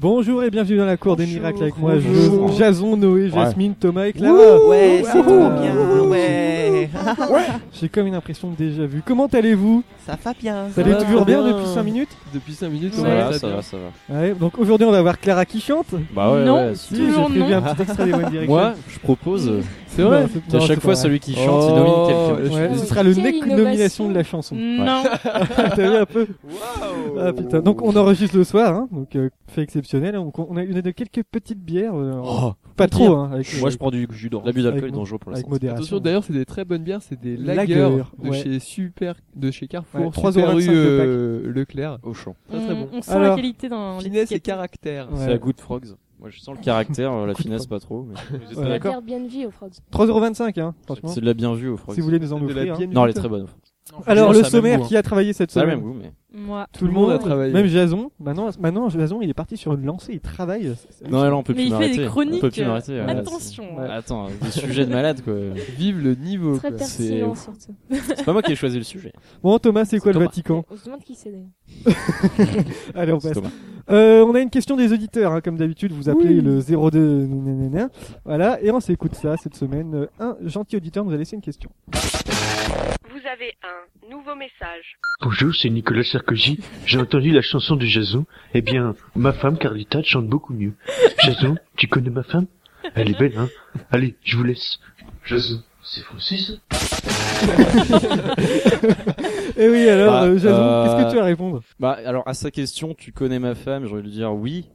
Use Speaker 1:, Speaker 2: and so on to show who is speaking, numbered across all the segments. Speaker 1: Bonjour et bienvenue dans la cour des miracles avec moi,
Speaker 2: Bonjour.
Speaker 1: je, Jason, Noé, Jasmine, Thomas et Clara.
Speaker 3: Ouais, c'est
Speaker 1: Wouhou.
Speaker 3: trop bien. Ouais.
Speaker 1: J'ai comme une impression de déjà vu. Comment allez-vous
Speaker 3: Ça va bien.
Speaker 1: Ça
Speaker 2: va
Speaker 1: allait toujours bien
Speaker 2: bien.
Speaker 1: depuis 5 minutes
Speaker 2: Depuis 5 minutes,
Speaker 4: Ça
Speaker 2: on
Speaker 4: va,
Speaker 2: va,
Speaker 4: ça
Speaker 2: ça
Speaker 4: va,
Speaker 2: va.
Speaker 4: ça va.
Speaker 1: Ouais, donc aujourd'hui on va voir Clara qui chante.
Speaker 4: Bah ouais,
Speaker 5: Non.
Speaker 4: ouais,
Speaker 1: Si, j'ai
Speaker 5: Toujours
Speaker 1: prévu
Speaker 5: non.
Speaker 1: un petit extrait des One Direction.
Speaker 2: Moi, je
Speaker 4: euh,
Speaker 2: propose. C'est
Speaker 1: Non,
Speaker 2: vrai.
Speaker 1: c'est-
Speaker 4: à
Speaker 1: non, c'est
Speaker 4: chaque fois,
Speaker 1: pas vrai.
Speaker 4: celui qui chante, il nomine quelqu'un.
Speaker 1: Ouais,
Speaker 5: Oh,
Speaker 1: ce sera le
Speaker 5: quelle
Speaker 1: nec
Speaker 5: innovation.
Speaker 1: nomination de la chanson.
Speaker 5: Non.
Speaker 1: T'as vu un peu Ah putain, donc on enregistre le soir, hein, donc euh, fait exceptionnel. On, on a, on a de quelques petites bières, euh,
Speaker 4: Oh,
Speaker 1: pas trop. Hein, avec,
Speaker 4: moi, je prends du jus d'orange. L'abus d'alcool
Speaker 1: Avec
Speaker 4: est
Speaker 1: mon-
Speaker 4: dangereux pour la
Speaker 1: avec
Speaker 4: santé.
Speaker 1: modération.
Speaker 2: Attention, d'ailleurs, c'est des très bonnes bières, c'est des
Speaker 1: Lager,
Speaker 2: lagers de
Speaker 1: ouais.
Speaker 2: chez Super, de chez Carrefour,
Speaker 1: Ouais, 3,25
Speaker 2: Super
Speaker 1: le
Speaker 2: rue
Speaker 1: pack.
Speaker 2: euh, Leclerc.
Speaker 4: Au champ.
Speaker 2: Très très bon.
Speaker 5: Mmh, On, on sent
Speaker 1: Alors,
Speaker 5: la qualité dans
Speaker 2: Finesse et
Speaker 5: l'étiquette.
Speaker 2: caractère.
Speaker 1: Ouais.
Speaker 4: C'est la Good Frogs. Moi, je sens le caractère, euh, la
Speaker 1: Good
Speaker 4: finesse, pas trop. mais-
Speaker 1: Ouais,
Speaker 6: la
Speaker 1: d'accord.
Speaker 6: bière Airbnb aux frogs.
Speaker 1: 3,25€, hein, franchement.
Speaker 4: C'est de la bien vue aux Frogs.
Speaker 1: Si vous voulez nous en
Speaker 2: De la
Speaker 1: offrir. hein.
Speaker 2: bienne
Speaker 4: Non, elle est
Speaker 2: du
Speaker 4: très bonne.
Speaker 1: Alors le
Speaker 2: Franchement, ça a le même
Speaker 1: sommaire
Speaker 2: goût, hein.
Speaker 1: qui a travaillé cette
Speaker 4: Ça a le
Speaker 1: semaine.
Speaker 4: même goût, mais.
Speaker 5: Moi.
Speaker 1: Tout le monde
Speaker 2: a
Speaker 1: a
Speaker 2: travaillé.
Speaker 1: Même Jason, Bah maintenant, maintenant Jason il est parti sur une lancée, il travaille.
Speaker 4: Non, là, on peut
Speaker 5: Mais
Speaker 4: plus
Speaker 5: il fait
Speaker 4: m'arrêter.
Speaker 5: des
Speaker 4: On peut plus
Speaker 5: chroniques,
Speaker 4: m'arrêter. hein. ouais,
Speaker 5: Attention.
Speaker 4: c'est- Attends, des sujets de malade, quoi.
Speaker 2: Vive le niveau.
Speaker 6: Très
Speaker 2: quoi.
Speaker 6: pertinent surtout.
Speaker 4: C'est pas moi qui ai choisi le sujet.
Speaker 1: Bon Thomas, c'est quoi le
Speaker 4: Thomas.
Speaker 1: Vatican
Speaker 6: On se demande qui c'est d'ailleurs.
Speaker 1: Allez, on
Speaker 4: C'est
Speaker 1: passe.
Speaker 4: Thomas.
Speaker 1: Euh, on a une question des auditeurs, hein, comme d'habitude, vous appelez le 02 nanana. Voilà, et on s'écoute ça cette semaine. Euh, Un gentil auditeur nous a laissé une question.
Speaker 7: Vous avez un nouveau message.
Speaker 8: Bonjour, c'est Nicolas Sarkozy. J'ai entendu la chanson de Jason. Eh bien, ma femme Carlita chante beaucoup mieux. Jason, tu connais ma femme Elle est belle, hein Allez, je vous laisse. Jason, c'est français ça
Speaker 1: Eh oui, alors
Speaker 4: Bah,
Speaker 1: euh, Jason,
Speaker 4: euh,
Speaker 1: qu'est-ce que tu as à répondre
Speaker 4: Bah, alors, à sa question, tu connais ma femme, j'aurais dû dire oui.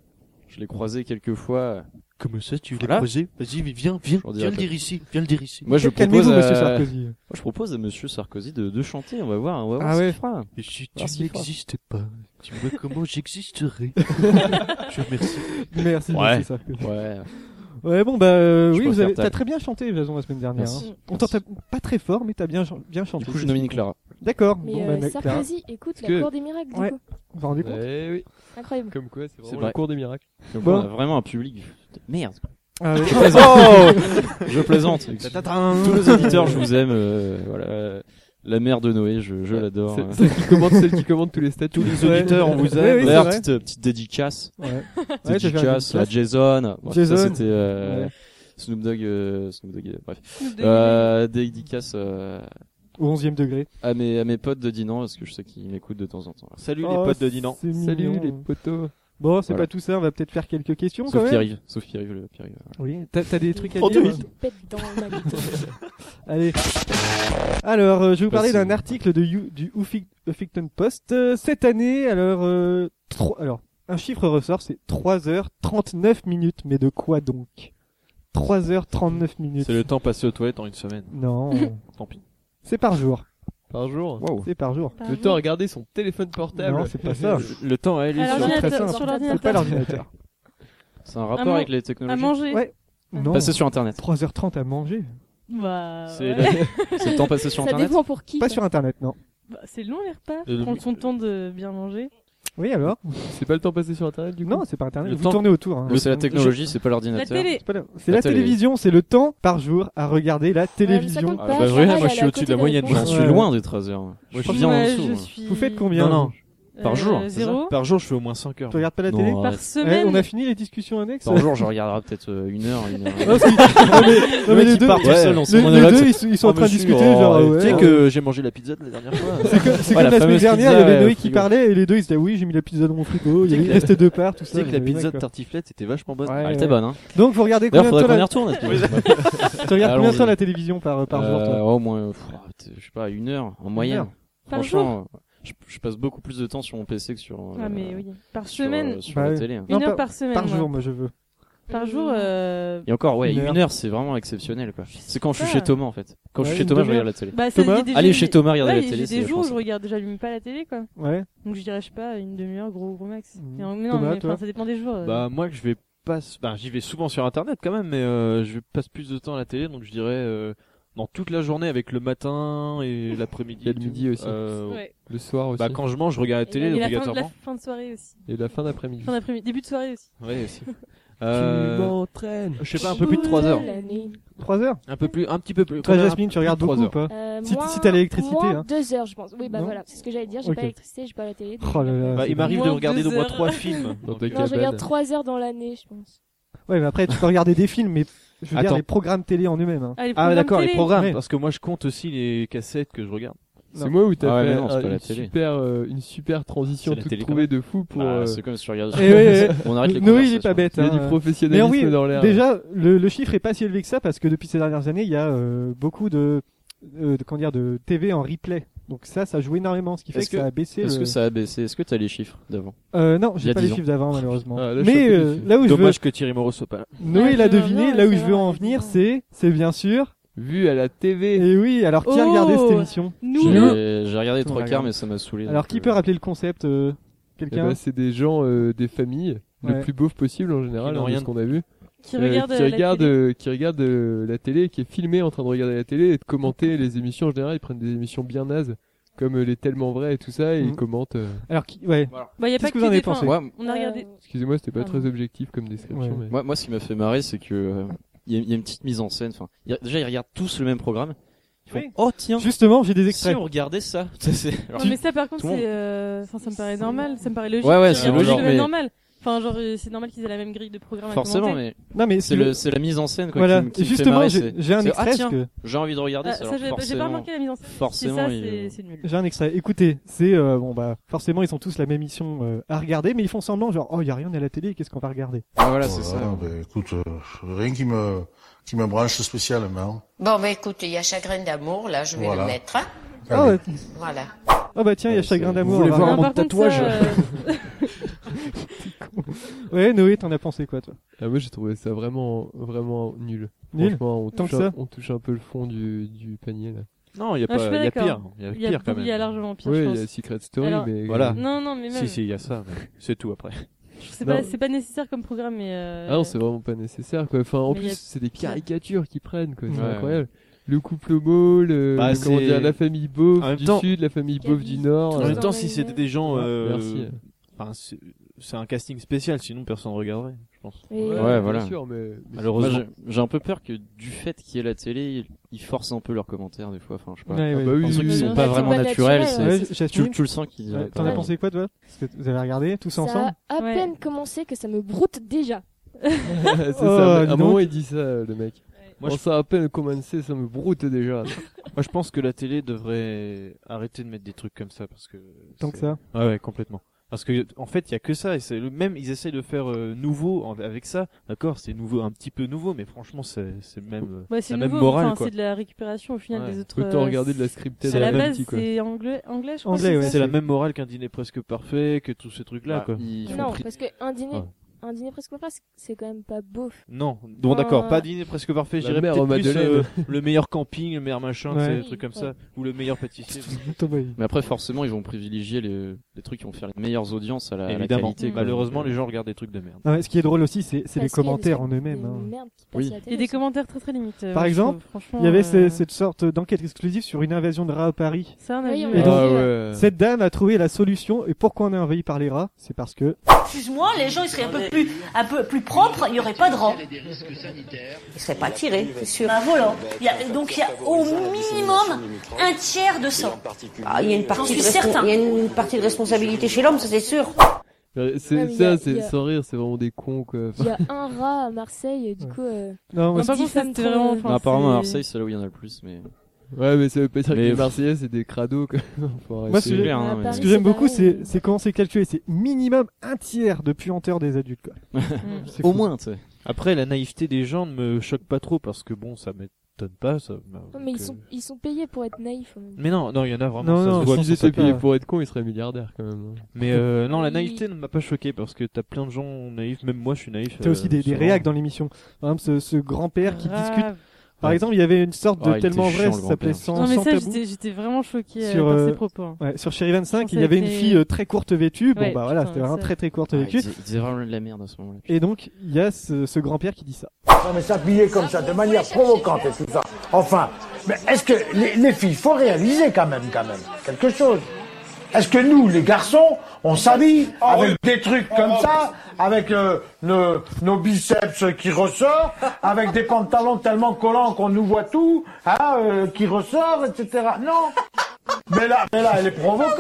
Speaker 4: Je l'ai croisée quelques fois.
Speaker 9: Comment ça, tu l'as
Speaker 4: Voilà.
Speaker 9: croisé Vas-y, mais viens, viens,
Speaker 4: J'en dirai
Speaker 9: viens le
Speaker 4: pas.
Speaker 9: dire ici, viens le dire ici.
Speaker 4: Moi, je propose
Speaker 1: Calmez-vous,
Speaker 4: à...
Speaker 1: Monsieur Sarkozy.
Speaker 4: Moi, je propose à Monsieur Sarkozy de, de chanter. On va voir. On va voir
Speaker 1: Ah
Speaker 4: ce
Speaker 1: ouais.
Speaker 4: qu'il fera.
Speaker 9: Et si tu
Speaker 4: Ah, si,
Speaker 9: n'existais pas, tu vois comment j'existerais. je te remercie.
Speaker 1: Merci,
Speaker 4: Ouais.
Speaker 1: Monsieur Sarkozy.
Speaker 4: Ouais.
Speaker 1: Ouais, bon bah euh,
Speaker 4: Je
Speaker 1: oui,
Speaker 4: peux
Speaker 1: vous
Speaker 4: faire
Speaker 1: avez,
Speaker 4: table.
Speaker 1: t'as très bien chanté Jason la semaine dernière.
Speaker 4: Merci.
Speaker 1: hein. On t'entend pas très fort, mais t'as bien chan- bien chanté.
Speaker 4: Du coup, je nomine Clara.
Speaker 1: D'accord.
Speaker 6: Mais
Speaker 1: Bon,
Speaker 6: euh,
Speaker 1: bah, mec, Clara,
Speaker 6: Sarkozy écoute la
Speaker 2: que-
Speaker 6: cour des miracles
Speaker 1: Ouais.
Speaker 6: du coup.
Speaker 1: vous vous rendez compte
Speaker 2: Eh oui.
Speaker 6: Incroyable.
Speaker 2: Comme quoi, c'est vraiment
Speaker 4: vrai.
Speaker 2: le cours des miracles.
Speaker 4: Donc,
Speaker 1: Bon.
Speaker 4: on a vraiment un public. de Merde.
Speaker 1: Ah ouais.
Speaker 9: Oh
Speaker 4: Je plaisante. Tous les auditeurs, je vous aime. euh, voilà. La mère de Noé, je, je l'adore.
Speaker 2: C'est- Celle qui commande, celle qui commande tous les statuts.
Speaker 4: les auditeurs, on vous
Speaker 1: aime. Oui, oui, c'est
Speaker 4: D'ailleurs,
Speaker 1: vrai.
Speaker 4: petite, euh, petite dédicace.
Speaker 1: Ouais. Ouais, j'ai fait un
Speaker 4: dédicace à
Speaker 1: podcast.
Speaker 4: Jason. Bon,
Speaker 1: Jason.
Speaker 4: ça, c'était euh,
Speaker 1: Ouais.
Speaker 4: Snoop Dogg. euh, Snoop Dogg, euh, bref.
Speaker 5: Snoop Dogg.
Speaker 4: Euh, dédicace euh,
Speaker 1: Au 11 e degré.
Speaker 4: à, mes, à mes potes de Dinan, parce que je sais qu'ils m'écoutent de temps en temps.
Speaker 9: Salut
Speaker 1: Oh,
Speaker 9: Dinan.
Speaker 1: c'est
Speaker 2: Salut
Speaker 1: mignon.
Speaker 2: les poteaux.
Speaker 1: Bon, c'est
Speaker 4: Voilà.
Speaker 1: pas tout ça, on va peut-être faire quelques questions quand
Speaker 4: Sauf
Speaker 1: même.
Speaker 4: Pierre-Yves. Sauf Pierre-Yves, le Pierre-Yves.
Speaker 1: Oui, t'as, t'as des trucs à
Speaker 9: Oh,
Speaker 1: dire. hein
Speaker 9: oui.
Speaker 6: Je te pète dans le magnéto.
Speaker 1: Allez. Alors, euh, je vais vous
Speaker 4: Pas
Speaker 1: parler
Speaker 4: si-
Speaker 1: d'un article de You- du Huffing- Huffington Post Euh, cette année. Alors, euh, tro- alors, un chiffre ressort, c'est 3h39 minutes. Mais de quoi donc 3h39 minutes.
Speaker 9: C'est le temps passé aux toilettes en une semaine.
Speaker 1: Non.
Speaker 9: Tant pis.
Speaker 1: c'est par jour.
Speaker 2: Par jour.
Speaker 4: Waouh.
Speaker 1: C'est par jour.
Speaker 2: Le temps à regarder son téléphone portable.
Speaker 1: Non, c'est pas ça.
Speaker 9: Le temps à aller
Speaker 5: À
Speaker 1: sur- très
Speaker 5: l'ordinateur,
Speaker 1: simple.
Speaker 5: sur
Speaker 1: C'est pas
Speaker 5: l'ordinateur.
Speaker 1: l'ordinateur.
Speaker 4: C'est un
Speaker 5: Ah
Speaker 4: rapport
Speaker 5: non.
Speaker 4: avec les
Speaker 5: À
Speaker 4: technologies.
Speaker 5: manger. Ah.
Speaker 1: Ouais. Non.
Speaker 4: Passer sur Internet.
Speaker 1: 3h30 à manger.
Speaker 5: Bah,
Speaker 4: C'est
Speaker 5: ouais.
Speaker 4: le- c'est le temps passé sur
Speaker 6: Ça
Speaker 4: Internet.
Speaker 6: dépend pour qui.
Speaker 1: Pas
Speaker 6: quoi.
Speaker 1: sur internet, non.
Speaker 5: Bah, c'est long les repas.
Speaker 9: Euh,
Speaker 5: Prendre son temps de bien manger.
Speaker 1: Oui, alors
Speaker 2: C'est pas le temps passé sur internet du coup
Speaker 1: Non, c'est pas internet.
Speaker 4: Le
Speaker 1: Vous
Speaker 4: temps-
Speaker 1: tournez autour. hein.
Speaker 4: Mais c'est la
Speaker 1: Je-
Speaker 4: technologie, c'est pas
Speaker 5: La
Speaker 4: l'ordinateur.
Speaker 5: télé.
Speaker 1: C'est pas la- c'est
Speaker 4: La
Speaker 1: la
Speaker 4: télé.
Speaker 1: télévision, c'est le temps par jour à regarder la
Speaker 6: Ouais, mais ça
Speaker 1: télévision.
Speaker 6: compte
Speaker 4: Ah
Speaker 6: pas,
Speaker 4: bah
Speaker 6: ça
Speaker 4: oui,
Speaker 6: va,
Speaker 4: moi,
Speaker 6: elle
Speaker 4: je
Speaker 6: est
Speaker 4: suis
Speaker 6: à
Speaker 4: au-dessus de la
Speaker 6: côté
Speaker 4: moyenne, j'en
Speaker 6: réponse.
Speaker 4: suis
Speaker 1: Ouais.
Speaker 4: loin des 13 heures. Moi, je suis bien en
Speaker 5: Ouais,
Speaker 4: dessous.
Speaker 5: je
Speaker 4: moi.
Speaker 5: suis-
Speaker 1: Vous faites combien
Speaker 9: Non, non.
Speaker 5: Euh,
Speaker 4: Par jour, c'est
Speaker 5: Zéro.
Speaker 9: Par jour, je fais au moins 5 heures.
Speaker 1: Tu regardes pas la
Speaker 4: Non,
Speaker 1: télé
Speaker 4: ouais.
Speaker 5: Par
Speaker 1: Ouais,
Speaker 5: semaine.
Speaker 1: On a fini les discussions annexes
Speaker 4: Par jour, je regardera peut-être euh, une heure, une heure.
Speaker 1: Non, Ah, si- non, mais, non, mais les deux,
Speaker 9: part tout
Speaker 1: les-
Speaker 9: seul dans son
Speaker 1: les
Speaker 9: monologue,
Speaker 1: deux,
Speaker 9: c'est-
Speaker 1: ils sont, ils sont en train de
Speaker 9: monsieur,
Speaker 1: discuter.
Speaker 9: oh,
Speaker 1: genre,
Speaker 9: Tu sais
Speaker 1: ouais,
Speaker 9: que j'ai mangé la pizza de la dernière fois.
Speaker 1: C'est que- c'est
Speaker 4: Ouais,
Speaker 1: comme
Speaker 4: la
Speaker 1: la semaine
Speaker 4: fameuse
Speaker 1: dernière, il y
Speaker 4: pizza,
Speaker 1: avait
Speaker 4: euh,
Speaker 1: Noé qui
Speaker 4: frigo.
Speaker 1: parlait et les deux ils se disaient oui j'ai mis la pizza dans mon frigo, il y
Speaker 9: Tu sais
Speaker 1: avait- il
Speaker 9: que la-
Speaker 1: restait deux parts, tout
Speaker 9: Tu
Speaker 1: ça.
Speaker 9: sais que la
Speaker 1: mais
Speaker 9: pizza de
Speaker 1: d'accord.
Speaker 9: tartiflette était vachement bonne.
Speaker 1: Ouais,
Speaker 4: Elle
Speaker 1: ouais.
Speaker 4: était bonne, hein.
Speaker 1: Donc vous regardez
Speaker 4: D'ailleurs,
Speaker 1: combien de
Speaker 4: faudrait
Speaker 1: temps
Speaker 4: qu'on y
Speaker 1: la-
Speaker 4: retourne. à ce moment-là.
Speaker 1: tu regardes combien de
Speaker 4: Allons-y.
Speaker 1: temps la télévision par par jour
Speaker 4: Euh,
Speaker 1: toi
Speaker 4: au moins, euh, pff, t- je sais pas, une heure, en moyenne.
Speaker 1: heure.
Speaker 5: Par
Speaker 4: Franchement, euh, je, je passe beaucoup plus de temps sur mon PC que sur, euh,
Speaker 5: Ah, mais oui. Par
Speaker 4: sur, euh,
Speaker 5: semaine.
Speaker 4: sur
Speaker 1: Bah
Speaker 4: la
Speaker 1: oui.
Speaker 4: télé.
Speaker 1: Non,
Speaker 5: Une heure
Speaker 1: par-
Speaker 5: par semaine.
Speaker 1: Par
Speaker 5: moi.
Speaker 1: jour moi je veux.
Speaker 5: Par jour, euh,
Speaker 4: Et encore, ouais,
Speaker 1: Une
Speaker 4: une
Speaker 1: heure.
Speaker 4: heure, c'est vraiment exceptionnel, quoi. C'est quand je suis
Speaker 5: pas.
Speaker 4: chez Thomas, en fait. Quand je
Speaker 1: Ouais,
Speaker 4: suis chez
Speaker 1: une
Speaker 4: Thomas, je
Speaker 1: demi-heure.
Speaker 4: regarde la télé.
Speaker 5: Bah, ça, il y a
Speaker 1: Thomas,
Speaker 5: des
Speaker 4: Allez
Speaker 5: jours-
Speaker 4: chez Thomas, regarder
Speaker 5: Ouais,
Speaker 4: la télé.
Speaker 5: J'ai
Speaker 4: c'est
Speaker 5: des
Speaker 4: la
Speaker 5: jours où
Speaker 4: chance.
Speaker 5: je regarde, j'allume pas la télé, quoi.
Speaker 1: Ouais.
Speaker 5: Donc je dirais, je sais pas, une demi-heure, gros, gros max.
Speaker 1: Mhm.
Speaker 5: Mais non, mais
Speaker 1: Thomas, toi
Speaker 5: enfin, ça dépend des jours. euh.
Speaker 9: Bah moi que je vais pas bah j'y vais souvent sur internet quand même mais euh, je passe plus de temps à la télé donc je dirais euh, dans toute la journée avec le matin et l'après-midi
Speaker 2: Et
Speaker 9: et
Speaker 2: le
Speaker 9: tout.
Speaker 2: midi aussi.
Speaker 9: Euh,
Speaker 5: Ouais.
Speaker 2: Le soir aussi.
Speaker 9: bah quand je mange je regarde la
Speaker 5: Et
Speaker 9: télé
Speaker 5: la- et la fin, la
Speaker 9: obligatoirement
Speaker 5: fin de soirée aussi.
Speaker 2: Et la fin d'après-midi.
Speaker 5: Fin d'après-midi. Début de soirée aussi.
Speaker 9: ouais aussi Euh,
Speaker 2: Tu m'entraînes.
Speaker 9: je sais pas, un peu plus de 3 heures.
Speaker 6: L'année.
Speaker 1: 3 heures
Speaker 9: Un peu plus, un petit peu plus.
Speaker 1: Toi,
Speaker 9: combien-
Speaker 1: Jasmine, tu regardes
Speaker 9: trois
Speaker 1: beaucoup ou
Speaker 9: heures.
Speaker 1: pas
Speaker 6: Euh,
Speaker 1: Si-
Speaker 6: moins-
Speaker 1: si t'as l'électricité,
Speaker 6: moins
Speaker 1: hein.
Speaker 6: deux heures, je pense. Oui, bah
Speaker 1: Non.
Speaker 6: voilà, c'est ce que j'allais dire. J'ai
Speaker 1: Ok.
Speaker 6: pas l'électricité, j'ai pas la télé. donc
Speaker 1: Oh là
Speaker 6: j'ai pas-
Speaker 1: là.
Speaker 9: Bah, il m'arrive de
Speaker 5: Moins
Speaker 9: regarder
Speaker 5: deux
Speaker 9: d'au moins
Speaker 5: heures.
Speaker 9: 3 films.
Speaker 2: Dans
Speaker 9: Donc,
Speaker 2: ta
Speaker 9: euh,
Speaker 6: Non, je regarde
Speaker 1: Ben.
Speaker 2: cabane.
Speaker 6: 3 heures dans l'année, je pense.
Speaker 1: Ouais, mais après, tu peux regarder des films, mais je veux dire
Speaker 9: Attends.
Speaker 1: les programmes télé en eux-mêmes. hein.
Speaker 5: Ah, les
Speaker 9: Ah
Speaker 5: programmes
Speaker 9: d'accord, les
Speaker 5: télé.
Speaker 9: programmes.
Speaker 1: Ouais.
Speaker 9: Parce que moi je compte aussi les cassettes que je regarde.
Speaker 1: Non.
Speaker 2: C'est moi où t'as
Speaker 4: Ah ouais, mais
Speaker 2: fait
Speaker 4: non, c'est
Speaker 2: euh,
Speaker 4: pas la
Speaker 2: une,
Speaker 4: télé.
Speaker 2: super, euh, une super transition
Speaker 4: C'est la
Speaker 2: toute
Speaker 4: télé quand
Speaker 2: trouvée de fou pour.
Speaker 4: Bah,
Speaker 2: euh,
Speaker 4: C'est comme si tu regardes.
Speaker 1: Eh ouais, ouais.
Speaker 4: On arrête les
Speaker 1: Noé, il est pas
Speaker 4: conversations.
Speaker 1: bête.
Speaker 2: il y a du
Speaker 1: hein. Mais
Speaker 2: professionnalisme
Speaker 1: oui,
Speaker 2: dans l'air.
Speaker 1: déjà, le, le chiffre est pas si élevé que ça parce que depuis ces dernières années, il y a euh, beaucoup de, euh, de, comment dire, de TV en replay. Donc ça, ça joue énormément, ce qui fait que,
Speaker 4: Est-ce que-
Speaker 1: ça a baissé.
Speaker 4: Est-ce
Speaker 1: le-
Speaker 4: que ça a baissé Est-ce que t'as les chiffres d'avant
Speaker 1: Euh, non,
Speaker 4: Il y
Speaker 1: j'ai
Speaker 4: a
Speaker 1: pas
Speaker 4: dix
Speaker 1: les
Speaker 4: ans.
Speaker 1: chiffres d'avant malheureusement.
Speaker 2: Ah, là, je
Speaker 1: Mais
Speaker 2: suis un peu
Speaker 1: euh,
Speaker 2: déçu.
Speaker 1: là où je veux,
Speaker 9: Dommage que Thierry Moreau soit pas là.
Speaker 1: Noé
Speaker 5: Ouais,
Speaker 1: l'a
Speaker 5: je veux
Speaker 1: deviné,
Speaker 5: voir,
Speaker 1: là où
Speaker 5: c'est
Speaker 1: je veux
Speaker 5: vrai,
Speaker 1: en
Speaker 5: c'est
Speaker 1: venir,
Speaker 5: vrai.
Speaker 1: c'est, c'est bien sûr.
Speaker 2: Vu à la TV.
Speaker 1: Et oui, alors qui a
Speaker 5: Oh
Speaker 1: regardé cette émission
Speaker 5: Nous,
Speaker 4: J'ai j'ai regardé
Speaker 1: Mmh. Tout le
Speaker 4: trois
Speaker 1: monde
Speaker 4: quarts,
Speaker 1: regarde.
Speaker 4: mais ça m'a saoulé.
Speaker 1: Alors
Speaker 4: donc,
Speaker 1: qui
Speaker 4: euh,
Speaker 1: peut rappeler le concept euh,
Speaker 2: Eh
Speaker 1: Quelqu'un
Speaker 2: ben, c'est des gens, euh, des familles,
Speaker 1: Ouais.
Speaker 2: le plus beauf possible en général,
Speaker 9: Qui n'ont
Speaker 2: hein, de
Speaker 9: rien
Speaker 2: ce qu'on a vu.
Speaker 5: qui
Speaker 2: Euh,
Speaker 5: regarde.
Speaker 2: qui
Speaker 5: la
Speaker 2: regarde,
Speaker 5: télé.
Speaker 2: euh, qui regarde, euh, la télé, qui est filmé en train de regarder la télé et de commenter les émissions en général. Ils prennent des émissions bien nazes, comme euh, les tellement vrais et tout ça, et
Speaker 1: Mhm.
Speaker 2: ils commentent. euh,
Speaker 1: Alors qui ouais.
Speaker 5: Bah, y a
Speaker 1: Qu'est-ce
Speaker 5: pas que
Speaker 1: que vous en avez
Speaker 5: des
Speaker 1: pensé
Speaker 5: fins.
Speaker 4: Moi,
Speaker 5: On a regardé.
Speaker 6: Euh,
Speaker 2: Excusez-moi, c'était pas
Speaker 5: Pardon.
Speaker 2: très objectif comme description.
Speaker 1: Ouais.
Speaker 2: Mais...
Speaker 4: Moi, moi, ce qui m'a fait marrer, c'est que euh, il y, a- il y a une petite mise en scène. Enfin, il y a- déjà, ils regardent tous le même programme. Ils font
Speaker 1: Oui.
Speaker 4: Oh tiens,
Speaker 1: Justement, j'ai des
Speaker 4: si
Speaker 1: extraits.
Speaker 4: on regardait ça. Ça, c'est- Alors,
Speaker 5: Non, mais ça, par contre,
Speaker 4: Tout le monde.
Speaker 5: c'est. euh, Enfin, ça me paraît normal. Ça me paraît logique.
Speaker 4: Ouais, ouais,
Speaker 5: Ils
Speaker 4: c'est
Speaker 5: regardent
Speaker 4: logique,
Speaker 5: le
Speaker 4: mais-
Speaker 5: normal. Enfin, genre, euh, c'est normal qu'ils aient la même grille de programme. à
Speaker 4: forcément,
Speaker 5: commenter.
Speaker 4: mais
Speaker 1: Non mais si-
Speaker 4: c'est le, c'est la mise en scène quoi,
Speaker 1: voilà.
Speaker 4: qui, me- qui me fait
Speaker 1: Justement,
Speaker 4: marrer.
Speaker 1: j'ai
Speaker 4: c'est-
Speaker 1: j'ai un
Speaker 4: c'est, ah,
Speaker 1: extrait parce
Speaker 4: tiens.
Speaker 1: que-
Speaker 4: J'ai envie de regarder
Speaker 5: Ah,
Speaker 4: ça.
Speaker 5: ça,
Speaker 4: alors
Speaker 5: j'ai pas- j'ai
Speaker 4: forcément.
Speaker 5: pas remarqué la mise en scène. C'est
Speaker 4: forcément,
Speaker 5: ça,
Speaker 4: il-
Speaker 5: c'est c'est nul.
Speaker 1: J'ai un extrait. Écoutez, c'est euh, bon bah forcément ils sont tous la même émission euh, à regarder, mais ils font semblant genre oh y a rien à la télé, qu'est-ce qu'on va regarder
Speaker 4: Ah, voilà, c'est ça.
Speaker 10: Ben, écoute, euh, rien qui me, qui me branche spécialement.
Speaker 11: Bon, bah écoute, il y a Chagrin d'amour, là, je vais
Speaker 10: Voilà.
Speaker 11: le mettre. hein.
Speaker 1: Ah
Speaker 10: Allez.
Speaker 1: ouais.
Speaker 11: Voilà.
Speaker 1: Ah bah tiens, il y a
Speaker 4: Ouais,
Speaker 1: chagrin
Speaker 4: c'est-
Speaker 1: d'amour.
Speaker 9: Vous voulez
Speaker 1: on va
Speaker 9: voir
Speaker 5: Non,
Speaker 1: regarder.
Speaker 9: mon
Speaker 5: par contre,
Speaker 9: tatouage
Speaker 5: ça, euh,
Speaker 1: Ouais, Noé, t'en as pensé quoi toi
Speaker 2: Ah, moi, j'ai trouvé ça vraiment, vraiment nul.
Speaker 1: Nul.
Speaker 2: Franchement, on
Speaker 1: Tant
Speaker 2: touche,
Speaker 1: que
Speaker 2: un,
Speaker 1: ça.
Speaker 2: on touche un peu le fond du, du panier là.
Speaker 9: Non, il y a
Speaker 5: Ah, je
Speaker 9: pas
Speaker 5: suis
Speaker 9: il y a
Speaker 5: pas
Speaker 9: pire,
Speaker 5: d'accord.
Speaker 9: il y a
Speaker 5: Il y a-
Speaker 9: pire quand
Speaker 5: il y a
Speaker 9: même.
Speaker 5: largement pire,
Speaker 2: Ouais,
Speaker 5: je
Speaker 2: il y a
Speaker 5: pense.
Speaker 2: Secret Story,
Speaker 5: Alors-
Speaker 2: mais euh,
Speaker 9: Voilà.
Speaker 5: Non, non, mais même.
Speaker 9: Si si, il y a ça, mais c'est tout après.
Speaker 5: je sais
Speaker 2: Non.
Speaker 5: pas, C'est pas nécessaire comme programme, mais. euh,
Speaker 2: Ah non, c'est vraiment pas nécessaire quoi. Enfin, en
Speaker 5: Mais y
Speaker 2: plus,
Speaker 5: a-
Speaker 2: c'est des caricatures qu'ils prennent quoi. C'est
Speaker 4: Ouais.
Speaker 2: incroyable. Le couple homo, le,
Speaker 9: Bah,
Speaker 2: le- comment
Speaker 9: c'est-
Speaker 2: dire, la famille beauf
Speaker 9: En même
Speaker 2: du
Speaker 9: temps-
Speaker 2: sud, la famille beauf du
Speaker 6: Gabi,
Speaker 2: nord.
Speaker 6: tout
Speaker 9: En
Speaker 2: euh,
Speaker 9: même temps, si c'était des
Speaker 5: hein.
Speaker 9: gens euh,
Speaker 2: Merci.
Speaker 9: enfin, c'est c'est un casting spécial, sinon personne ne regarderait, je pense.
Speaker 6: et-
Speaker 4: Ouais.
Speaker 2: bien
Speaker 4: voilà.
Speaker 2: sûr, mais, mais
Speaker 4: Moi, j'ai, j'ai un peu peur que du fait qu'il y ait la télé, ils- ils forcent un peu leurs commentaires des fois. Enfin, je sais pas.
Speaker 1: Ouais,
Speaker 2: c'est-
Speaker 1: ouais.
Speaker 2: bah oui,
Speaker 4: Un truc qui
Speaker 2: oui,
Speaker 4: sont
Speaker 2: oui.
Speaker 4: pas
Speaker 6: c'est
Speaker 4: vraiment
Speaker 6: pas
Speaker 4: naturels.
Speaker 6: naturel, ouais.
Speaker 4: c'est-
Speaker 1: Ouais, Jasmine,
Speaker 4: Tu, tu le sens qu'ils.
Speaker 1: Ouais,
Speaker 4: ouais,
Speaker 1: T'en as
Speaker 4: ouais.
Speaker 1: pensé quoi toi Parce que vous avez regardé tous ensemble
Speaker 6: Ça a à
Speaker 5: Ouais.
Speaker 6: peine commencé que ça me broute déjà.
Speaker 9: Ah,
Speaker 2: c'est
Speaker 1: Oh, dis
Speaker 4: bah,
Speaker 2: ça. À un
Speaker 4: ah,
Speaker 1: donc.
Speaker 2: moment, il dit ça, euh, le mec.
Speaker 9: Moi,
Speaker 2: Moi, je... ça à peine commencé, ça me broute déjà.
Speaker 9: Moi, je pense que la télé devrait arrêter de mettre des trucs comme ça parce que
Speaker 1: Tant que
Speaker 9: c'est-
Speaker 1: ça.
Speaker 4: Ah
Speaker 9: Ouais, ouais, complètement. Parce que en fait, il y a que ça et c'est le même. Ils essayent de faire euh, nouveau en- avec ça. D'accord, c'est nouveau, un petit peu nouveau, mais franchement, c'est c'est le même. euh,
Speaker 5: Ouais, Bah, c'est
Speaker 9: la même
Speaker 5: nouveau,
Speaker 9: morale,
Speaker 5: enfin,
Speaker 9: quoi.
Speaker 5: c'est de la récupération au final
Speaker 9: Ouais.
Speaker 5: des autres.
Speaker 2: Autant
Speaker 5: euh,
Speaker 2: regarder de la scriptée
Speaker 5: À
Speaker 9: la
Speaker 5: la
Speaker 9: même
Speaker 5: base,
Speaker 2: petite, quoi.
Speaker 5: c'est anglais, anglais, je crois.
Speaker 1: Anglais,
Speaker 5: c'est
Speaker 1: ouais.
Speaker 5: ça
Speaker 9: c'est la même morale qu'un dîner presque parfait, que tous ces trucs-là,
Speaker 4: Bah,
Speaker 9: quoi.
Speaker 4: ils font
Speaker 6: Non,
Speaker 4: pri-
Speaker 6: parce que un dîner,
Speaker 4: Ouais.
Speaker 6: un dîner presque parfait, c'est- c'est quand même pas beauf.
Speaker 9: Non, bon
Speaker 1: Ah.
Speaker 9: d'accord, pas dîner presque parfait,
Speaker 2: La
Speaker 9: j'irais
Speaker 2: mère
Speaker 9: peut-être
Speaker 2: au
Speaker 9: plus
Speaker 2: Madeleine.
Speaker 9: euh, le meilleur camping, le meilleur machin,
Speaker 1: Ouais.
Speaker 9: tu sais, des trucs comme ça, ou le meilleur pâtissier.
Speaker 1: Thomas, il-
Speaker 4: Mais après, forcément, ils vont privilégier les, les trucs qui vont faire les meilleures audiences à la, à la
Speaker 9: Évidemment,
Speaker 4: qualité. quoi. euh,
Speaker 9: malheureusement les gens regardent des trucs de merde.
Speaker 1: Non, mais Ah ce qui est drôle aussi, c'est c'est les
Speaker 6: Parce qu'il y a des
Speaker 1: commentaires en
Speaker 6: trucs
Speaker 1: eux-mêmes.
Speaker 6: de
Speaker 1: hein.
Speaker 6: merde qui
Speaker 4: Oui.
Speaker 6: passent à la
Speaker 5: Il y a
Speaker 6: télé.
Speaker 5: des commentaires très très limites. euh,
Speaker 1: Par
Speaker 5: moi, je trouve,
Speaker 1: exemple,
Speaker 5: franchement,
Speaker 1: Il y avait ce-
Speaker 5: euh,
Speaker 1: cette sorte d'enquête exclusive sur une invasion de rats à Paris.
Speaker 5: Ça, on a
Speaker 6: Oui,
Speaker 5: vu,
Speaker 6: on
Speaker 5: ouais.
Speaker 1: Et donc-
Speaker 2: ah ouais.
Speaker 1: Cette dame a trouvé la solution. Et pourquoi on est envahi par les rats C'est parce que
Speaker 11: Excuse-moi, les gens, ils seraient un peu plus, un peu plus propres, il n'y aurait pas de rang. Ils ne seraient pas tirés, c'est sûr. Un volant. Il y a- donc il y a au minimum un tiers de sang. Ah, il y a une partie de respon- il y a une partie de responsabilité chez l'homme, ça c'est sûr.
Speaker 2: Euh,
Speaker 6: Ouais,
Speaker 2: C'est
Speaker 6: mais y
Speaker 2: ça,
Speaker 6: a- y
Speaker 2: c'est
Speaker 6: a-
Speaker 2: sans rire, c'est vraiment des cons quoi.
Speaker 6: Il y a un rat à Marseille, et du coup, euh,
Speaker 1: non,
Speaker 5: Non,
Speaker 1: moi,
Speaker 6: se
Speaker 5: par
Speaker 6: dit
Speaker 5: contre, ça,
Speaker 6: femme
Speaker 5: c'était
Speaker 6: trop-
Speaker 5: vraiment. enfin,
Speaker 4: Mais apparemment, à
Speaker 5: c'est-
Speaker 4: Marseille, c'est là où il y en a le plus. Mais
Speaker 2: Ouais, mais ça veut pas dire
Speaker 4: Mais-
Speaker 2: que les Marseillais c'est des crados quoi. Faut
Speaker 1: Moi,
Speaker 2: arrêter.
Speaker 1: ce que
Speaker 4: c'est
Speaker 1: j'ai-
Speaker 4: clair, hein,
Speaker 6: à
Speaker 4: mais-
Speaker 6: Paris,
Speaker 1: ce que j'aime
Speaker 6: c'est
Speaker 1: beaucoup,
Speaker 6: pareil.
Speaker 1: c'est c'est comment c'est calculé. C'est minimum un tiers de puanteur des adultes. Quoi.
Speaker 5: Mm.
Speaker 1: C'est
Speaker 4: Au
Speaker 1: fou.
Speaker 4: moins, tu sais.
Speaker 9: Après la naïveté des gens ne me choque pas trop parce que bon ça m'étonne pas ça. bah,
Speaker 6: non, euh, mais
Speaker 9: que-
Speaker 6: ils sont, ils sont payés pour être naïfs. en même temps.
Speaker 9: Mais non, non, il y en a vraiment.
Speaker 1: Non,
Speaker 9: ça
Speaker 1: non,
Speaker 9: se voit
Speaker 2: S'ils
Speaker 9: qu'ils
Speaker 2: étaient
Speaker 9: sont
Speaker 2: payés
Speaker 1: pas-
Speaker 2: pour être cons, ils seraient milliardaires quand même. hein.
Speaker 9: Mais euh, non, la
Speaker 6: Oui.
Speaker 9: naïveté ne m'a pas choqué parce que t'as plein de gens naïfs, même moi je suis naïf.
Speaker 1: T'as aussi des, des réacs dans l'émission. Par exemple, ce, ce grand-père
Speaker 5: Ah.
Speaker 1: qui discute. Par exemple, il y avait une sorte de
Speaker 4: Ah, il était
Speaker 1: tellement vrai,
Speaker 4: chiant, le
Speaker 1: ça s'appelait
Speaker 4: grand-père.
Speaker 1: sans,
Speaker 5: Non, mais
Speaker 1: sans
Speaker 5: ça,
Speaker 1: tabou.
Speaker 5: j'étais- j'étais vraiment choquée
Speaker 1: Sur,
Speaker 5: euh, par
Speaker 1: euh,
Speaker 5: ses propos. hein.
Speaker 1: Ouais, sur Chéri 25,
Speaker 5: Je
Speaker 1: il y avait une
Speaker 5: pensais que
Speaker 1: fille euh, très courte vêtue. Bon,
Speaker 5: Ouais,
Speaker 1: bah voilà,
Speaker 5: putain,
Speaker 1: c'était vraiment
Speaker 5: ça-
Speaker 1: très très courte
Speaker 4: Ah,
Speaker 1: vêtue.
Speaker 4: ils ils faisaient vraiment de la merde à ce moment-là.
Speaker 1: Et donc, il y a ce, ce grand-père qui dit ça.
Speaker 10: Non, mais s'habiller comme ça, de manière provocante et tout ça. Enfin, mais est-ce que les, les filles, faut réaliser quand même, quand même, quelque chose.
Speaker 12: Est-ce que nous, les garçons, on s'habille avec des trucs comme ça, avec euh, nos, nos biceps qui ressortent, avec des pantalons tellement collants qu'on nous voit tout, hein, euh, qui ressort, etc. Non Mais là, mais là, elle est
Speaker 13: Ah,
Speaker 12: provocante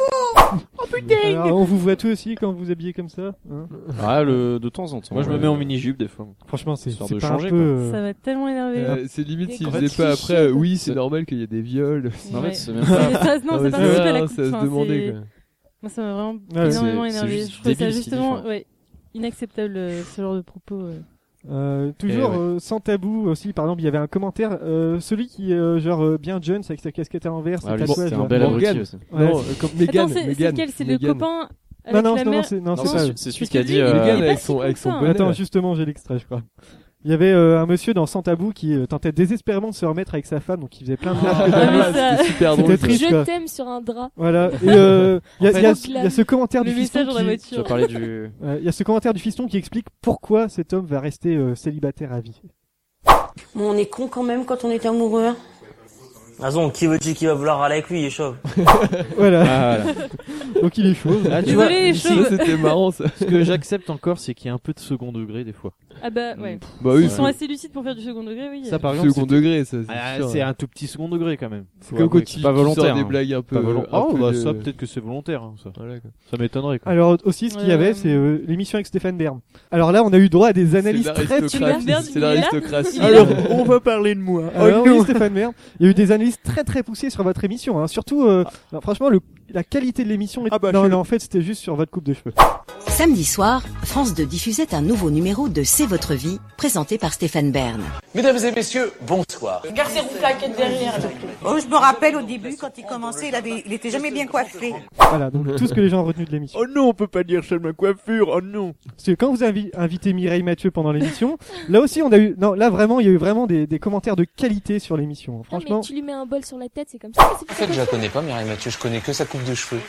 Speaker 1: Oh putain On vous voit tous aussi quand vous vous habillez comme ça hein
Speaker 4: Ah, le, de temps en temps.
Speaker 9: Moi, je me
Speaker 4: ouais.
Speaker 9: mets en mini-jupe des fois.
Speaker 1: Franchement, c'est
Speaker 4: Histoire
Speaker 1: c'est
Speaker 4: de
Speaker 1: pas
Speaker 4: changer,
Speaker 1: un peu...
Speaker 5: Ça
Speaker 1: euh,
Speaker 5: m'a tellement énervé.
Speaker 2: Euh, c'est limite s'ils
Speaker 5: En
Speaker 2: faisaient
Speaker 5: fait,
Speaker 2: pas
Speaker 5: si-
Speaker 2: après, euh, oui, c'est normal qu'il y ait des viols.
Speaker 5: En fait, Ouais.
Speaker 4: c'est même pas-
Speaker 5: Ça, non,
Speaker 2: mais
Speaker 5: c'est participe
Speaker 2: vrai,
Speaker 5: à la
Speaker 2: hein,
Speaker 5: coupe,
Speaker 2: C'est à se
Speaker 5: enfin,
Speaker 2: demander.
Speaker 5: c'est-
Speaker 2: quoi.
Speaker 5: Moi, ça m'a vraiment
Speaker 1: Ouais,
Speaker 5: énormément
Speaker 1: c'est- c'est
Speaker 5: énervé.
Speaker 1: juste
Speaker 5: Je trouve ça
Speaker 1: débile, c'est
Speaker 5: justement
Speaker 1: différent.
Speaker 5: ouais, inacceptable euh, ce genre de propos. euh.
Speaker 1: Euh, toujours
Speaker 4: Eh
Speaker 5: Et ouais.
Speaker 1: euh, sans tabou aussi, par exemple, il y avait un commentaire, euh, celui qui, euh, genre, euh, bien Jones avec sa casquette à l'envers, ses
Speaker 4: Ah, lui,
Speaker 1: tatouages.
Speaker 4: c'était un
Speaker 1: là.
Speaker 4: bel abruti
Speaker 1: Morgan.
Speaker 4: aussi.
Speaker 1: Ouais.
Speaker 2: Non, euh, comme Mégane,
Speaker 5: Attends, c'est c'est
Speaker 2: Mégane,
Speaker 5: lequel C'est le
Speaker 2: Mégane.
Speaker 5: copain
Speaker 1: Non,
Speaker 5: avec
Speaker 1: non,
Speaker 5: la
Speaker 1: non,
Speaker 5: mère
Speaker 1: c'est non,
Speaker 4: Non,
Speaker 1: c'est
Speaker 4: c'est
Speaker 1: pas-
Speaker 4: celui- c'est celui
Speaker 5: Parce
Speaker 4: qui a
Speaker 5: que lui,
Speaker 4: dit, euh,
Speaker 5: il est
Speaker 2: Mégane
Speaker 5: pas
Speaker 2: avec
Speaker 5: si
Speaker 2: son-
Speaker 5: con
Speaker 2: avec
Speaker 5: que
Speaker 2: son
Speaker 5: ça, hein.
Speaker 2: bonnet.
Speaker 1: Attends, justement, j'ai l'extrait, je crois. Il y avait euh, un monsieur dans Sans Tabou qui euh, tentait désespérément de se remettre avec sa femme, donc il faisait plein de
Speaker 2: Ah,
Speaker 1: blagues.
Speaker 2: mais ça-
Speaker 1: C'était
Speaker 2: super drôle,
Speaker 1: C'était
Speaker 2: ça.
Speaker 1: triste,
Speaker 6: Je
Speaker 1: quoi.
Speaker 6: t'aime sur un drap.
Speaker 1: Voilà. Et euh, il y, a-
Speaker 6: En fait,
Speaker 1: il y a-
Speaker 6: on
Speaker 1: il y a ce commentaire
Speaker 5: Le
Speaker 1: du fiston
Speaker 5: message dans la
Speaker 1: qui,
Speaker 4: Tu as
Speaker 5: voiture.
Speaker 4: parlé du.
Speaker 1: euh, il y a ce commentaire du fiston qui explique pourquoi cet homme va rester euh, célibataire à vie.
Speaker 11: Mais on est con quand même quand on est amoureux. hein.
Speaker 14: Raison, Ah qui veut qui va vouloir aller avec lui, il est chauve.
Speaker 2: Ah,
Speaker 1: Voilà. donc il est chaud.
Speaker 9: Ah, tu vois,
Speaker 5: Désolé, les
Speaker 9: ici,
Speaker 5: choses.
Speaker 2: C'était marrant ça.
Speaker 9: Ce que j'accepte encore, c'est qu'il y a un peu de second degré des fois. Mm.
Speaker 5: Ah bah ouais.
Speaker 2: Bah oui,
Speaker 5: Ils
Speaker 2: c'est-
Speaker 5: sont assez lucides pour faire du second degré, oui.
Speaker 9: Ça, par exemple,
Speaker 2: Second degré, ça.
Speaker 9: Ah,
Speaker 2: sûr,
Speaker 9: c'est
Speaker 2: hein.
Speaker 9: un tout petit second degré quand même.
Speaker 2: C'est comme quand tu-
Speaker 9: pas
Speaker 2: tu sors
Speaker 9: volontaire.
Speaker 2: des
Speaker 9: hein.
Speaker 2: blagues un peu-
Speaker 9: Pas volontaire. Ah,
Speaker 2: un peu
Speaker 9: bah,
Speaker 2: de-
Speaker 9: ça peut-être que c'est volontaire. hein, ça
Speaker 2: Voilà, quoi.
Speaker 9: ça m'étonnerait. quoi.
Speaker 1: Alors aussi, ce qu'il y
Speaker 5: Euh,
Speaker 1: avait, c'est euh, l'émission avec Stéphane Bern. Alors là, on a eu droit à des analyses très
Speaker 2: l'aristocratie,
Speaker 5: Merde,
Speaker 2: C'est
Speaker 5: il est là
Speaker 4: Ah,
Speaker 2: l'aristocratie.
Speaker 1: Alors,
Speaker 14: on va parler de moi.
Speaker 1: Alors
Speaker 2: Oh,
Speaker 1: oui, Stéphane Bern, il y a eu des analyses très très poussées sur votre émission. Hein. Surtout,
Speaker 4: Ah.
Speaker 1: euh, alors, franchement, le, la qualité de l'émission. Est...
Speaker 14: Ah bah,
Speaker 1: non,
Speaker 14: je-
Speaker 1: non, en fait, c'était juste sur votre coupe de cheveux.
Speaker 15: Samedi soir, France 2 diffusait un nouveau numéro de C'est votre vie, présenté par Stéphane Bern.
Speaker 14: Mesdames et messieurs, bonsoir.
Speaker 13: Regarde ses roues plaquettes derrière. Oh, je me rappelle au début, quand il commençait, il, avait, il était jamais bien coiffé.
Speaker 1: Voilà, donc tout ce que les gens ont retenu de l'émission.
Speaker 9: Oh non, on peut pas dire ma coiffure. Oh non.
Speaker 1: Parce que quand vous avez invité Mireille Mathieu pendant l'émission, là aussi, on a eu, non, là vraiment, il y a eu vraiment des, des commentaires de qualité sur l'émission. hein.
Speaker 6: Ah,
Speaker 1: Franchement,
Speaker 6: mais tu lui mets un bol sur la tête, c'est comme ça. c'est
Speaker 14: En
Speaker 6: pour ça
Speaker 14: fait,
Speaker 6: que-
Speaker 14: je la connais pas, Mireille Mathieu, je connais que sa coupe de cheveux.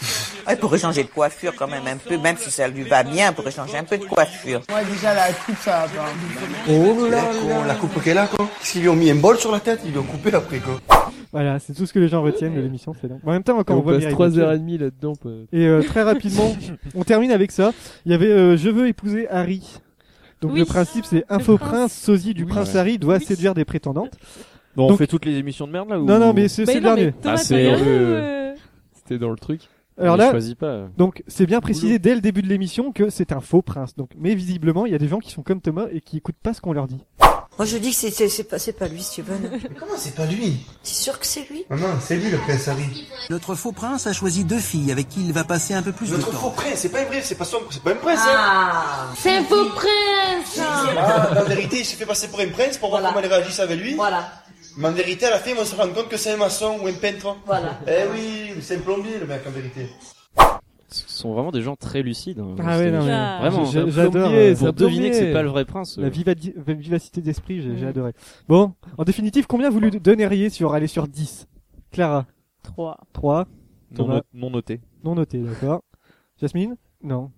Speaker 13: Elle pourrait changer de coiffure quand même un peu, même si ça lui va bien, elle pourrait changer un peu de coiffure.
Speaker 16: Moi déjà la coupe ça va
Speaker 14: Oh là là, la coupe qu'elle a, quoi. S'ils lui ont mis un bol sur la tête, ils lui ont coupé l'après, quoi.
Speaker 1: voilà, c'est tout ce que les gens retiennent de l'émission. C'est dingue. En même temps, quand
Speaker 2: Et
Speaker 1: on,
Speaker 2: on
Speaker 1: voit
Speaker 2: passe
Speaker 1: Mireille
Speaker 2: trois heures
Speaker 1: Mathieu-
Speaker 2: et demie là-dedans, peut-
Speaker 1: Et euh, très rapidement, on termine avec ça. Il y avait euh, Je veux épouser Harry. Donc
Speaker 5: Oui.
Speaker 1: le principe, c'est
Speaker 5: Le
Speaker 1: Info
Speaker 5: prince.
Speaker 1: Prince, sosie du
Speaker 9: Oui.
Speaker 1: prince
Speaker 9: Ouais.
Speaker 1: Harry doit séduire des prétendantes.
Speaker 9: Bon, on
Speaker 1: Donc-
Speaker 9: fait toutes les émissions de merde là ou...
Speaker 1: Non, non, mais c'est- Bah c'est le non, mais
Speaker 9: Ah,
Speaker 1: dernier.
Speaker 5: Thomas, t'as regardé, euh,
Speaker 2: C'était dans le truc.
Speaker 1: Alors
Speaker 4: On les
Speaker 1: là,
Speaker 4: choisit pas.
Speaker 1: donc c'est bien précisé dès le début de l'émission que c'est un faux prince. Donc, mais visiblement, il y a des gens qui sont comme Thomas et qui écoutent pas ce qu'on leur dit.
Speaker 11: oh,
Speaker 13: Moi, je dis que c'est- c'est c'est pas, c'est pas lui, Steven.
Speaker 14: Comment c'est pas lui Ah
Speaker 13: T'es sûr que c'est lui
Speaker 14: Maman, c'est lui le prince Harry.
Speaker 17: Notre faux prince a choisi deux filles avec qui il va passer un peu plus de
Speaker 14: Notre
Speaker 17: temps.
Speaker 14: faux prince, c'est pas un vrai, c'est pas son, c'est pas un prince,
Speaker 17: Ah.
Speaker 14: hein.
Speaker 6: C'est un faux prince
Speaker 13: hein.
Speaker 14: Ah, mais en vérité, il s'est fait passer pour un prince pour voir comment elle réagissait avec lui. Voilà. Mais en vérité, à la fin, on se rend compte que c'est un maçon ou un peintre. Voilà. Eh oui, c'est un plombier, le mec, en vérité.
Speaker 4: Ce sont vraiment des gens très lucides. hein.
Speaker 1: Ah ouais,
Speaker 4: C'est-
Speaker 1: non, mais
Speaker 4: Vraiment.
Speaker 1: j'-
Speaker 4: hein.
Speaker 1: j'adore.
Speaker 4: Pour
Speaker 1: euh,
Speaker 4: deviner que c'est pas le vrai prince.
Speaker 1: La
Speaker 4: euh,
Speaker 1: vivadi- vivacité d'esprit, j'ai j'ai adoré. Bon, en définitive, combien vous lui donneriez sur aller sur 10 Clara
Speaker 5: 3.
Speaker 1: 3.
Speaker 9: Non
Speaker 1: Thomas
Speaker 9: no- non noté.
Speaker 1: Non noté, d'accord. Jasmine Non.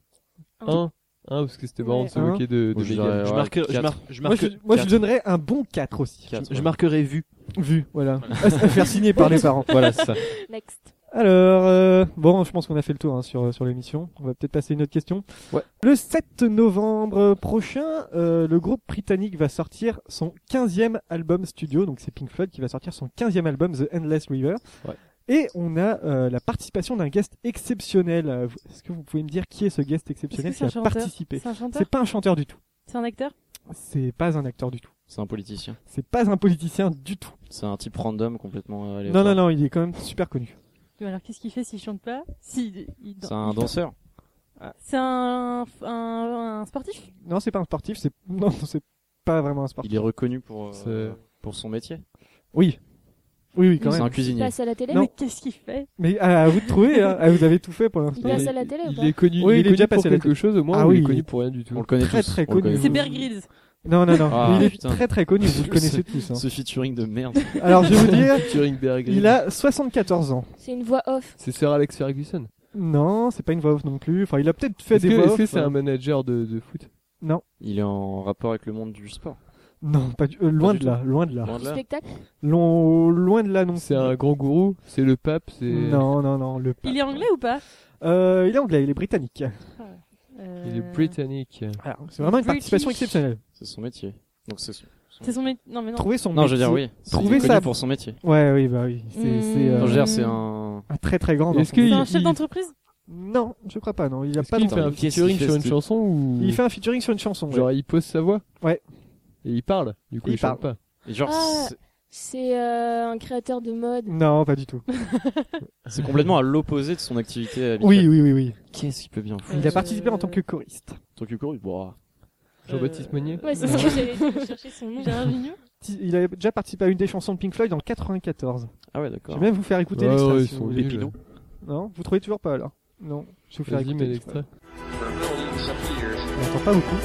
Speaker 2: Un. Un, Hein Ah, parce que c'était marrant de se
Speaker 1: Un.
Speaker 2: moquer de, de
Speaker 4: Moi, je
Speaker 2: Mégane.
Speaker 4: dirais, ouais,
Speaker 9: je marque- je
Speaker 1: Moi,
Speaker 9: marque-
Speaker 1: je, moi, je
Speaker 9: quatre.
Speaker 1: donnerais un bon 4 aussi.
Speaker 9: Quatre, Je ouais. marquerai vu.
Speaker 1: Vu, voilà. à se faire signer par les parents.
Speaker 9: Voilà, c'est ça.
Speaker 6: Next.
Speaker 1: Alors, euh, bon, je pense qu'on a fait le tour hein, sur, sur l'émission. On va peut-être passer à une autre question.
Speaker 2: Ouais.
Speaker 1: Le 7 novembre prochain, euh, le groupe britannique va sortir son 15e album studio. Donc c'est Pink Floyd qui va sortir son 15e album, The Endless River.
Speaker 2: Ouais.
Speaker 1: Et on a euh, la participation d'un guest exceptionnel. Euh, vous- Est-ce que vous pouvez me dire qui est ce guest exceptionnel
Speaker 5: c'est un
Speaker 1: qui a
Speaker 5: chanteur
Speaker 1: participé
Speaker 5: C'est un chanteur
Speaker 1: C'est pas un chanteur du tout.
Speaker 5: C'est un acteur
Speaker 1: C'est pas un acteur du tout.
Speaker 4: C'est un politicien.
Speaker 1: C'est pas un politicien du tout.
Speaker 4: C'est un type random complètement euh,
Speaker 1: Non,
Speaker 4: aléatoire.
Speaker 1: non, non, il est quand même super connu.
Speaker 5: Mais Alors qu'est-ce qu'il fait s'il chante pas Si, il Ah.
Speaker 4: C'est un danseur.
Speaker 5: C'est un, un, un sportif
Speaker 1: Non, c'est pas un sportif, c'est non, c'est pas vraiment un sportif.
Speaker 4: Il est reconnu pour, euh, pour son métier.
Speaker 1: Oui. Oui, oui, quand
Speaker 4: C'est
Speaker 1: même.
Speaker 4: un cuisinier.
Speaker 6: passe à la télé
Speaker 1: Non.
Speaker 5: Mais qu'est-ce qu'il fait
Speaker 1: Mais à, à vous de trouver, hein. Ah, vous avez tout fait pour
Speaker 6: Il
Speaker 1: l'instant.
Speaker 6: passe à la télé ou
Speaker 2: Il
Speaker 6: pas
Speaker 2: est connu,
Speaker 1: Oui,
Speaker 2: il est
Speaker 1: il est déjà
Speaker 2: connu pour
Speaker 1: passé à la
Speaker 2: quelque
Speaker 1: télé.
Speaker 2: chose au moins,
Speaker 1: Ah
Speaker 2: ou il
Speaker 1: oui,
Speaker 2: est connu
Speaker 1: il-
Speaker 2: pour rien du tout.
Speaker 4: On le connaît
Speaker 1: Très,
Speaker 4: tous.
Speaker 1: très
Speaker 4: on le
Speaker 1: connu.
Speaker 4: connaît
Speaker 5: C'est
Speaker 4: tous.
Speaker 5: Bear Grylls.
Speaker 1: Non, non, non.
Speaker 4: Ah,
Speaker 1: il est
Speaker 4: putain.
Speaker 1: très très connu, vous le connaissez tous. hein.
Speaker 4: Ce featuring de merde.
Speaker 1: Alors je vais vous dire,
Speaker 2: Turing Bear Grylls.
Speaker 1: il a 74 ans.
Speaker 6: C'est une voix off.
Speaker 2: C'est Sir Alex Ferguson.
Speaker 1: Non, c'est pas une voix off non plus. Enfin, il a peut-être fait
Speaker 2: Est-ce
Speaker 1: des
Speaker 2: que
Speaker 1: voix
Speaker 2: est-ce que
Speaker 1: off.
Speaker 2: c'est un manager de, de foot
Speaker 1: Non.
Speaker 4: Il est en rapport avec le monde du sport.
Speaker 1: Non, pas du- euh, loin,
Speaker 2: du
Speaker 1: de là,
Speaker 2: tout.
Speaker 1: loin de là,
Speaker 2: Loin de là. Du
Speaker 5: spectacle
Speaker 1: Loin- loin de là, non.
Speaker 2: C'est un grand gourou C'est le pape C'est
Speaker 1: Non, non, non, le
Speaker 5: Il est anglais ou pas
Speaker 1: Euh, il est anglais, il est britannique.
Speaker 2: Il est britannique.
Speaker 1: C'est vraiment une participation exceptionnelle.
Speaker 4: C'est son métier. Donc c'est son.
Speaker 5: C'est son mét- Non, mais non.
Speaker 1: Trouver son
Speaker 4: Non, je veux dire,
Speaker 1: métier.
Speaker 4: oui. C'est- il
Speaker 1: Trouver
Speaker 4: est
Speaker 1: sa-
Speaker 4: connu pour son métier.
Speaker 1: Ouais, oui, bah oui. C'est,
Speaker 5: Hmm.
Speaker 1: c'est,
Speaker 4: Non, je veux dire, c'est un-
Speaker 1: un très très grand.
Speaker 4: Est-ce
Speaker 1: enfant.
Speaker 5: C'est un chef d'entreprise
Speaker 1: Non, je crois pas. Non, il a pas.
Speaker 2: Il
Speaker 1: d'enfant.
Speaker 2: fait un featuring sur une chanson ou
Speaker 1: Il fait un featuring sur une chanson.
Speaker 2: Genre
Speaker 1: ouais.
Speaker 2: il pose sa voix
Speaker 1: Ouais.
Speaker 2: Et il parle, du coup
Speaker 1: Il
Speaker 2: il, chante
Speaker 1: parle.
Speaker 2: pas.
Speaker 6: Ah, c'est euh, un créateur de mode.
Speaker 1: Non, pas du tout.
Speaker 4: C'est complètement à l'opposé de son activité habituelle.
Speaker 1: Oui, oui, oui, oui.
Speaker 4: Qu'est-ce qu'il peut bien foutre
Speaker 1: Il a participé en tant que choriste. Euh,
Speaker 4: Tokyo Corée, boah.
Speaker 2: Jean-Baptiste Meunier
Speaker 6: Ouais, c'est ça que j'allais dire, je cherchais son nom.
Speaker 5: Gérard Vigneault
Speaker 1: Il a déjà participé à une des chansons de Pink Floyd en 94.
Speaker 4: Ah ouais, d'accord.
Speaker 1: Je vais même vous faire écouter
Speaker 2: Ouais,
Speaker 1: l'extrait.
Speaker 2: ouais,
Speaker 1: si
Speaker 2: ils
Speaker 1: vous
Speaker 2: sont
Speaker 1: voulez.
Speaker 2: obligés, ouais.
Speaker 1: Non, vous trouvez toujours pas là. Non, je vais vous faire
Speaker 2: Vas-y,
Speaker 1: écouter.
Speaker 2: mets
Speaker 1: l'extrait.
Speaker 2: l'extrait.
Speaker 1: On n'entend pas beaucoup.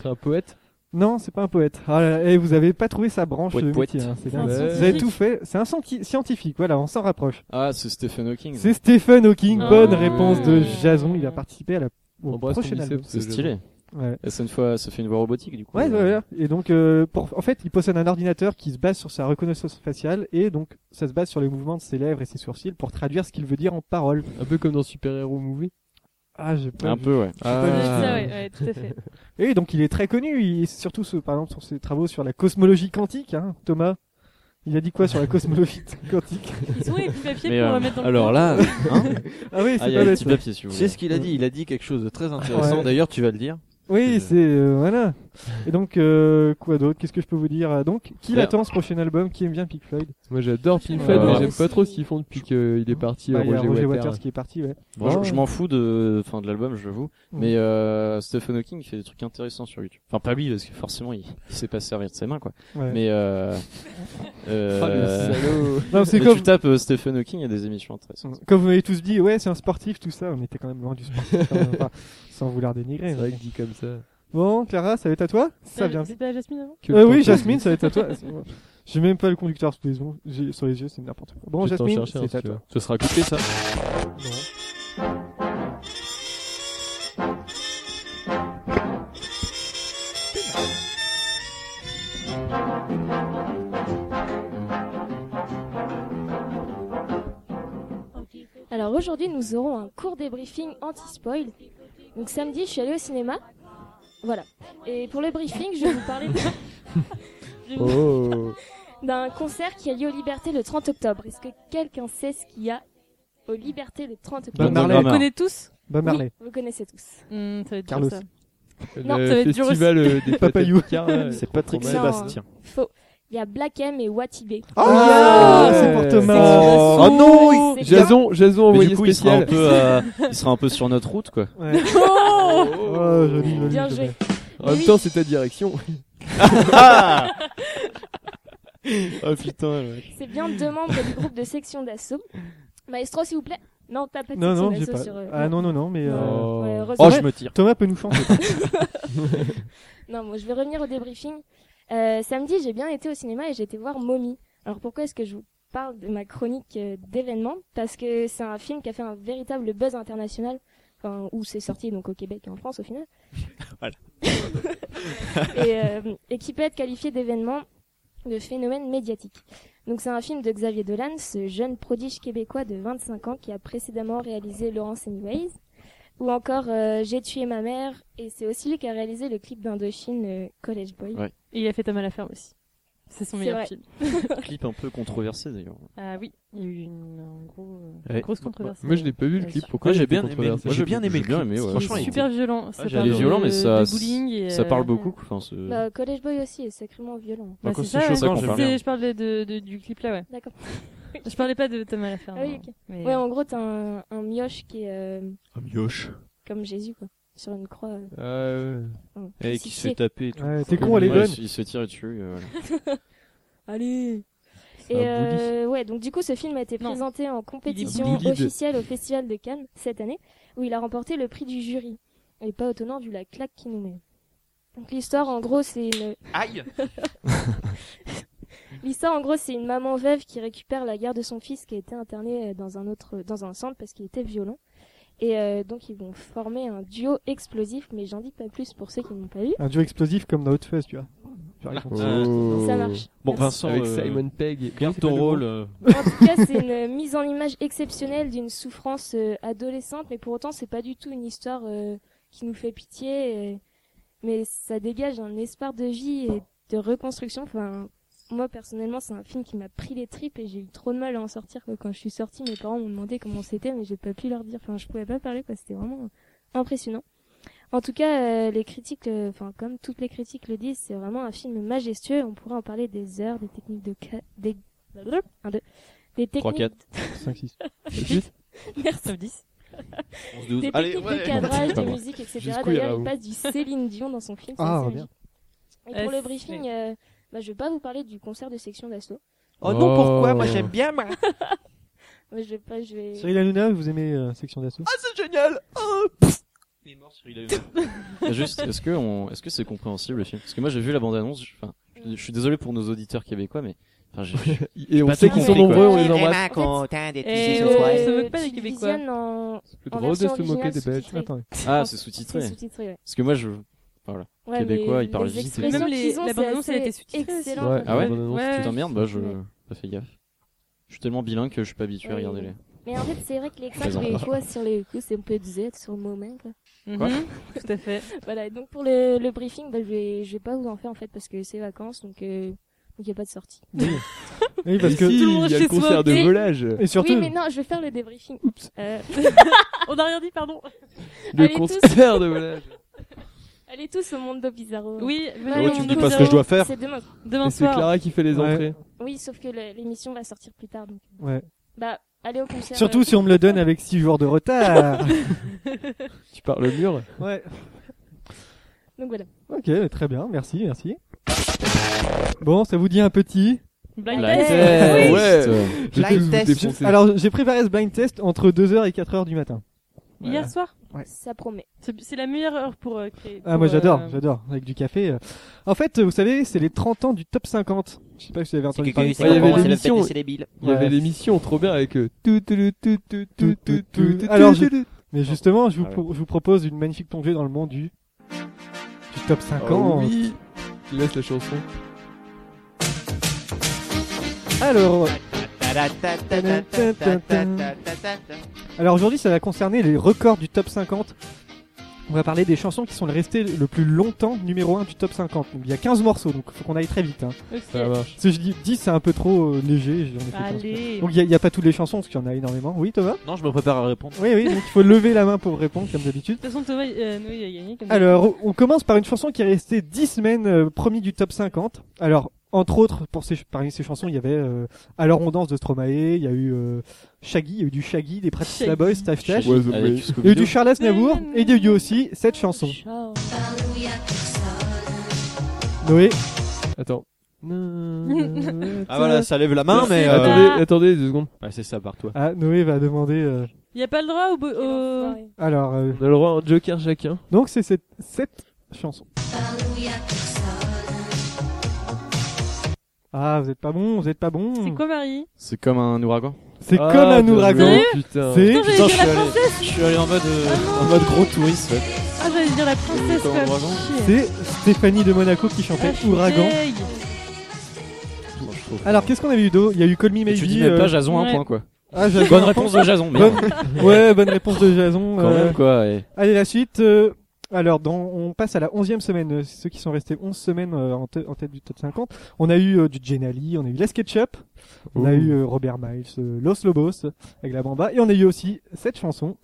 Speaker 2: C'est un poète
Speaker 1: Non, c'est pas un poète. Ah là là, eh, vous avez pas trouvé sa branche
Speaker 4: Poète,
Speaker 1: de
Speaker 4: poète.
Speaker 1: métier, hein, c'est
Speaker 4: C'est
Speaker 1: dingue.
Speaker 4: un
Speaker 1: Vous avez
Speaker 4: Ah, scientifique.
Speaker 1: tout fait. C'est un scienti- scientifique. Voilà, on s'en rapproche.
Speaker 4: Ah, c'est Stephen Hawking.
Speaker 1: C'est Stephen Hawking.
Speaker 4: Ah.
Speaker 1: Bonne réponse de Jason. Il a participé à la au
Speaker 2: Euh. Embrasse ton
Speaker 1: prochaine
Speaker 2: biceps,
Speaker 1: album.
Speaker 4: C'est stylé.
Speaker 1: Ouais.
Speaker 4: Et c'est une fois, ça fait une voix robotique du coup.
Speaker 1: Ouais, ouais, ouais. Et donc, euh, pour- en fait, il possède un ordinateur qui se base sur sa reconnaissance faciale et donc ça se base sur les mouvements de ses lèvres et ses sourcils pour traduire ce qu'il veut dire en paroles.
Speaker 2: Un peu comme dans Super Hero Movie
Speaker 1: Ah, j'ai pas
Speaker 4: Un
Speaker 1: vu.
Speaker 4: peu, ouais.
Speaker 1: J'ai
Speaker 9: Ah.
Speaker 1: pas vu.
Speaker 5: C'est ça, ouais, ouais, tout à fait.
Speaker 1: Et donc, il est très connu. Il, surtout, ce- par exemple, sur ses travaux sur la cosmologie quantique, hein, Thomas. Il a dit quoi sur la cosmologie quantique
Speaker 5: Ils sont où les petits papiers
Speaker 1: Mais,
Speaker 5: pour
Speaker 1: euh,
Speaker 5: euh, mettre dans le
Speaker 1: alors
Speaker 5: coin
Speaker 1: là,
Speaker 9: hein
Speaker 1: Ah oui, c'est
Speaker 9: Ah, il y a
Speaker 1: pas
Speaker 9: les
Speaker 1: bête,
Speaker 9: petits
Speaker 1: ça.
Speaker 9: papiers, si vous
Speaker 1: C'est
Speaker 9: voulez.
Speaker 1: ce
Speaker 9: qu'il a dit. Il a dit quelque chose de très intéressant.
Speaker 1: Ouais.
Speaker 9: D'ailleurs, tu vas le dire.
Speaker 1: Oui, c'est euh, voilà. Et donc euh, quoi d'autre Qu'est-ce que je peux vous dire euh, Donc, qui
Speaker 2: Bien.
Speaker 1: l'attend ce prochain album Qui aime bien Pink Floyd
Speaker 2: Moi j'adore Pink
Speaker 1: Ouais.
Speaker 2: Floyd, mais
Speaker 1: Ouais.
Speaker 2: j'aime pas trop ce qu'ils font depuis qu'il est parti
Speaker 1: Bah,
Speaker 2: euh,
Speaker 1: il y a
Speaker 2: Roger,
Speaker 1: Roger
Speaker 2: Waters.
Speaker 1: Waters qui est parti, ouais.
Speaker 4: Bon, je- je, m'en fous de, enfin, de l'album, je l'avoue.
Speaker 1: Mm.
Speaker 4: Mais euh, Stephen Hawking il fait des trucs intéressants sur YouTube. Enfin, pas lui, parce que forcément, il, il sait pas se servir de ses mains, quoi.
Speaker 1: Ouais.
Speaker 4: Mais euh,
Speaker 1: Ah, le salaud. Non, c'est
Speaker 4: mais
Speaker 1: comme- Mm.
Speaker 4: tu tapes euh, Stephen Hawking, il y a des émissions intéressantes.
Speaker 1: Comme vous m'avez tous dit, ouais, c'est un sportif, tout ça. On était quand même loin du sportif, hein, quand même, enfin, sans vouloir dénigrer.
Speaker 2: C'est
Speaker 1: mais
Speaker 2: vrai
Speaker 1: bon.
Speaker 2: que dit comme ça.
Speaker 1: Bon, Clara, ça va être à toi Ça
Speaker 5: Euh,
Speaker 1: vient.
Speaker 5: c'était à Jasmine avant
Speaker 1: Euh, oui,
Speaker 2: Que-
Speaker 1: Jasmine, ça va être à toi. J'ai même pas le conducteur sous les, yeux- j'ai- sur les yeux, c'est n'importe quoi. Bon,
Speaker 2: Je vais t'en
Speaker 1: Jasmine,
Speaker 2: chercher un,
Speaker 1: c'est à
Speaker 2: si tu
Speaker 1: toi.
Speaker 2: veux. Ce sera coupé ça.
Speaker 6: Alors aujourd'hui, nous aurons un court débriefing anti-spoil. Donc samedi, je suis allée au cinéma. Voilà. Et pour le briefing, je vais vous parler de-
Speaker 2: Oh.
Speaker 6: d'un concert qui a lieu aux Libertés le 30 octobre. Est-ce que quelqu'un sait ce qu'il y a aux Libertés le 30 octobre
Speaker 1: Bob Marley.
Speaker 5: Vous connaissez tous
Speaker 1: Bob Marley.
Speaker 6: Vous connaissez tous.
Speaker 5: Hmm, ça va être dur,
Speaker 1: Carlos.
Speaker 5: ça.
Speaker 2: Non, Le ça va être dur festival, aussi. euh, des
Speaker 1: Papayou.
Speaker 2: patates Picard, là, C'est Patrick
Speaker 6: Non, Faux. Il y a Black M et Watibé.
Speaker 1: Ah, c'est pour Thomas.
Speaker 4: Oh, non,
Speaker 6: il-
Speaker 2: Jason, Jason
Speaker 4: Mais
Speaker 2: envoyé
Speaker 4: du coup, il sera, un
Speaker 2: spécial.
Speaker 4: peu, euh, il sera un peu sur notre route, quoi.
Speaker 6: Oh
Speaker 1: Oh, joli, joli,
Speaker 6: Bien
Speaker 1: joli.
Speaker 6: joué.
Speaker 2: En même temps, c'est ta direction. Ah,
Speaker 4: oh putain, ouais.
Speaker 6: C'est bien deux membres du groupe de section d'assaut. Maestro, s'il vous plaît. Non, t'as pas de
Speaker 1: Non,
Speaker 6: section
Speaker 1: non, j'ai
Speaker 6: d'assaut
Speaker 1: pas.
Speaker 6: sur. euh,
Speaker 1: Ah non, non, non, mais. euh,
Speaker 2: Oh.
Speaker 6: Ouais,
Speaker 2: Oh,
Speaker 1: c'est
Speaker 2: je
Speaker 1: vrai,
Speaker 2: me tire.
Speaker 1: Thomas peut nous chanter.
Speaker 6: non, moi je vais revenir au débriefing. Euh, samedi, j'ai bien été au cinéma et j'ai été voir Mommy. Alors pourquoi est-ce que je vous parle de ma chronique euh, d'événements Parce que c'est un film qui a fait un véritable buzz international, enfin, où c'est sorti donc au Québec et en France au final.
Speaker 4: Voilà.
Speaker 6: et, euh, et qui peut être qualifié d'événement de phénomène médiatique. Donc c'est un film de Xavier Dolan, ce jeune prodige québécois de 25 ans qui a précédemment réalisé Laurence Anyways, ou encore euh, J'ai tué ma mère, et c'est aussi lui qui a réalisé le clip d'Indochine euh, College Boy.
Speaker 4: Ouais.
Speaker 5: Et il a fait Tom à la ferme aussi. C'est son
Speaker 6: C'est
Speaker 5: meilleur
Speaker 6: vrai.
Speaker 5: film.
Speaker 4: Clip un peu controversé d'ailleurs.
Speaker 5: Ah oui, il y a eu une, un gros, euh,
Speaker 4: Ouais.
Speaker 5: grosse
Speaker 4: bah,
Speaker 5: controverse.
Speaker 2: Moi, je l'ai pas vu, le clip. Pourquoi
Speaker 4: Moi,
Speaker 2: il
Speaker 4: j'ai
Speaker 2: était
Speaker 4: bien aimé.
Speaker 2: controversé
Speaker 4: Moi,
Speaker 2: J'ai bien aimé le
Speaker 4: bien
Speaker 2: clip.
Speaker 4: aimé, ouais.
Speaker 2: Franchement,
Speaker 5: il super était- violent, ça
Speaker 4: Ouais,
Speaker 5: parle
Speaker 4: il est violent,
Speaker 5: de-
Speaker 4: mais ça,
Speaker 5: de bullying et,
Speaker 4: ça
Speaker 5: euh,
Speaker 4: parle beaucoup. quoi. Enfin, c'est-
Speaker 6: Bah, College Boy aussi est sacrément violent.
Speaker 4: Bah,
Speaker 5: Bah,
Speaker 4: quand c'est
Speaker 5: c'est ça,
Speaker 4: chaud,
Speaker 5: ouais.
Speaker 4: ça
Speaker 5: Non,
Speaker 4: qu'on
Speaker 5: je,
Speaker 4: parle.
Speaker 5: c'est- je parle de, de- de- du clip là, ouais.
Speaker 6: D'accord.
Speaker 5: Je parlais pas de Tom à la ferme.
Speaker 6: Ah oui, ok.
Speaker 5: mais- euh,
Speaker 6: Ouais, en gros, t'as un, un mioche qui est euh,
Speaker 4: Un mioche. Ah,
Speaker 6: comme Jésus, quoi, sur une croix. euh, euh,
Speaker 4: Et qui se fait
Speaker 6: crucifié.
Speaker 4: taper. et tout.
Speaker 1: Ouais, t'es con, elle est
Speaker 4: Ouais,
Speaker 1: bonne.
Speaker 4: Il se tire dessus. euh, voilà.
Speaker 6: Allez
Speaker 4: C'est
Speaker 6: Et
Speaker 4: un bully.
Speaker 6: euh, ouais, donc du coup, ce film a été présenté en compétition
Speaker 4: bullied.
Speaker 6: officielle au Festival de Cannes cette année, où il a remporté le prix du jury. Et pas étonnant vu la claque qu'il nous met. Donc l'histoire, en gros, c'est une...
Speaker 18: Aïe
Speaker 6: L'histoire, en gros, c'est une maman veuve qui récupère la garde de son fils qui a été interné euh, dans un autre, dans un centre parce qu'il était violent. Et euh, donc, ils vont former un duo explosif, mais j'en dis pas plus pour ceux qui n'ont pas vu.
Speaker 1: Un duo explosif comme dans Hot Fuzz, tu vois.
Speaker 9: Ah,
Speaker 1: Euh, Genre, ils font
Speaker 6: Ça marche.
Speaker 9: Bon, Vincent,
Speaker 2: Avec
Speaker 9: euh,
Speaker 2: Simon Pegg.
Speaker 9: garde ton rôle. euh,
Speaker 6: En tout cas, c'est une mise en image exceptionnelle d'une souffrance euh, adolescente, mais pour autant, c'est pas du tout une histoire euh, qui nous fait pitié. euh, mais ça dégage un espoir de vie et de reconstruction. Enfin, moi personnellement, c'est un film qui m'a pris les tripes et j'ai eu trop de mal à en sortir. quoi. Quand je suis sortie, mes parents m'ont demandé comment c'était, mais j'ai pas pu leur dire. Enfin, je pouvais pas parler parce que c'était vraiment impressionnant. En tout cas, euh, les critiques, euh, enfin comme toutes les critiques le disent, c'est vraiment un film majestueux. On pourrait en parler des heures, des techniques de ca... des un, deux. des
Speaker 9: Trois,
Speaker 6: techniques
Speaker 9: quatre, cinq, six, sept, huit.
Speaker 6: Merci. Merci.
Speaker 9: Onze, douze.
Speaker 6: Des
Speaker 9: Allez,
Speaker 6: techniques
Speaker 9: ouais.
Speaker 6: de cadrage,
Speaker 9: Pas
Speaker 6: de
Speaker 9: moi.
Speaker 6: musique, etc.
Speaker 9: Jusqu'où ira
Speaker 6: D'ailleurs,
Speaker 9: où
Speaker 6: il passe du Céline Dion dans son film. ça,
Speaker 9: Ah,
Speaker 6: c'est
Speaker 9: bien.
Speaker 6: magique. Et pour
Speaker 5: Euh,
Speaker 6: le briefing, euh, bah, je vais pas vous parler du concert de section d'assaut.
Speaker 3: Oh non, pourquoi Moi
Speaker 1: Oh.
Speaker 3: j'aime bien, moi.
Speaker 6: Moi, je vais pas, je vais.
Speaker 1: Cyril Hanouna, vous aimez euh, Section d'Assaut
Speaker 3: Ah, c'est génial Oh, pff.
Speaker 4: Juste, est-ce que on- est-ce que c'est compréhensible le film Parce que moi j'ai vu la bande annonce. Enfin, je je suis désolé pour nos auditeurs québécois, mais enfin, j'ai- j'ai-
Speaker 2: Et
Speaker 4: j'ai
Speaker 2: on
Speaker 4: pas
Speaker 2: sait
Speaker 4: tout
Speaker 2: qu'ils sont
Speaker 4: compris, quoi.
Speaker 2: nombreux, on les
Speaker 3: vraiment
Speaker 2: embrasse.
Speaker 3: content d'être
Speaker 5: Et
Speaker 3: ici
Speaker 9: oh.
Speaker 5: ouais,
Speaker 3: ce soir.
Speaker 5: ça veut pas les
Speaker 6: Tu
Speaker 5: Québécois.
Speaker 6: visionnes en-
Speaker 2: Le
Speaker 6: en
Speaker 2: droit de
Speaker 6: version
Speaker 2: se moquer
Speaker 6: originale
Speaker 2: des Belges.
Speaker 6: sous-titrée.
Speaker 2: Attends.
Speaker 4: Ah, c'est sous-titré.
Speaker 6: C'est sous-titré, ouais.
Speaker 4: Parce que moi je voilà,
Speaker 6: Ouais,
Speaker 4: québécois,
Speaker 6: mais
Speaker 4: ils parlent
Speaker 6: les
Speaker 4: vite.
Speaker 6: expressions
Speaker 5: Même les-
Speaker 6: qu'ils ont,
Speaker 5: la
Speaker 6: c'est
Speaker 5: bande-annonce, elle
Speaker 6: assez
Speaker 5: était sous-titrée.
Speaker 6: excellent.
Speaker 4: Ouais. Ah ouais,
Speaker 2: Ouais,
Speaker 5: ouais.
Speaker 4: Putain merde, bah je pas fait gaffe. Je suis tellement bilingue que je suis pas habitué à
Speaker 6: Oui.
Speaker 4: regarder les.
Speaker 6: Mais en fait, c'est vrai que les
Speaker 4: Je
Speaker 6: claques,
Speaker 4: plaisante.
Speaker 6: les fois, sur les coups, c'est un peu du être sur le moment, quoi.
Speaker 4: Quoi
Speaker 5: Tout à fait.
Speaker 6: voilà, donc pour le, le briefing, bah, je, vais, je vais pas vous en faire, en fait, parce que c'est vacances, donc il euh, n'y a pas de sortie.
Speaker 1: Oui, parce
Speaker 2: Et
Speaker 1: que
Speaker 2: si, Tout le monde il y a chez le concert soi. de Et- Volage.
Speaker 1: Et surtout,
Speaker 6: Oui, mais non, je vais faire le débriefing. Euh,
Speaker 5: On n'a rien dit, pardon.
Speaker 2: Le
Speaker 6: Allez, tous.
Speaker 2: concert de Volage.
Speaker 6: Allez tous au Mondo Bizarro.
Speaker 5: Oui,
Speaker 6: Voilà,
Speaker 2: venez au
Speaker 6: donc,
Speaker 2: Mondo
Speaker 6: euh,
Speaker 2: Bizarro. que je dois faire.
Speaker 6: C'est demain.
Speaker 5: Demain
Speaker 2: Et c'est
Speaker 5: soir.
Speaker 2: Clara qui fait les
Speaker 1: Ouais.
Speaker 2: entrées.
Speaker 6: Oui, sauf que le- l'émission va sortir plus tard, donc.
Speaker 1: Ouais.
Speaker 6: Bah, allez au concert.
Speaker 1: surtout
Speaker 6: euh,
Speaker 1: si on me le donne avec 6 jours de retard.
Speaker 2: tu parles au mur
Speaker 1: Ouais.
Speaker 6: Donc voilà.
Speaker 1: Ok, mais très bien, merci, merci. Bon, ça vous dit un petit
Speaker 5: Blind
Speaker 4: Blind test.
Speaker 1: Ouais.
Speaker 4: test. Ouais.
Speaker 1: Je vais
Speaker 4: Blind
Speaker 1: tous vous
Speaker 4: test.
Speaker 1: défoncer. Alors, j'ai préparé ce blind test entre 2h et 4h du matin.
Speaker 5: Hier soir
Speaker 6: Ça promet.
Speaker 5: C'est c'est la meilleure heure pour euh, créer.
Speaker 1: Ah,
Speaker 5: pour,
Speaker 1: moi j'adore,
Speaker 5: euh,
Speaker 1: j'adore, avec du café. euh. En fait, vous savez, c'est les 30 ans du top 50. Je sais pas si vous avez entendu
Speaker 2: Ouais,
Speaker 1: parler. de ça.
Speaker 2: Il y avait
Speaker 1: Ouais.
Speaker 2: l'émission.
Speaker 1: Ouais.
Speaker 2: Il y avait l'émission trop bien avec euh, tout, tout, tout, tout, tout, tout, tout, tout,
Speaker 1: Alors,
Speaker 2: tout,
Speaker 1: je-
Speaker 2: tout.
Speaker 1: mais justement, je vous,
Speaker 2: Ah ouais.
Speaker 1: pro- je vous propose une magnifique plongée dans le monde du, du top 50.
Speaker 2: Oh oui. Je laisse la chanson.
Speaker 1: Alors, alors aujourd'hui, ça va concerner les records du top 50. On va parler des chansons qui sont restées le plus longtemps numéro 1 du top 50. Donc, il y a 15 morceaux, donc faut qu'on aille très vite. Hein.
Speaker 5: Ok.
Speaker 2: Ça marche.
Speaker 1: Si je dis 10, c'est un peu trop euh, léger. j'en ai fait
Speaker 5: Allez.
Speaker 1: 15. Donc il n'y a, pas toutes les chansons, parce qu'il y en a énormément. Oui, Thomas
Speaker 9: Non, je me prépare à répondre.
Speaker 1: Oui, oui, donc il faut lever la main pour répondre, comme d'habitude.
Speaker 5: De toute façon, Thomas, euh, Noé a gagné. Comme
Speaker 1: Alors, on commence par une chanson qui est restée 10 semaines euh, promis du top 50. Alors, entre autres, pour ces, parmi ces chansons, il y avait euh, Alors on danse de Stromae, il y a eu euh, Shaggy, il y a eu du Shaggy, des Pratiques La Boys, Taff Taff,
Speaker 4: Shaggy
Speaker 1: il y
Speaker 4: avec
Speaker 1: a eu
Speaker 4: Scooby-Doo.
Speaker 1: du Charles Aznavour, et il y a eu aussi cette chanson. Noé
Speaker 2: Attends.
Speaker 4: oh.
Speaker 9: Ah voilà, ça lève la main, mais. euh,
Speaker 2: Attendez, attendez deux secondes.
Speaker 9: Ouais, c'est ça, par toi.
Speaker 1: Ah, Noé va demander... euh,
Speaker 5: Il n'y a pas le droit au. bo- au...
Speaker 1: alors, euh,
Speaker 2: On a le droit à un joker chacun.
Speaker 1: donc c'est cette, cette chanson. Ah, vous êtes pas bon, vous êtes pas bon.
Speaker 5: C'est quoi, Marie
Speaker 4: C'est comme un ouragan.
Speaker 1: C'est comme un ouragan.
Speaker 2: Putain.
Speaker 1: C'est
Speaker 5: Putain,
Speaker 4: Ah, Putain, je
Speaker 5: j'allais
Speaker 4: suis
Speaker 5: dire la
Speaker 4: allé,
Speaker 5: princesse
Speaker 4: je suis allé en mode, euh, en mode gros touriste. ouais.
Speaker 5: Ah, j'allais dire la princesse.
Speaker 4: Comme
Speaker 5: quoi.
Speaker 4: Ouragan.
Speaker 5: Chier.
Speaker 1: C'est Stéphanie de Monaco qui chantait
Speaker 5: Ah,
Speaker 1: Ouragan.
Speaker 5: deg.
Speaker 1: Alors qu'est-ce qu'on avait eu d'autre Il y a eu Call Me Maybe.
Speaker 4: tu dis même
Speaker 1: euh,
Speaker 4: pas Jason un
Speaker 5: ouais.
Speaker 4: point quoi.
Speaker 1: Ah, Jason,
Speaker 4: Bonne
Speaker 1: un
Speaker 4: réponse
Speaker 1: point.
Speaker 4: de Jason, merde.
Speaker 1: Bonne... Ouais, bonne réponse de Jason.
Speaker 4: Quand même, quoi, et-
Speaker 1: Allez, la suite. euh, Alors, dans... on passe à la 11 semaine. euh, Ceux qui sont restés 11 semaines euh, en, te- en tête du top 50. On a eu euh, du Genali, on a eu Les Ketchup, on a
Speaker 2: Ouh.
Speaker 1: eu euh, Robert Miles, euh, Los Lobos avec la Bamba, et on a eu aussi cette chanson.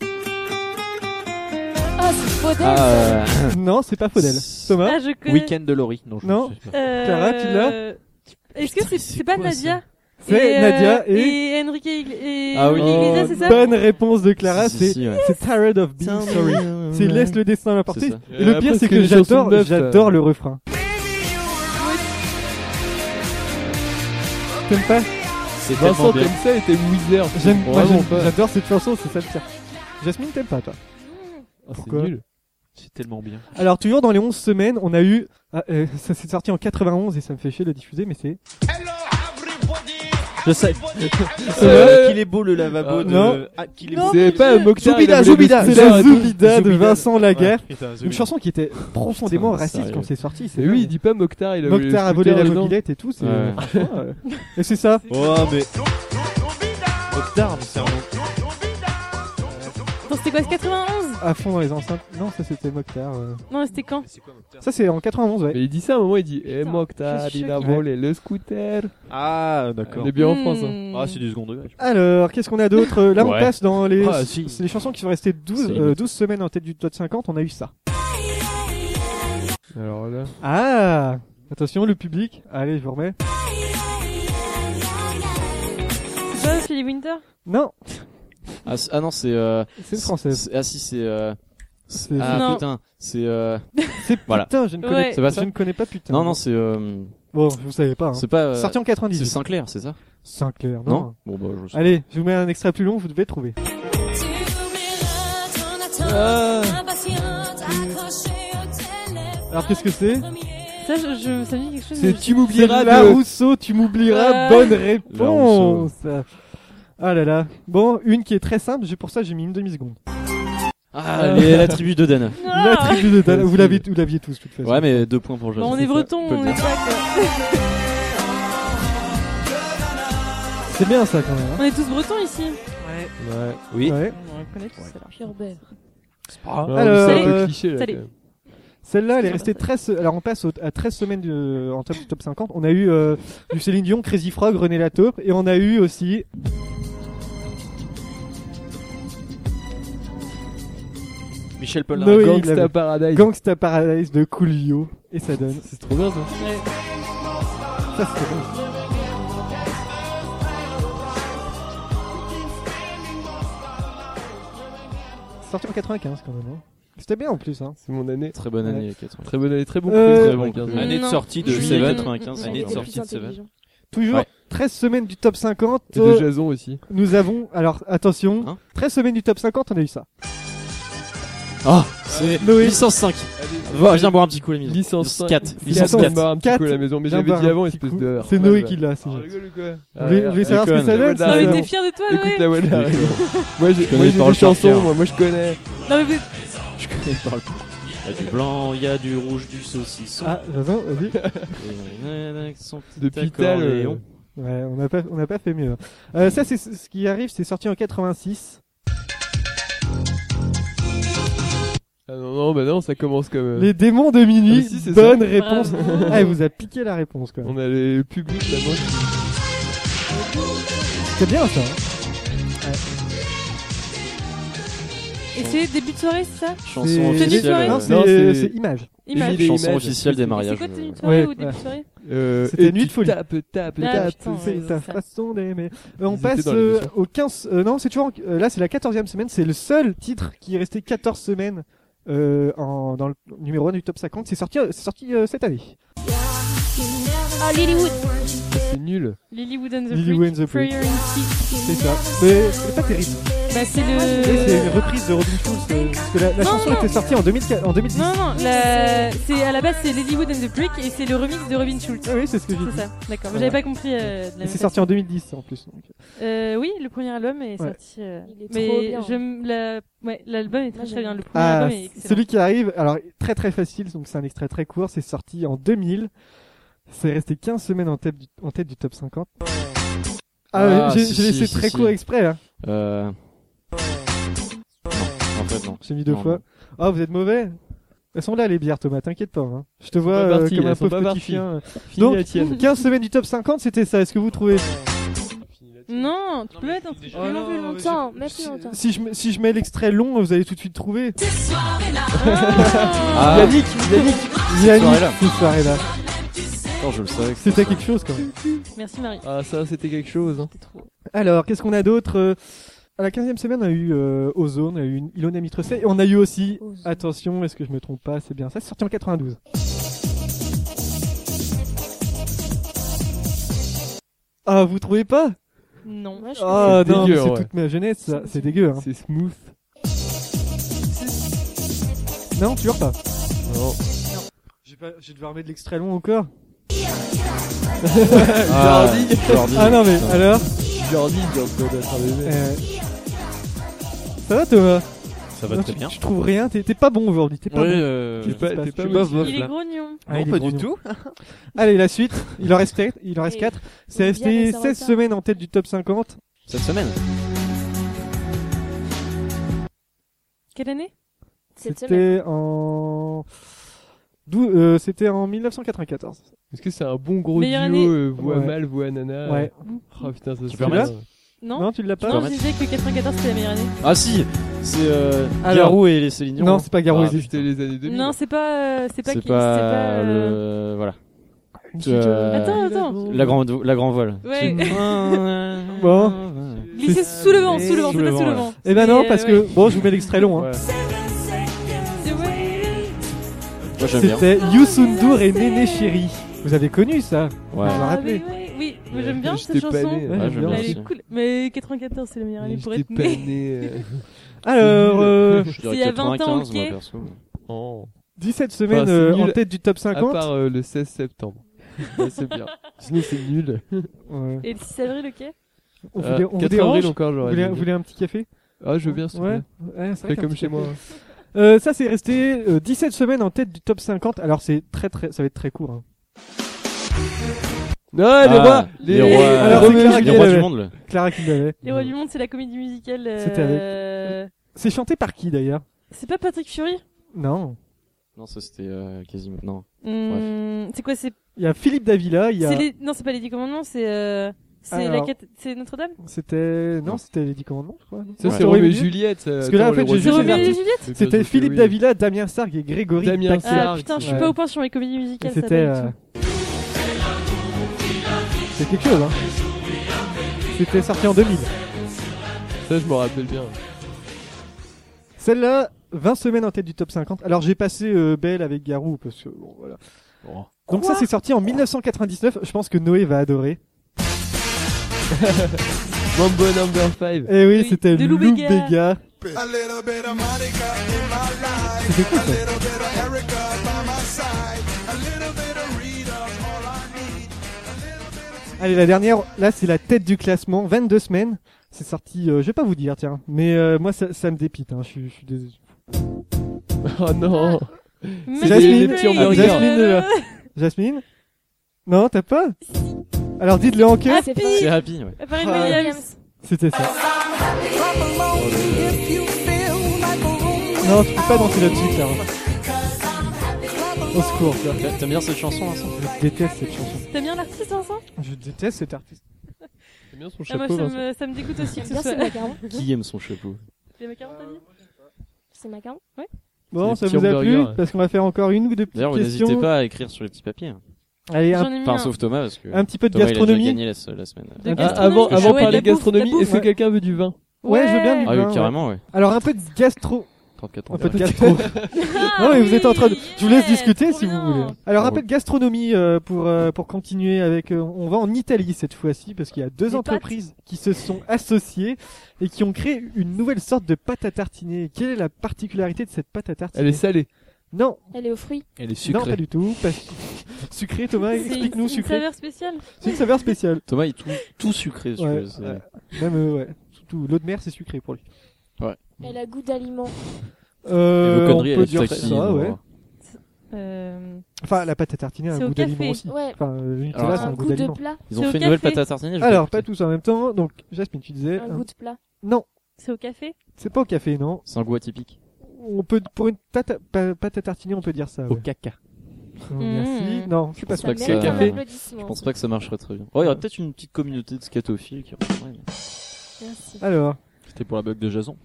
Speaker 6: Ah, c'est Faudel
Speaker 4: Ah, euh,
Speaker 1: non, c'est pas Faudel. Thomas.
Speaker 5: Ah, je connais.
Speaker 9: Week-end de Laurie. Non, je
Speaker 1: Non.
Speaker 9: sais pas.
Speaker 5: Euh,
Speaker 1: Clara, tu l'as
Speaker 5: Est-ce que c'est c'est pas
Speaker 4: quoi,
Speaker 5: Nadia
Speaker 1: C'est
Speaker 5: euh,
Speaker 1: Nadia et-
Speaker 5: et Enrique Igl- et
Speaker 4: Ah oui.
Speaker 5: Enrique Iglesias,
Speaker 1: Oh,
Speaker 5: c'est ça
Speaker 1: bonne réponse de Clara,
Speaker 4: Si, si,
Speaker 1: c'est
Speaker 4: si, ouais.
Speaker 1: c'est Tired of Being Sorry. C'est laisse le destin m'apporter.
Speaker 4: C'est ça.
Speaker 1: Et le
Speaker 2: Euh,
Speaker 1: pire,
Speaker 2: presque
Speaker 1: c'est que
Speaker 2: une chanson
Speaker 1: j'adore,
Speaker 2: de meuf,
Speaker 1: j'adore
Speaker 2: ça.
Speaker 1: le refrain. T'aimes pas
Speaker 4: C'est
Speaker 2: Vincent
Speaker 4: tellement
Speaker 2: comme
Speaker 4: bien.
Speaker 2: ça était Weezer.
Speaker 1: J'aime, moi,
Speaker 2: Vraiment
Speaker 1: j'aime-
Speaker 2: pas.
Speaker 1: j'adore cette chanson, c'est ça le pire. Jasmine, t'aimes pas toi
Speaker 4: Oh,
Speaker 2: Ah, c'est
Speaker 1: Pourquoi
Speaker 2: nul.
Speaker 9: C'est tellement bien.
Speaker 1: Alors toujours dans les 11 semaines, on a eu, ah, euh, ça s'est sorti en 91 et ça me fait chier de le diffuser, mais c'est.
Speaker 3: Je sais. Euh,
Speaker 1: C'est vrai
Speaker 3: qu'il est beau le lavabo de.
Speaker 1: Euh, Non.
Speaker 3: Ah, qu'il est
Speaker 1: Non,
Speaker 3: beau.
Speaker 1: C'est pas un Mokhtar, Zoubida, il a voulu Zoubida, le Zoubida, Zoubida, Zoubida de Vincent Laguerre. Une chanson qui était profondément raciste quand c'est sorti, c'est
Speaker 2: Et oui,
Speaker 1: dingue.
Speaker 2: il dit pas Mokhtar, il a voulu
Speaker 1: Mokhtar a
Speaker 2: le
Speaker 1: volé
Speaker 2: scooter
Speaker 1: la
Speaker 2: là-dedans.
Speaker 1: mobilette et tout, c'est-
Speaker 2: Ouais.
Speaker 1: franchement, euh, Et c'est ça.
Speaker 9: Oh, mais. Mokhtar, mais c'est un nom.
Speaker 5: Attends, c'était quoi, c'est 91
Speaker 1: À fond dans les enceintes. Non, ça c'était Mokhtar. euh.
Speaker 5: Non, mais c'était quand
Speaker 1: Ça c'est en 91, ouais.
Speaker 2: Mais il dit ça à un moment, il dit Eh Mokhtar,
Speaker 3: Ah,
Speaker 1: je suis
Speaker 2: il a
Speaker 1: choquée.
Speaker 2: volé le scooter.
Speaker 9: Ah, d'accord.
Speaker 2: On est bien en France. hein.
Speaker 9: Ah, c'est du second degré.
Speaker 1: Alors, qu'est-ce qu'on a d'autre Euh, Là, on
Speaker 9: Ouais.
Speaker 1: passe dans les,
Speaker 9: Ah, si.
Speaker 1: c'est les chansons qui sont restées 12,
Speaker 9: Si.
Speaker 1: euh, 12 semaines en tête du top 50. On a eu ça.
Speaker 2: Alors là.
Speaker 1: Ah Attention, le public. Allez, je vous remets.
Speaker 5: C'est pas Philly Winter
Speaker 1: Non.
Speaker 4: Ah, c- ah non, c'est. Euh,
Speaker 1: C'est une française.
Speaker 4: c'est- Ah si, c'est. Euh,
Speaker 1: C'est-
Speaker 4: ah
Speaker 1: Non.
Speaker 4: putain, c'est. Euh...
Speaker 1: C'est
Speaker 4: voilà.
Speaker 1: putain, je ne connais- Ouais.
Speaker 4: C'est pas
Speaker 1: je
Speaker 4: ça
Speaker 1: ne connais pas putain.
Speaker 4: Non, non, c'est. Euh...
Speaker 1: Bon, vous savez pas, hein.
Speaker 4: C'est pas. euh,
Speaker 1: Sorti en 98.
Speaker 4: C'est Sinclair, c'est ça
Speaker 1: Sinclair, non.
Speaker 4: Non Bon, bah, je sais.
Speaker 1: Allez, je vous mets un extrait plus long, vous devez trouver. Ah.
Speaker 11: Ah, bah,
Speaker 1: Alors qu'est-ce que c'est
Speaker 5: Ça, je, je- ça me dit quelque chose. mais
Speaker 1: C'est
Speaker 5: je-
Speaker 1: tu m'oublieras La Rousseau, tu m'oublieras.
Speaker 5: Euh.
Speaker 1: Bonne
Speaker 5: La
Speaker 1: réponse. Ah là là. Bon, une qui est très simple. j'ai- Pour ça, j'ai mis une demi seconde.
Speaker 4: Ah, les- la tribu de Dana.
Speaker 1: La tribu de Dana. Vous l'avez, vous l'aviez tous de toute façon.
Speaker 4: Ouais, mais deux points pour
Speaker 5: Bah,
Speaker 4: Jason.
Speaker 5: on est breton,
Speaker 4: Peut le
Speaker 5: on
Speaker 4: dire.
Speaker 5: est pas que-
Speaker 1: C'est bien ça quand même. hein.
Speaker 5: On est tous bretons ici.
Speaker 3: Ouais.
Speaker 2: Ouais.
Speaker 4: Oui.
Speaker 1: Ouais.
Speaker 5: On reconnaît tous alors. C'est
Speaker 1: Ah,
Speaker 2: Ouais,
Speaker 1: Alors,
Speaker 2: c'est un peu
Speaker 1: euh,
Speaker 2: cliché, là,
Speaker 5: salut.
Speaker 2: quand même.
Speaker 1: Celle-là, elle est restée 13. Alors, on passe au- à 13 semaines du- en top, top 50. On a eu euh, du Céline Dion, Crazy Frog, René Latope, et on a eu aussi.
Speaker 9: Michel Polnareff.
Speaker 1: Noé
Speaker 2: Gangsta
Speaker 1: Glavé.
Speaker 2: Paradise.
Speaker 1: Gangsta Paradise de Coolio. Et ça donne.
Speaker 2: C'est trop bien ça.
Speaker 1: Ça, c'est bon. Sorti en 95 quand même. hein. C'était bien en plus. Hein.
Speaker 2: C'est mon année. Très
Speaker 4: bonne année,
Speaker 2: Ouais.
Speaker 4: 95.
Speaker 2: Très bonne année, très bon
Speaker 1: Euh,
Speaker 2: cru,
Speaker 1: très
Speaker 2: très
Speaker 1: bon
Speaker 2: bon
Speaker 1: cru.
Speaker 4: Année de
Speaker 1: Non.
Speaker 4: sortie de
Speaker 1: Juillet
Speaker 4: Seven,
Speaker 1: 95,
Speaker 4: 95.
Speaker 1: ouais,
Speaker 4: Année de
Speaker 1: il était
Speaker 4: sortie de
Speaker 1: plus
Speaker 4: Seven.
Speaker 1: Toujours
Speaker 4: Ouais.
Speaker 1: 13 semaines du top 50.
Speaker 2: Et de
Speaker 1: euh,
Speaker 2: Jason aussi. Hein
Speaker 1: Nous avons, alors attention, 13 semaines du top 50, on a eu ça. Euh,
Speaker 4: Ah, c'est
Speaker 1: Noé.
Speaker 4: licence 5.
Speaker 1: Allez,
Speaker 4: Va, viens boire un petit coup à la maison.
Speaker 2: Licence
Speaker 4: 4.
Speaker 2: cinq.
Speaker 4: Licence
Speaker 2: Viens
Speaker 4: 4.
Speaker 2: boire un petit coup à la maison, mais
Speaker 1: Viens
Speaker 2: j'avais
Speaker 1: boire
Speaker 2: dit
Speaker 1: un
Speaker 2: avant,
Speaker 1: petit
Speaker 2: espèce
Speaker 1: coup.
Speaker 2: de. Ah,
Speaker 1: C'est Noé qui l'a. c'est gentil. Je voulais- je voulais savoir ce que ça donne.
Speaker 5: Ah, mais t'es fier de toi, Noé
Speaker 2: Écoute la Walla.
Speaker 5: Je
Speaker 2: arrive.
Speaker 5: connais.
Speaker 2: Moi,
Speaker 4: Je
Speaker 2: j'ai
Speaker 4: connais
Speaker 2: moi, j'ai
Speaker 4: par
Speaker 2: des
Speaker 4: le cœur.
Speaker 2: chansons, moi, moi, je connais.
Speaker 5: Non, mais vous-
Speaker 4: Je connais pas le Il y a du blanc, il y a du rouge, du saucisson.
Speaker 1: Ah, Jason, vas-y.
Speaker 4: De
Speaker 2: Pital, euh,
Speaker 1: Ouais, on n'a pas, on n'a pas fait mieux. Euh, ça, c'est ce ce qui arrive, c'est sorti en 86.
Speaker 2: Ah non, non, bah non, ça commence comme. euh,
Speaker 1: Les démons de minuit,
Speaker 2: Ah, mais si, c'est
Speaker 1: bonne
Speaker 2: ça.
Speaker 1: réponse.
Speaker 2: Bravo.
Speaker 1: ah, elle vous a piqué la réponse, quoi.
Speaker 2: On a les publics là-bas.
Speaker 1: C'est bien, ça. hein.
Speaker 5: Et c'est début de soirée, c'est ça
Speaker 4: Chanson
Speaker 1: C'est-
Speaker 4: officielle.
Speaker 1: Tenue de soirée
Speaker 4: euh,
Speaker 1: Non, c'est- c'est image.
Speaker 5: Image.
Speaker 4: Chanson
Speaker 5: Image.
Speaker 4: officielle des
Speaker 5: Et c'est
Speaker 4: mariages.
Speaker 5: quoi, tenue de
Speaker 4: euh,
Speaker 5: soirée ou début de soirée
Speaker 2: Euh,
Speaker 1: C'était
Speaker 2: et
Speaker 1: nuit
Speaker 2: tu
Speaker 1: de folie.
Speaker 2: tapes, tapes,
Speaker 5: Ah,
Speaker 2: tapes.
Speaker 5: putain,
Speaker 1: C'est
Speaker 5: ouais,
Speaker 1: ta
Speaker 5: ça.
Speaker 1: façon d'aimer. Euh, on
Speaker 2: Ils
Speaker 1: passe
Speaker 2: étaient dans la
Speaker 1: euh,
Speaker 2: maison.
Speaker 1: au 15. euh, non, c'est toujours. en- euh, là, c'est la 14e semaine. C'est le seul titre qui est resté 14 semaines euh, en, dans le numéro 1 du top 50. C'est sorti, c'est sorti euh, cette année.
Speaker 5: Ah, Lilywood.
Speaker 2: C'est nul.
Speaker 5: Lilywood and the
Speaker 1: Lilywood
Speaker 5: Freak.
Speaker 1: and the Freak.
Speaker 5: Prayer in Sea.
Speaker 1: C'est ça. Mais c'est pas terrible.
Speaker 5: Bah, c'est
Speaker 1: Et C'est une
Speaker 5: le.
Speaker 1: reprise de Robin Schulz. euh, Parce que la, la
Speaker 5: Non,
Speaker 1: chanson
Speaker 5: non.
Speaker 1: était sortie en, 2004 en 2010.
Speaker 5: Non, non, la... c'est à la base c'est Lilywood and the Brick et c'est le remix de Robin Schulz.
Speaker 1: Ah oui, c'est ce que j'ai dit.
Speaker 5: C'est ça, d'accord.
Speaker 1: Voilà.
Speaker 5: J'avais pas compris. euh, de la
Speaker 1: Et c'est sorti en 2010 en plus. donc.
Speaker 5: Euh, oui, le premier album est
Speaker 1: Ouais.
Speaker 5: sorti. euh,
Speaker 6: Il est
Speaker 5: mais
Speaker 6: trop bien. hein.
Speaker 5: je m- la- ouais, l'album est
Speaker 6: Moi,
Speaker 5: très très
Speaker 6: j'aime.
Speaker 5: bien. Le premier
Speaker 1: Ah,
Speaker 5: album est excellent.
Speaker 1: celui qui arrive, alors très très facile, donc c'est un extrait très court, c'est sorti en 2000, c'est resté 15 semaines en tête du, en tête du top 50.
Speaker 2: Oh.
Speaker 1: Ah,
Speaker 4: Ah,
Speaker 1: j'ai
Speaker 4: si,
Speaker 1: j'ai
Speaker 4: si,
Speaker 1: laissé
Speaker 4: si,
Speaker 1: très
Speaker 4: si.
Speaker 1: court exprès hein. là,
Speaker 4: Euh. Non, en fait, non.
Speaker 1: j'ai mis deux
Speaker 4: Non,
Speaker 1: fois.
Speaker 4: non.
Speaker 1: Oh, vous êtes mauvais Elles sont là les bières Thomas, t'inquiète pas. hein. Je te vois
Speaker 2: pas
Speaker 1: euh,
Speaker 2: parties,
Speaker 1: comme un
Speaker 2: elles sont
Speaker 1: pauvre
Speaker 2: pas
Speaker 1: petit
Speaker 2: parties.
Speaker 1: chien.
Speaker 2: Finis
Speaker 1: Donc
Speaker 2: la tienne.
Speaker 1: 15 semaines du top 50, c'était ça, est-ce que vous trouvez
Speaker 2: Oh.
Speaker 5: Non, tu peux mettre un truc plus long.
Speaker 6: Plus longtemps, Oh mais plus longtemps.
Speaker 1: si je, mets- si je mets l'extrait long, vous allez tout de suite trouver.
Speaker 4: Ah.
Speaker 1: Yannick, Yannick, Yannick,
Speaker 4: soirée-là.
Speaker 1: cette soirée-là.
Speaker 4: Attends, je le savais. que
Speaker 1: C'était
Speaker 4: ça-
Speaker 1: quelque chose quand même.
Speaker 5: Merci Marie.
Speaker 2: Ah, ça, c'était quelque chose. hein.
Speaker 1: Alors, qu'est-ce qu'on a d'autre Euh, À la 15e semaine, on a eu euh, Ozone, on a eu une- Ilona Mitrosé, et on a eu aussi, attention, est-ce que je me trompe pas, c'est bien ça, c'est sorti en 92. Ah, vous trouvez pas
Speaker 5: Non.
Speaker 1: Ah non, mais
Speaker 2: dégueu,
Speaker 1: c'est
Speaker 2: ouais.
Speaker 1: toute ma jeunesse, ça, c'est dégueu. Hein.
Speaker 2: C'est smooth.
Speaker 1: Non, tu vois pas
Speaker 2: Non.
Speaker 1: J'ai pas- j'ai dû remettre de l'extrait long encore. Ah,
Speaker 2: Jordi.
Speaker 1: Jordi. Ah non, mais alors
Speaker 2: Jordi dans dans- dans un bébé.
Speaker 1: Euh, Ça va Thomas
Speaker 2: Ça va
Speaker 1: Non,
Speaker 2: très
Speaker 1: tu-
Speaker 2: bien.
Speaker 1: Tu trouves rien, t'es t'es pas bon aujourd'hui, t'es pas
Speaker 2: Ouais,
Speaker 1: bon.
Speaker 2: euh,
Speaker 1: Qu'est-ce
Speaker 2: t'es
Speaker 1: qui se
Speaker 2: pas-
Speaker 1: passe
Speaker 2: t'es pas
Speaker 1: Tu bosses,
Speaker 2: motif.
Speaker 1: bosses,
Speaker 2: Il est
Speaker 1: là.
Speaker 5: grognon.
Speaker 1: Ah,
Speaker 5: Non,
Speaker 1: il est
Speaker 5: pas du
Speaker 1: grognon.
Speaker 5: tout.
Speaker 1: Allez, la suite, il en reste 4, il en reste
Speaker 5: Et-
Speaker 1: 4.
Speaker 5: il
Speaker 1: C'est
Speaker 5: est
Speaker 1: resté
Speaker 5: bien resté en
Speaker 1: 16
Speaker 5: retard.
Speaker 1: semaines en tête du top 50.
Speaker 4: Cette semaine
Speaker 5: Quelle année
Speaker 6: Cette
Speaker 1: C'était en... dou- euh, C'était en 1994.
Speaker 2: Est-ce que c'est un bon gros
Speaker 5: Meilleure
Speaker 2: duo
Speaker 5: année.
Speaker 2: euh, voix
Speaker 1: Ouais.
Speaker 2: mal, voix nana
Speaker 1: Ouais.
Speaker 2: Oh putain, ça
Speaker 1: Tu
Speaker 2: se
Speaker 1: peux
Speaker 2: fait
Speaker 1: remettre
Speaker 2: là.
Speaker 5: Non,
Speaker 1: Non, tu l'as pas
Speaker 5: Non, je disais que 94 c'était la meilleure année.
Speaker 4: Ah si C'est euh,
Speaker 1: Alors-
Speaker 4: Garou et les Céline Dion.
Speaker 1: Non, c'est pas Garou
Speaker 4: Ah,
Speaker 1: et les-
Speaker 2: C'était les années 2000.
Speaker 5: Non, c'est pas, euh, c'est pas qui,
Speaker 4: C'est
Speaker 5: c'est pas.
Speaker 4: pas
Speaker 5: euh,
Speaker 4: le... Voilà.
Speaker 1: euh,
Speaker 4: Euh,
Speaker 5: Attends, attends.
Speaker 4: La grande, la grande voile.
Speaker 5: Ouais.
Speaker 1: Bon.
Speaker 5: Glisser sous le vent, sous le vent,
Speaker 4: Sous
Speaker 5: c'était
Speaker 4: le
Speaker 5: sous le
Speaker 4: vent,
Speaker 5: vent.
Speaker 1: Eh ben non,
Speaker 5: Et,
Speaker 1: parce
Speaker 5: euh,
Speaker 1: que...
Speaker 5: ouais.
Speaker 1: Bon, je vous mets l'extrait long. hein.
Speaker 4: Moi j'aime bien.
Speaker 1: C'était Yusundur et Néné Chéri. Vous avez connu ça Vous vous en
Speaker 4: Ah,
Speaker 1: rappelez
Speaker 5: Oui, oui, oui. Mais j'aime bien
Speaker 1: J'étais
Speaker 5: cette
Speaker 1: pas
Speaker 5: chanson.
Speaker 1: né, ouais, Ouais, j'aime bien
Speaker 5: Elle
Speaker 1: aussi.
Speaker 5: est cool. Mais 94, c'est la meilleure année pour
Speaker 2: J'étais
Speaker 5: être
Speaker 2: pas
Speaker 5: né.
Speaker 2: né. euh,
Speaker 1: Alors, euh,
Speaker 2: Je
Speaker 5: S'il y a 20 ans, ok.
Speaker 2: Oh.
Speaker 1: 17 semaines,
Speaker 2: c'est
Speaker 1: euh, en
Speaker 2: nul,
Speaker 1: tête du top 50.
Speaker 2: À part euh, le 16 septembre. Mais c'est bien. Sinon, c'est nul.
Speaker 1: Ouais.
Speaker 5: Et le 6 avril, ok
Speaker 1: On
Speaker 2: Euh,
Speaker 1: voulait, on
Speaker 2: 4
Speaker 1: voulait
Speaker 2: avril
Speaker 1: orange
Speaker 2: encore,
Speaker 1: Vous
Speaker 2: j'aurais
Speaker 1: voulez,
Speaker 2: dit.
Speaker 1: vous voulez un petit café
Speaker 2: Ah, je veux bien, s'il te
Speaker 1: Ouais.
Speaker 2: plaît.
Speaker 1: Ouais,
Speaker 2: Fais
Speaker 1: vrai qu'un
Speaker 2: comme
Speaker 1: petit
Speaker 2: chez moi.
Speaker 1: café. Euh, ça, c'est resté euh, 17 semaines en tête du top 50. Alors, c'est très, très, ça va être très court. hein.
Speaker 2: Non,
Speaker 4: Ah,
Speaker 2: les rois
Speaker 4: les rois,
Speaker 1: Alors,
Speaker 4: les
Speaker 1: c'est Clara
Speaker 4: rois
Speaker 1: qui
Speaker 4: du
Speaker 1: l'avait.
Speaker 4: monde, là.
Speaker 1: Clara qui l'avait.
Speaker 5: Les Rois du Monde, c'est la comédie musicale. euh,
Speaker 1: C'était avec- C'est chanté par qui d'ailleurs
Speaker 5: C'est pas Patrick Fury
Speaker 1: Non.
Speaker 4: Non, ça c'était euh, quasiment. Non. Bref.
Speaker 5: Hum, C'est quoi C'est
Speaker 1: Il y a Philippe Davila, il y a. Ah,
Speaker 5: c'est les- Non, c'est pas les 10 commandements, c'est. euh, C'est la
Speaker 1: Alors.
Speaker 5: quête- c'est Notre-Dame
Speaker 1: C'était. Non, c'était les 10 commandements, je crois. non
Speaker 2: Ça, c'est
Speaker 1: Roméo
Speaker 2: Roméo et
Speaker 1: et
Speaker 2: Juliette, ça.
Speaker 1: Parce que là,
Speaker 2: Attends,
Speaker 1: en fait,
Speaker 2: les
Speaker 1: j'ai
Speaker 2: Roméo
Speaker 1: juste.
Speaker 2: et
Speaker 1: les
Speaker 2: Juliette.
Speaker 1: artistes.
Speaker 2: C'est
Speaker 1: C'était
Speaker 2: bien sûr,
Speaker 1: Philippe
Speaker 2: oui.
Speaker 1: Davila, Damien Sargue et Grégory.
Speaker 2: Damien
Speaker 1: Taxer.
Speaker 5: Ah putain, je suis
Speaker 1: Ouais.
Speaker 5: pas au point sur les comédies musicales. ça,
Speaker 1: C'était.
Speaker 5: pas du
Speaker 1: euh, C'est quelque chose, hein. C'était sorti en 2000.
Speaker 2: Ça, je m'en rappelle bien.
Speaker 1: Celle-là, 20 semaines en tête du top 50. Alors j'ai passé euh, Belle avec Garou parce que bon voilà.
Speaker 9: Oh.
Speaker 1: Donc ça c'est sorti en 1999. Je pense que Noé va adorer.
Speaker 2: Mambo number 5.
Speaker 1: Et Eh oui, c'était
Speaker 2: de
Speaker 1: Lou
Speaker 2: Lou Béga.
Speaker 1: Béga. C'était cool ça. Allez, la dernière, là c'est la tête du classement, 22 semaines. C'est sorti, euh, je vais pas vous dire, tiens, mais euh, moi ça, ça me dépite, hein. je suis- je suis désolé.
Speaker 2: Oh non.
Speaker 1: C'est
Speaker 2: C'est
Speaker 1: Jasmine,
Speaker 2: les petits hamburgers.
Speaker 1: Jasmine, euh, Jasmine Non, t'as pas Alors dites-le en queue.
Speaker 5: Happy. C'est
Speaker 4: Happy, ouais.
Speaker 5: Paris Ah, Williams.
Speaker 1: C'était ça. Non, tu peux pas danser là-dessus, Clara. Au secours, ça.
Speaker 4: T'aimes bien cette chanson, Vincent
Speaker 1: Je déteste cette chanson.
Speaker 5: T'aimes bien l'artiste, Vincent
Speaker 1: Je déteste cet artiste.
Speaker 2: J'aime bien son
Speaker 5: Ah, Moi,
Speaker 2: chapeau,
Speaker 5: ça
Speaker 2: Vincent.
Speaker 5: me, ça me dégoûte aussi. que ce
Speaker 6: Bien, c'est
Speaker 5: soit-
Speaker 6: macaron.
Speaker 4: Qui aime son chapeau
Speaker 5: Les macarons, t'as dit
Speaker 6: C'est macaron
Speaker 5: Ouais.
Speaker 1: Bon,
Speaker 4: C'est
Speaker 1: ça
Speaker 4: les
Speaker 1: vous
Speaker 4: petits
Speaker 1: a plu
Speaker 4: hamburgers.
Speaker 1: Parce qu'on va faire encore une ou deux petites
Speaker 4: D'ailleurs, vous
Speaker 1: questions.
Speaker 4: n'hésitez pas à écrire sur les petits papiers. hein.
Speaker 1: Allez, un- J'en ai mis
Speaker 4: enfin,
Speaker 1: un.
Speaker 4: sauf Thomas, parce que
Speaker 1: Un petit peu de
Speaker 4: Thomas, il a déjà
Speaker 1: gastronomie.
Speaker 4: gagné la, se- la semaine.
Speaker 1: De
Speaker 2: Ah, avant
Speaker 1: Gastronomie,
Speaker 2: avant
Speaker 1: ouais,
Speaker 2: de
Speaker 1: la
Speaker 2: parler
Speaker 1: bouffe,
Speaker 2: gastronomie,
Speaker 1: la bouffe,
Speaker 2: est-ce que
Speaker 1: ouais.
Speaker 2: quelqu'un veut du vin
Speaker 1: Ouais, je veux bien du
Speaker 4: Ah oui,
Speaker 1: vin.
Speaker 4: carrément, ouais.
Speaker 1: Alors un peu de gastro.
Speaker 4: 34
Speaker 1: Un peu de gastro. non, mais vous êtes en train de. Je vous laisse discuter si vous voulez. Alors un peu de gastronomie euh, pour, euh, pour continuer avec. euh, on va en Italie cette fois-ci parce qu'il y a deux
Speaker 9: Des
Speaker 1: entreprises qui se sont associées et qui ont créé une nouvelle sorte de pâte à tartiner. Et Quelle est la particularité de cette pâte à tartiner
Speaker 2: Elle est salée.
Speaker 1: Non.
Speaker 6: Elle est aux fruits.
Speaker 2: Elle est
Speaker 1: Non, pas du tout. Parce... Sucré, Thomas,
Speaker 5: C'est une-
Speaker 1: explique-nous
Speaker 5: une
Speaker 1: sucré.
Speaker 5: saveur spéciale.
Speaker 1: C'est une saveur spéciale.
Speaker 4: Thomas, il est tout, tout sucré. si tu
Speaker 1: Ouais,
Speaker 4: veux, c'est-
Speaker 1: ouais. Même, euh, ouais. Surtout, l'eau de mer, c'est sucré pour lui.
Speaker 6: Elle a goût d'aliment.
Speaker 4: Et
Speaker 1: Euh,
Speaker 4: vos
Speaker 1: on
Speaker 4: conneries,
Speaker 1: peut
Speaker 4: elles
Speaker 1: dire
Speaker 4: taxent, ils
Speaker 1: ça,
Speaker 4: vont
Speaker 1: ouais.
Speaker 4: voir.
Speaker 5: Euh,
Speaker 1: Enfin, la pâte à tartiner a
Speaker 5: C'est
Speaker 1: un
Speaker 5: au
Speaker 1: goût d'aliment
Speaker 5: café.
Speaker 1: aussi.
Speaker 5: Ouais.
Speaker 1: Enfin, euh, le Nutella,
Speaker 4: Alors,
Speaker 1: c'est
Speaker 4: un
Speaker 1: un
Speaker 4: goût
Speaker 1: goût
Speaker 4: de
Speaker 1: d'aliment.
Speaker 6: plat.
Speaker 4: Ils ont fait une nouvelle pâte à tartiner. je vais
Speaker 1: Alors,
Speaker 4: écouter.
Speaker 1: pas tous en même temps. Donc, Jasmine, tu disais.
Speaker 6: Un
Speaker 1: euh,
Speaker 6: goût de plat.
Speaker 1: Non,
Speaker 5: C'est au café
Speaker 1: c'est pas au café, non.
Speaker 4: C'est un goût atypique.
Speaker 1: On peut, pour une pâte à, pa- pâte à tartiner, on peut dire ça. Au
Speaker 2: caca.
Speaker 1: Merci.
Speaker 4: Mmh.
Speaker 1: Non, je suis pas
Speaker 4: pense pas que
Speaker 1: sûr.
Speaker 4: ça-
Speaker 1: Café.
Speaker 4: Je pense pas que ça marcherait très bien. Oh, il y aurait peut-être une petite communauté de scatophiles qui reviendrait. mais-
Speaker 6: Merci.
Speaker 1: Alors.
Speaker 9: C'était pour la bug de Jason.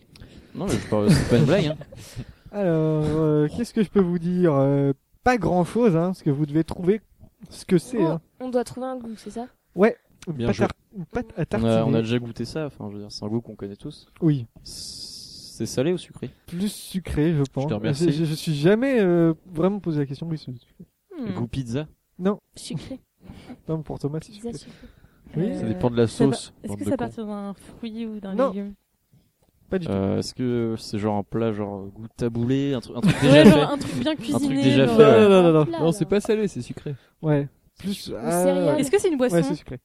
Speaker 4: Non, mais je parle- c'est pas une blague. Hein.
Speaker 1: Alors, euh, qu'est-ce que je peux vous dire Euh, Pas grand-chose, hein, parce que vous devez trouver ce que c'est.
Speaker 6: Oh,
Speaker 1: hein.
Speaker 6: On doit trouver un goût, c'est ça
Speaker 1: Ouais, une
Speaker 4: Bien
Speaker 1: pâte,
Speaker 4: joué.
Speaker 1: à, une pâte à
Speaker 4: On
Speaker 1: tartiner.
Speaker 4: a, on a déjà goûté ça. Enfin, je veux dire, c'est un goût qu'on connaît tous.
Speaker 1: Oui.
Speaker 4: C'est salé ou sucré
Speaker 1: Plus sucré, je pense.
Speaker 4: te
Speaker 1: Je,
Speaker 4: remercie.
Speaker 1: je- je suis jamais euh, vraiment posé la question. Oui, c'est sucré.
Speaker 4: Le goût pizza
Speaker 1: Non,
Speaker 6: Sucré.
Speaker 1: non pour Thomas, c'est
Speaker 6: Pizza
Speaker 1: sucré.
Speaker 6: sucrée.
Speaker 1: Oui.
Speaker 9: Ça dépend de la
Speaker 5: ça va-
Speaker 9: sauce,
Speaker 5: Est-ce
Speaker 9: bande
Speaker 5: que
Speaker 9: de
Speaker 5: ça
Speaker 9: cons.
Speaker 5: part d'un fruit ou d'un
Speaker 1: Non.
Speaker 5: légume
Speaker 1: Pas du tout.
Speaker 4: Euh, Est-ce que c'est genre un plat genre euh, goût taboulé, un truc, un truc déjà
Speaker 5: Ouais, genre
Speaker 4: fait
Speaker 5: un truc bien
Speaker 4: Un truc
Speaker 5: cuisiné,
Speaker 4: déjà
Speaker 5: genre- euh.
Speaker 4: fait. ouais.
Speaker 1: non, non, non, non.
Speaker 2: Non, c'est pas salé, c'est sucré.
Speaker 1: Ouais. plus.
Speaker 5: céréales. Est-ce que ah. c'est une boisson
Speaker 1: Ouais, c'est sucré.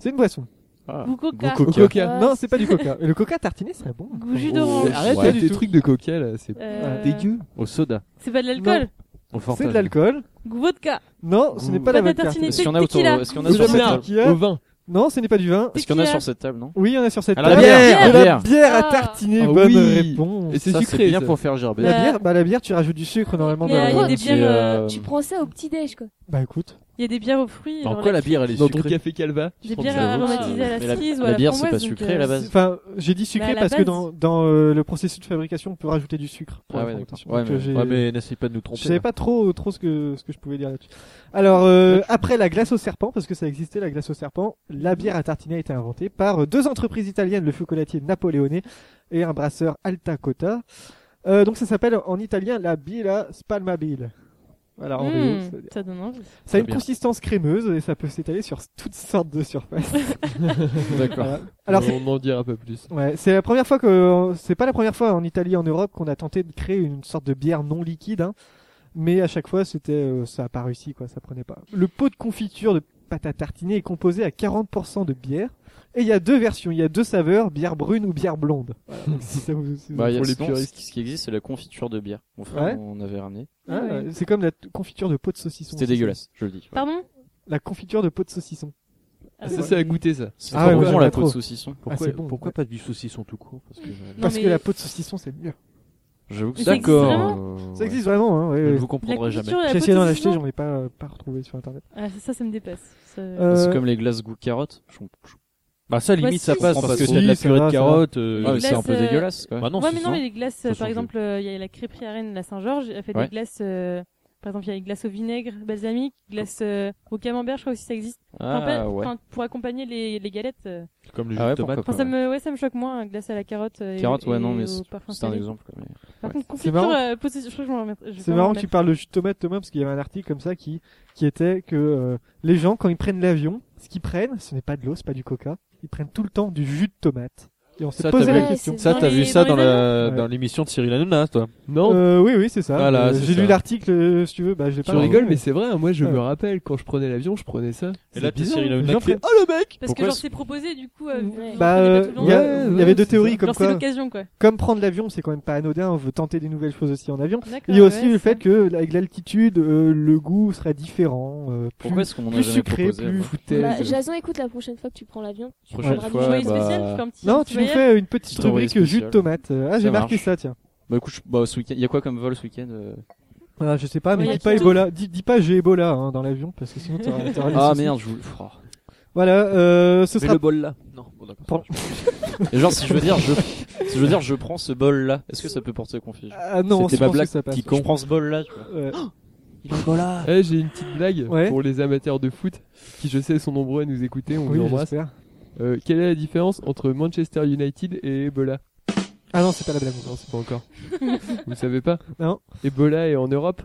Speaker 1: C'est une boisson.
Speaker 2: Ah.
Speaker 5: Ou coca.
Speaker 1: Ou
Speaker 5: Ou coca.
Speaker 1: Non, c'est pas du coca. Le coca tartiné serait bon.
Speaker 5: Ou jus d'orange.
Speaker 2: Oh, Arrête
Speaker 1: Ouais,
Speaker 2: avec
Speaker 1: du
Speaker 2: tes
Speaker 1: tout. Ah,
Speaker 2: trucs de coca là, c'est
Speaker 5: Euh,
Speaker 2: dégueu. Au soda.
Speaker 5: C'est pas de l'alcool.
Speaker 2: Au
Speaker 1: C'est de l'alcool.
Speaker 5: Goût vodka.
Speaker 1: Non, ce n'est pas la
Speaker 5: Patate
Speaker 1: vodka.
Speaker 5: tartinée, Est-ce qu'il y en a autour- tequila.
Speaker 4: est-ce qu'il y en a sur cette
Speaker 1: Tequila.
Speaker 4: table Au vin.
Speaker 1: Non, ce n'est pas du vin.
Speaker 4: Est-ce qu'il y en a sur cette table, non
Speaker 1: Oui, il y en a sur cette
Speaker 4: Ah, la
Speaker 1: table.
Speaker 4: bière,
Speaker 1: De
Speaker 4: bière.
Speaker 1: la bière à
Speaker 4: Ah.
Speaker 1: tartiner,
Speaker 4: Ah
Speaker 1: bonne
Speaker 4: oui.
Speaker 1: réponse.
Speaker 4: Et c'est Ça, c'est sucré, bien ça. pour faire gerber.
Speaker 1: La
Speaker 4: Euh,
Speaker 1: bière, bah, la bière, tu rajoutes du sucre normalement.
Speaker 5: Il y a- il y a
Speaker 1: dans
Speaker 5: des bières, euh,
Speaker 6: Tu prends ça au petit déj, quoi.
Speaker 1: Bah écoute.
Speaker 5: Il y a des bières aux fruits.
Speaker 2: Bah,
Speaker 5: genre la-
Speaker 2: elle est Dans ton café Calva.
Speaker 5: Des bières aromatisées à la cerise ou à la framboise, donc, euh,
Speaker 1: Enfin, j'ai dit sucré
Speaker 5: Mais à la
Speaker 1: parce que
Speaker 5: base-
Speaker 1: dans, dans euh, le processus de fabrication, on peut rajouter du sucre. pour
Speaker 9: Ah
Speaker 1: la
Speaker 9: ouais,
Speaker 1: fermentation. Donc,
Speaker 9: d'accord. Ouais, mais-
Speaker 1: euh, j'ai-
Speaker 9: ouais, mais n'essaye pas de nous tromper,
Speaker 1: Je savais
Speaker 9: là.
Speaker 1: pas trop, trop ce que, ce que je pouvais dire là-dessus. Alors, euh, après la glace au serpent, parce que ça existait, la glace au serpent,
Speaker 9: Mhm.
Speaker 1: la bière à tartiner a été inventée par euh, deux entreprises italiennes, le chocolatier Napoléoné et un brasseur Alta Cotta. Euh, donc ça s'appelle en italien la Billa Spalmabile. Voilà, en VO,
Speaker 5: Hmm,
Speaker 1: c'est-
Speaker 5: ça donne envie.
Speaker 1: ça a une
Speaker 5: Très bien.
Speaker 1: consistance crémeuse et ça peut s'étaler sur toutes sortes de surfaces.
Speaker 2: D'accord.
Speaker 1: Voilà.
Speaker 2: Alors,
Speaker 1: c'est-
Speaker 2: on en dira pas plus.
Speaker 1: Ouais, c'est la première fois que c'est pas la première fois en Italie en Europe qu'on a tenté de créer une sorte de bière non liquide, hein. mais à chaque fois c'était euh, ça a pas réussi quoi, ça prenait pas. Le pot de confiture de pâte à tartiner est composé à 40% de bière et il y a deux versions, il y a deux saveurs, bière brune ou bière blonde. Voilà, donc si ça vous- si
Speaker 4: Bah,
Speaker 1: vous-
Speaker 4: il y a
Speaker 1: pour les
Speaker 4: sinon,
Speaker 1: puristes.
Speaker 4: ce qui- ce qui existe, c'est la confiture de bière. Mon frère,
Speaker 1: Ouais.
Speaker 4: on avait ramené.
Speaker 1: Ah, ouais, C'est comme la t- confiture de pot de saucisson.
Speaker 4: C'était dégueulasse, je le dis.
Speaker 5: Pardon
Speaker 1: La confiture de pot de saucisson.
Speaker 2: Ah, ça, c'est à goûter, ça.
Speaker 4: C'est
Speaker 9: Ah
Speaker 4: trop
Speaker 1: ouais,
Speaker 4: bon,
Speaker 1: j'aime
Speaker 4: la
Speaker 1: pas
Speaker 4: peau de
Speaker 1: trop.
Speaker 4: saucisson.
Speaker 1: Ah,
Speaker 9: Pourquoi,
Speaker 1: c'est bon.
Speaker 9: pourquoi pas du saucisson tout court Parce que,
Speaker 1: Parce
Speaker 5: mais-
Speaker 1: que la peau de saucisson c'est mieux.
Speaker 9: J'avoue
Speaker 4: que Mais ça ça existe d'accord.
Speaker 9: vraiment
Speaker 1: Ça existe vraiment, hein, ouais,
Speaker 9: Je ne
Speaker 1: ouais.
Speaker 9: vous comprendrai La jamais.
Speaker 5: culture de la
Speaker 1: J'ai
Speaker 5: peau de
Speaker 1: essayé d'en
Speaker 5: saucisson.
Speaker 1: acheter, j'en ai pas, euh, pas retrouvé sur internet.
Speaker 5: Ah, ça, ça me dépasse. Ça-
Speaker 1: Euh,
Speaker 4: Bah, C'est comme les glaces goût carotte. Je- je-
Speaker 9: Bah, ça,
Speaker 5: limite, Bah, si. ça passe,
Speaker 4: Parce
Speaker 9: parce
Speaker 4: que
Speaker 9: que
Speaker 4: c'est de la purée de carotte.
Speaker 9: carottes,
Speaker 4: euh,
Speaker 9: euh,
Speaker 4: ouais,
Speaker 5: Les
Speaker 4: c'est un
Speaker 5: glaces,
Speaker 4: peu
Speaker 5: euh,
Speaker 4: dégueulasse. quoi.
Speaker 9: Bah non,
Speaker 5: ouais,
Speaker 9: c'est
Speaker 5: mais non,
Speaker 9: ça.
Speaker 5: mais les glaces,
Speaker 9: Ça
Speaker 5: euh,
Speaker 9: change
Speaker 5: par exemple, euh, il y a la crêperie arène, la Saint-Georges, elle fait
Speaker 4: Ouais.
Speaker 5: des glaces, euh, par exemple, il y a des glaces au vinaigre, balsamique, glaces euh, au camembert, je crois aussi ça existe.
Speaker 4: Ah,
Speaker 5: Enfin, pas-
Speaker 4: ouais.
Speaker 5: enfin, pour accompagner les, les galettes. euh.
Speaker 9: Comme le
Speaker 4: Ah ouais,
Speaker 9: jus de tomate.
Speaker 4: pourquoi
Speaker 5: Enfin, ça me, ouais, ça me choque moins, hein, glace à la carotte. euh, et-
Speaker 4: Carotte, ouais,
Speaker 5: et
Speaker 4: non, mais
Speaker 5: au
Speaker 4: c'est-
Speaker 5: parfum
Speaker 4: c'est un
Speaker 5: salé.
Speaker 4: exemple, quoi, mais-
Speaker 5: Par
Speaker 4: ouais.
Speaker 5: contre,
Speaker 1: C'est
Speaker 5: confiture,
Speaker 1: marrant.
Speaker 5: euh, possi- je crois que je m'en remettrai- je vais
Speaker 1: C'est
Speaker 5: pas
Speaker 1: marrant
Speaker 5: m'en
Speaker 1: que tu
Speaker 5: remettre.
Speaker 1: parles de jus de tomate, Thomas, parce qu'il y avait un article comme ça qui, qui était que euh, les gens, quand ils prennent l'avion, ce qu'ils prennent, ce n'est pas de l'eau, c'est pas du coca, ils prennent tout le temps du jus de tomate. Et on s'est
Speaker 9: Ça,
Speaker 1: posé
Speaker 9: t'as
Speaker 1: la
Speaker 9: vu-
Speaker 1: question. Bah,
Speaker 9: ça, t'as vu ça dans la-
Speaker 1: Ouais.
Speaker 9: dans l'émission de Cyril Hanouna, toi
Speaker 2: Non
Speaker 1: Euh, oui, oui, c'est ça.
Speaker 9: Voilà,
Speaker 1: Euh,
Speaker 9: c'est
Speaker 1: J'ai
Speaker 9: ça.
Speaker 1: lu l'article, euh, si tu veux, bah, je l'ai pas.
Speaker 2: Tu rigoles,
Speaker 1: retrouvé,
Speaker 2: mais c'est vrai, hein, moi je
Speaker 1: Ouais.
Speaker 2: me rappelle quand je prenais l'avion, je prenais ça.
Speaker 9: Et là,
Speaker 2: C'est
Speaker 9: t'es
Speaker 2: bizarre, hein.
Speaker 9: Cyril Hanouna
Speaker 2: les gens
Speaker 9: qui fait,
Speaker 2: prennent-
Speaker 9: Oh, le mec
Speaker 5: Parce
Speaker 2: Pourquoi
Speaker 5: que genre,
Speaker 2: c'est-
Speaker 5: c'est proposé, du coup, euh, on
Speaker 1: Bah,
Speaker 5: connaît
Speaker 1: euh,
Speaker 5: pas tout le
Speaker 1: il
Speaker 5: monde.
Speaker 1: y, a-
Speaker 2: Ouais,
Speaker 1: il y
Speaker 2: ouais,
Speaker 1: avait deux
Speaker 2: c'est
Speaker 1: théories
Speaker 2: ça.
Speaker 1: comme
Speaker 5: Genre, c'est
Speaker 1: quoi.
Speaker 5: l'occasion, quoi.
Speaker 1: Comme prendre l'avion, c'est quand même pas anodin. On veut tenter des nouvelles choses aussi en avion.
Speaker 5: D'accord,
Speaker 1: Il y a aussi
Speaker 5: ouais,
Speaker 1: le
Speaker 5: ça.
Speaker 1: fait que avec l'altitude, euh, le goût sera différent, euh, plus,
Speaker 4: Pourquoi est-ce qu'on en a
Speaker 1: plus
Speaker 4: jamais
Speaker 1: sucré,
Speaker 4: proposé,
Speaker 1: plus
Speaker 4: alors
Speaker 1: foutaise.
Speaker 6: Bah, Jason, écoute, la prochaine fois que tu prends l'avion, tu
Speaker 4: Prochaine
Speaker 6: prendras du
Speaker 4: fois,
Speaker 6: jus.
Speaker 4: bah,
Speaker 1: Non, tu nous fais une petite
Speaker 4: Petit envoyé
Speaker 1: rubrique jus de
Speaker 4: spécial.
Speaker 1: tomate. Euh, Ah,
Speaker 4: Ça
Speaker 1: j'ai marqué
Speaker 4: marche.
Speaker 1: ça, tiens.
Speaker 4: Bah écoute, je- bah, ce week-end, il y a quoi comme vol ce week-end euh
Speaker 1: Voilà, je sais pas, mais
Speaker 4: Ouais,
Speaker 1: dis
Speaker 4: y a
Speaker 1: pas
Speaker 4: tout.
Speaker 1: Ebola, dis, dis pas j'ai Ebola hein, dans l'avion parce que sinon t'auras t'auras les
Speaker 4: Ah
Speaker 1: soucis.
Speaker 4: merde, je voulais. oh.
Speaker 1: Voilà, euh, ce
Speaker 4: Mets
Speaker 1: sera
Speaker 4: le bol là. Non, bon, d'accord. Et genre, si je veux dire, je, si je veux dire, je prends ce bol là, est-ce que ça peut porter confit
Speaker 1: Ah non, je
Speaker 4: c'était ma
Speaker 1: pense que
Speaker 4: blague
Speaker 1: ça passe.
Speaker 4: qui con. Je prends ce bol là, tu vois.
Speaker 1: Ouais.
Speaker 2: Eh, j'ai une petite blague
Speaker 1: Ouais.
Speaker 2: pour les amateurs de foot qui, je sais, sont nombreux à nous écouter. On
Speaker 1: Oui,
Speaker 2: les embrasse.
Speaker 1: j'espère.
Speaker 2: Euh, quelle est la différence entre Manchester United et Ebola
Speaker 1: Ah non, c'est pas la blague.
Speaker 2: Non, c'est pas encore. Vous savez pas
Speaker 1: Non.
Speaker 2: Ebola est en Europe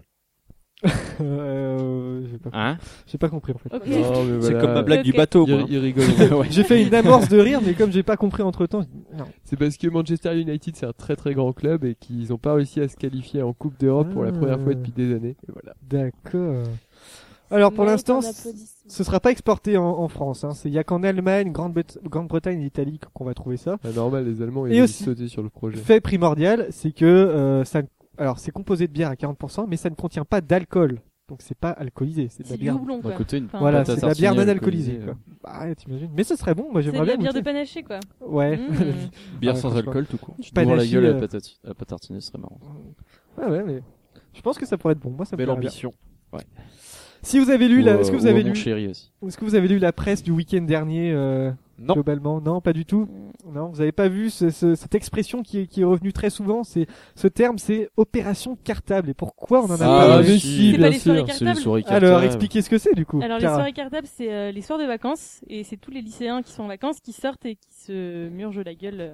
Speaker 1: Euh, j'ai pas,
Speaker 4: Hein
Speaker 1: j'ai pas compris en fait.
Speaker 2: Ok. Non, mais voilà. Ok. Il-
Speaker 1: moi.
Speaker 2: il rigole. Ouais.
Speaker 1: J'ai fait une amorce de rire, mais comme j'ai pas compris entre temps, non.
Speaker 2: C'est parce que Manchester United, c'est un très très grand club et qu'ils n'ont pas réussi à se qualifier en Coupe d'Europe pour la première
Speaker 1: Ah.
Speaker 2: fois depuis des années. Et voilà.
Speaker 1: D'accord. Alors pour
Speaker 2: Mérite
Speaker 1: l'instant,
Speaker 2: un
Speaker 1: ce sera pas exporté en, en France. Hein. C'est il y a qu'en Allemagne, Grande-Breta- Grande-Bretagne et Italie qu'on va trouver ça.
Speaker 2: Ah, normal, les Allemands, ils
Speaker 1: Et
Speaker 2: ont
Speaker 1: aussi,
Speaker 2: sauté sur le projet.
Speaker 1: fait primordial, c'est que euh, ça. ne- Alors c'est composé de bière à 40%, mais ça ne contient pas d'alcool. Donc c'est pas alcalcoolisé, c'est de
Speaker 5: C'est
Speaker 1: la
Speaker 5: du
Speaker 1: bière.
Speaker 5: houblon, quoi. D'un
Speaker 4: côté, une Enfin,
Speaker 1: voilà,
Speaker 4: pâte à
Speaker 1: c'est de la bière
Speaker 4: tartiner
Speaker 1: non alcoolisée.
Speaker 4: alcoolisée, euh.
Speaker 1: quoi. Bah, t'imagines. Mais ce serait bon, moi
Speaker 5: C'est de
Speaker 1: j'aimerais
Speaker 5: la
Speaker 1: bien.
Speaker 5: bière de
Speaker 1: goûter.
Speaker 5: panaché, quoi.
Speaker 1: Ouais.
Speaker 5: Mmh.
Speaker 4: Bière
Speaker 1: Ah,
Speaker 4: sans
Speaker 1: franchement.
Speaker 4: alcool tout court. Je
Speaker 1: Panaché,
Speaker 4: prends la gueule à
Speaker 1: euh,
Speaker 4: la patate, à la patate tartinée, ce serait marrant.
Speaker 1: Ouais, ouais, mais je pense que ça pourrait être bon. Moi, ça me
Speaker 4: Belle
Speaker 1: plairait bien.
Speaker 4: ambition. Ouais.
Speaker 1: Si vous avez lu,
Speaker 4: Ou,
Speaker 1: la... est-ce
Speaker 4: euh,
Speaker 1: que vous
Speaker 4: ou
Speaker 1: avez
Speaker 4: mon
Speaker 1: lu,
Speaker 4: chéri aussi.
Speaker 1: est-ce que vous avez lu la presse du week-end dernier euh, Globalement, non, pas du tout. Non, vous avez pas vu ce- ce- cette expression qui est, qui est revenue très souvent. C'est ce terme, c'est opération cartable. Et pourquoi on en a
Speaker 2: Si.
Speaker 1: pas
Speaker 2: Ah,
Speaker 1: parlé
Speaker 2: mais si, C'est bien pas les sûr. soirées
Speaker 4: C'est les soirées cartables.
Speaker 1: Alors, expliquez ce que c'est du coup.
Speaker 5: Alors, les
Speaker 1: Clara.
Speaker 5: soirées cartables, c'est euh, les soirs de vacances, et c'est tous les lycéens qui sont en vacances qui sortent et qui se murgent la gueule. euh.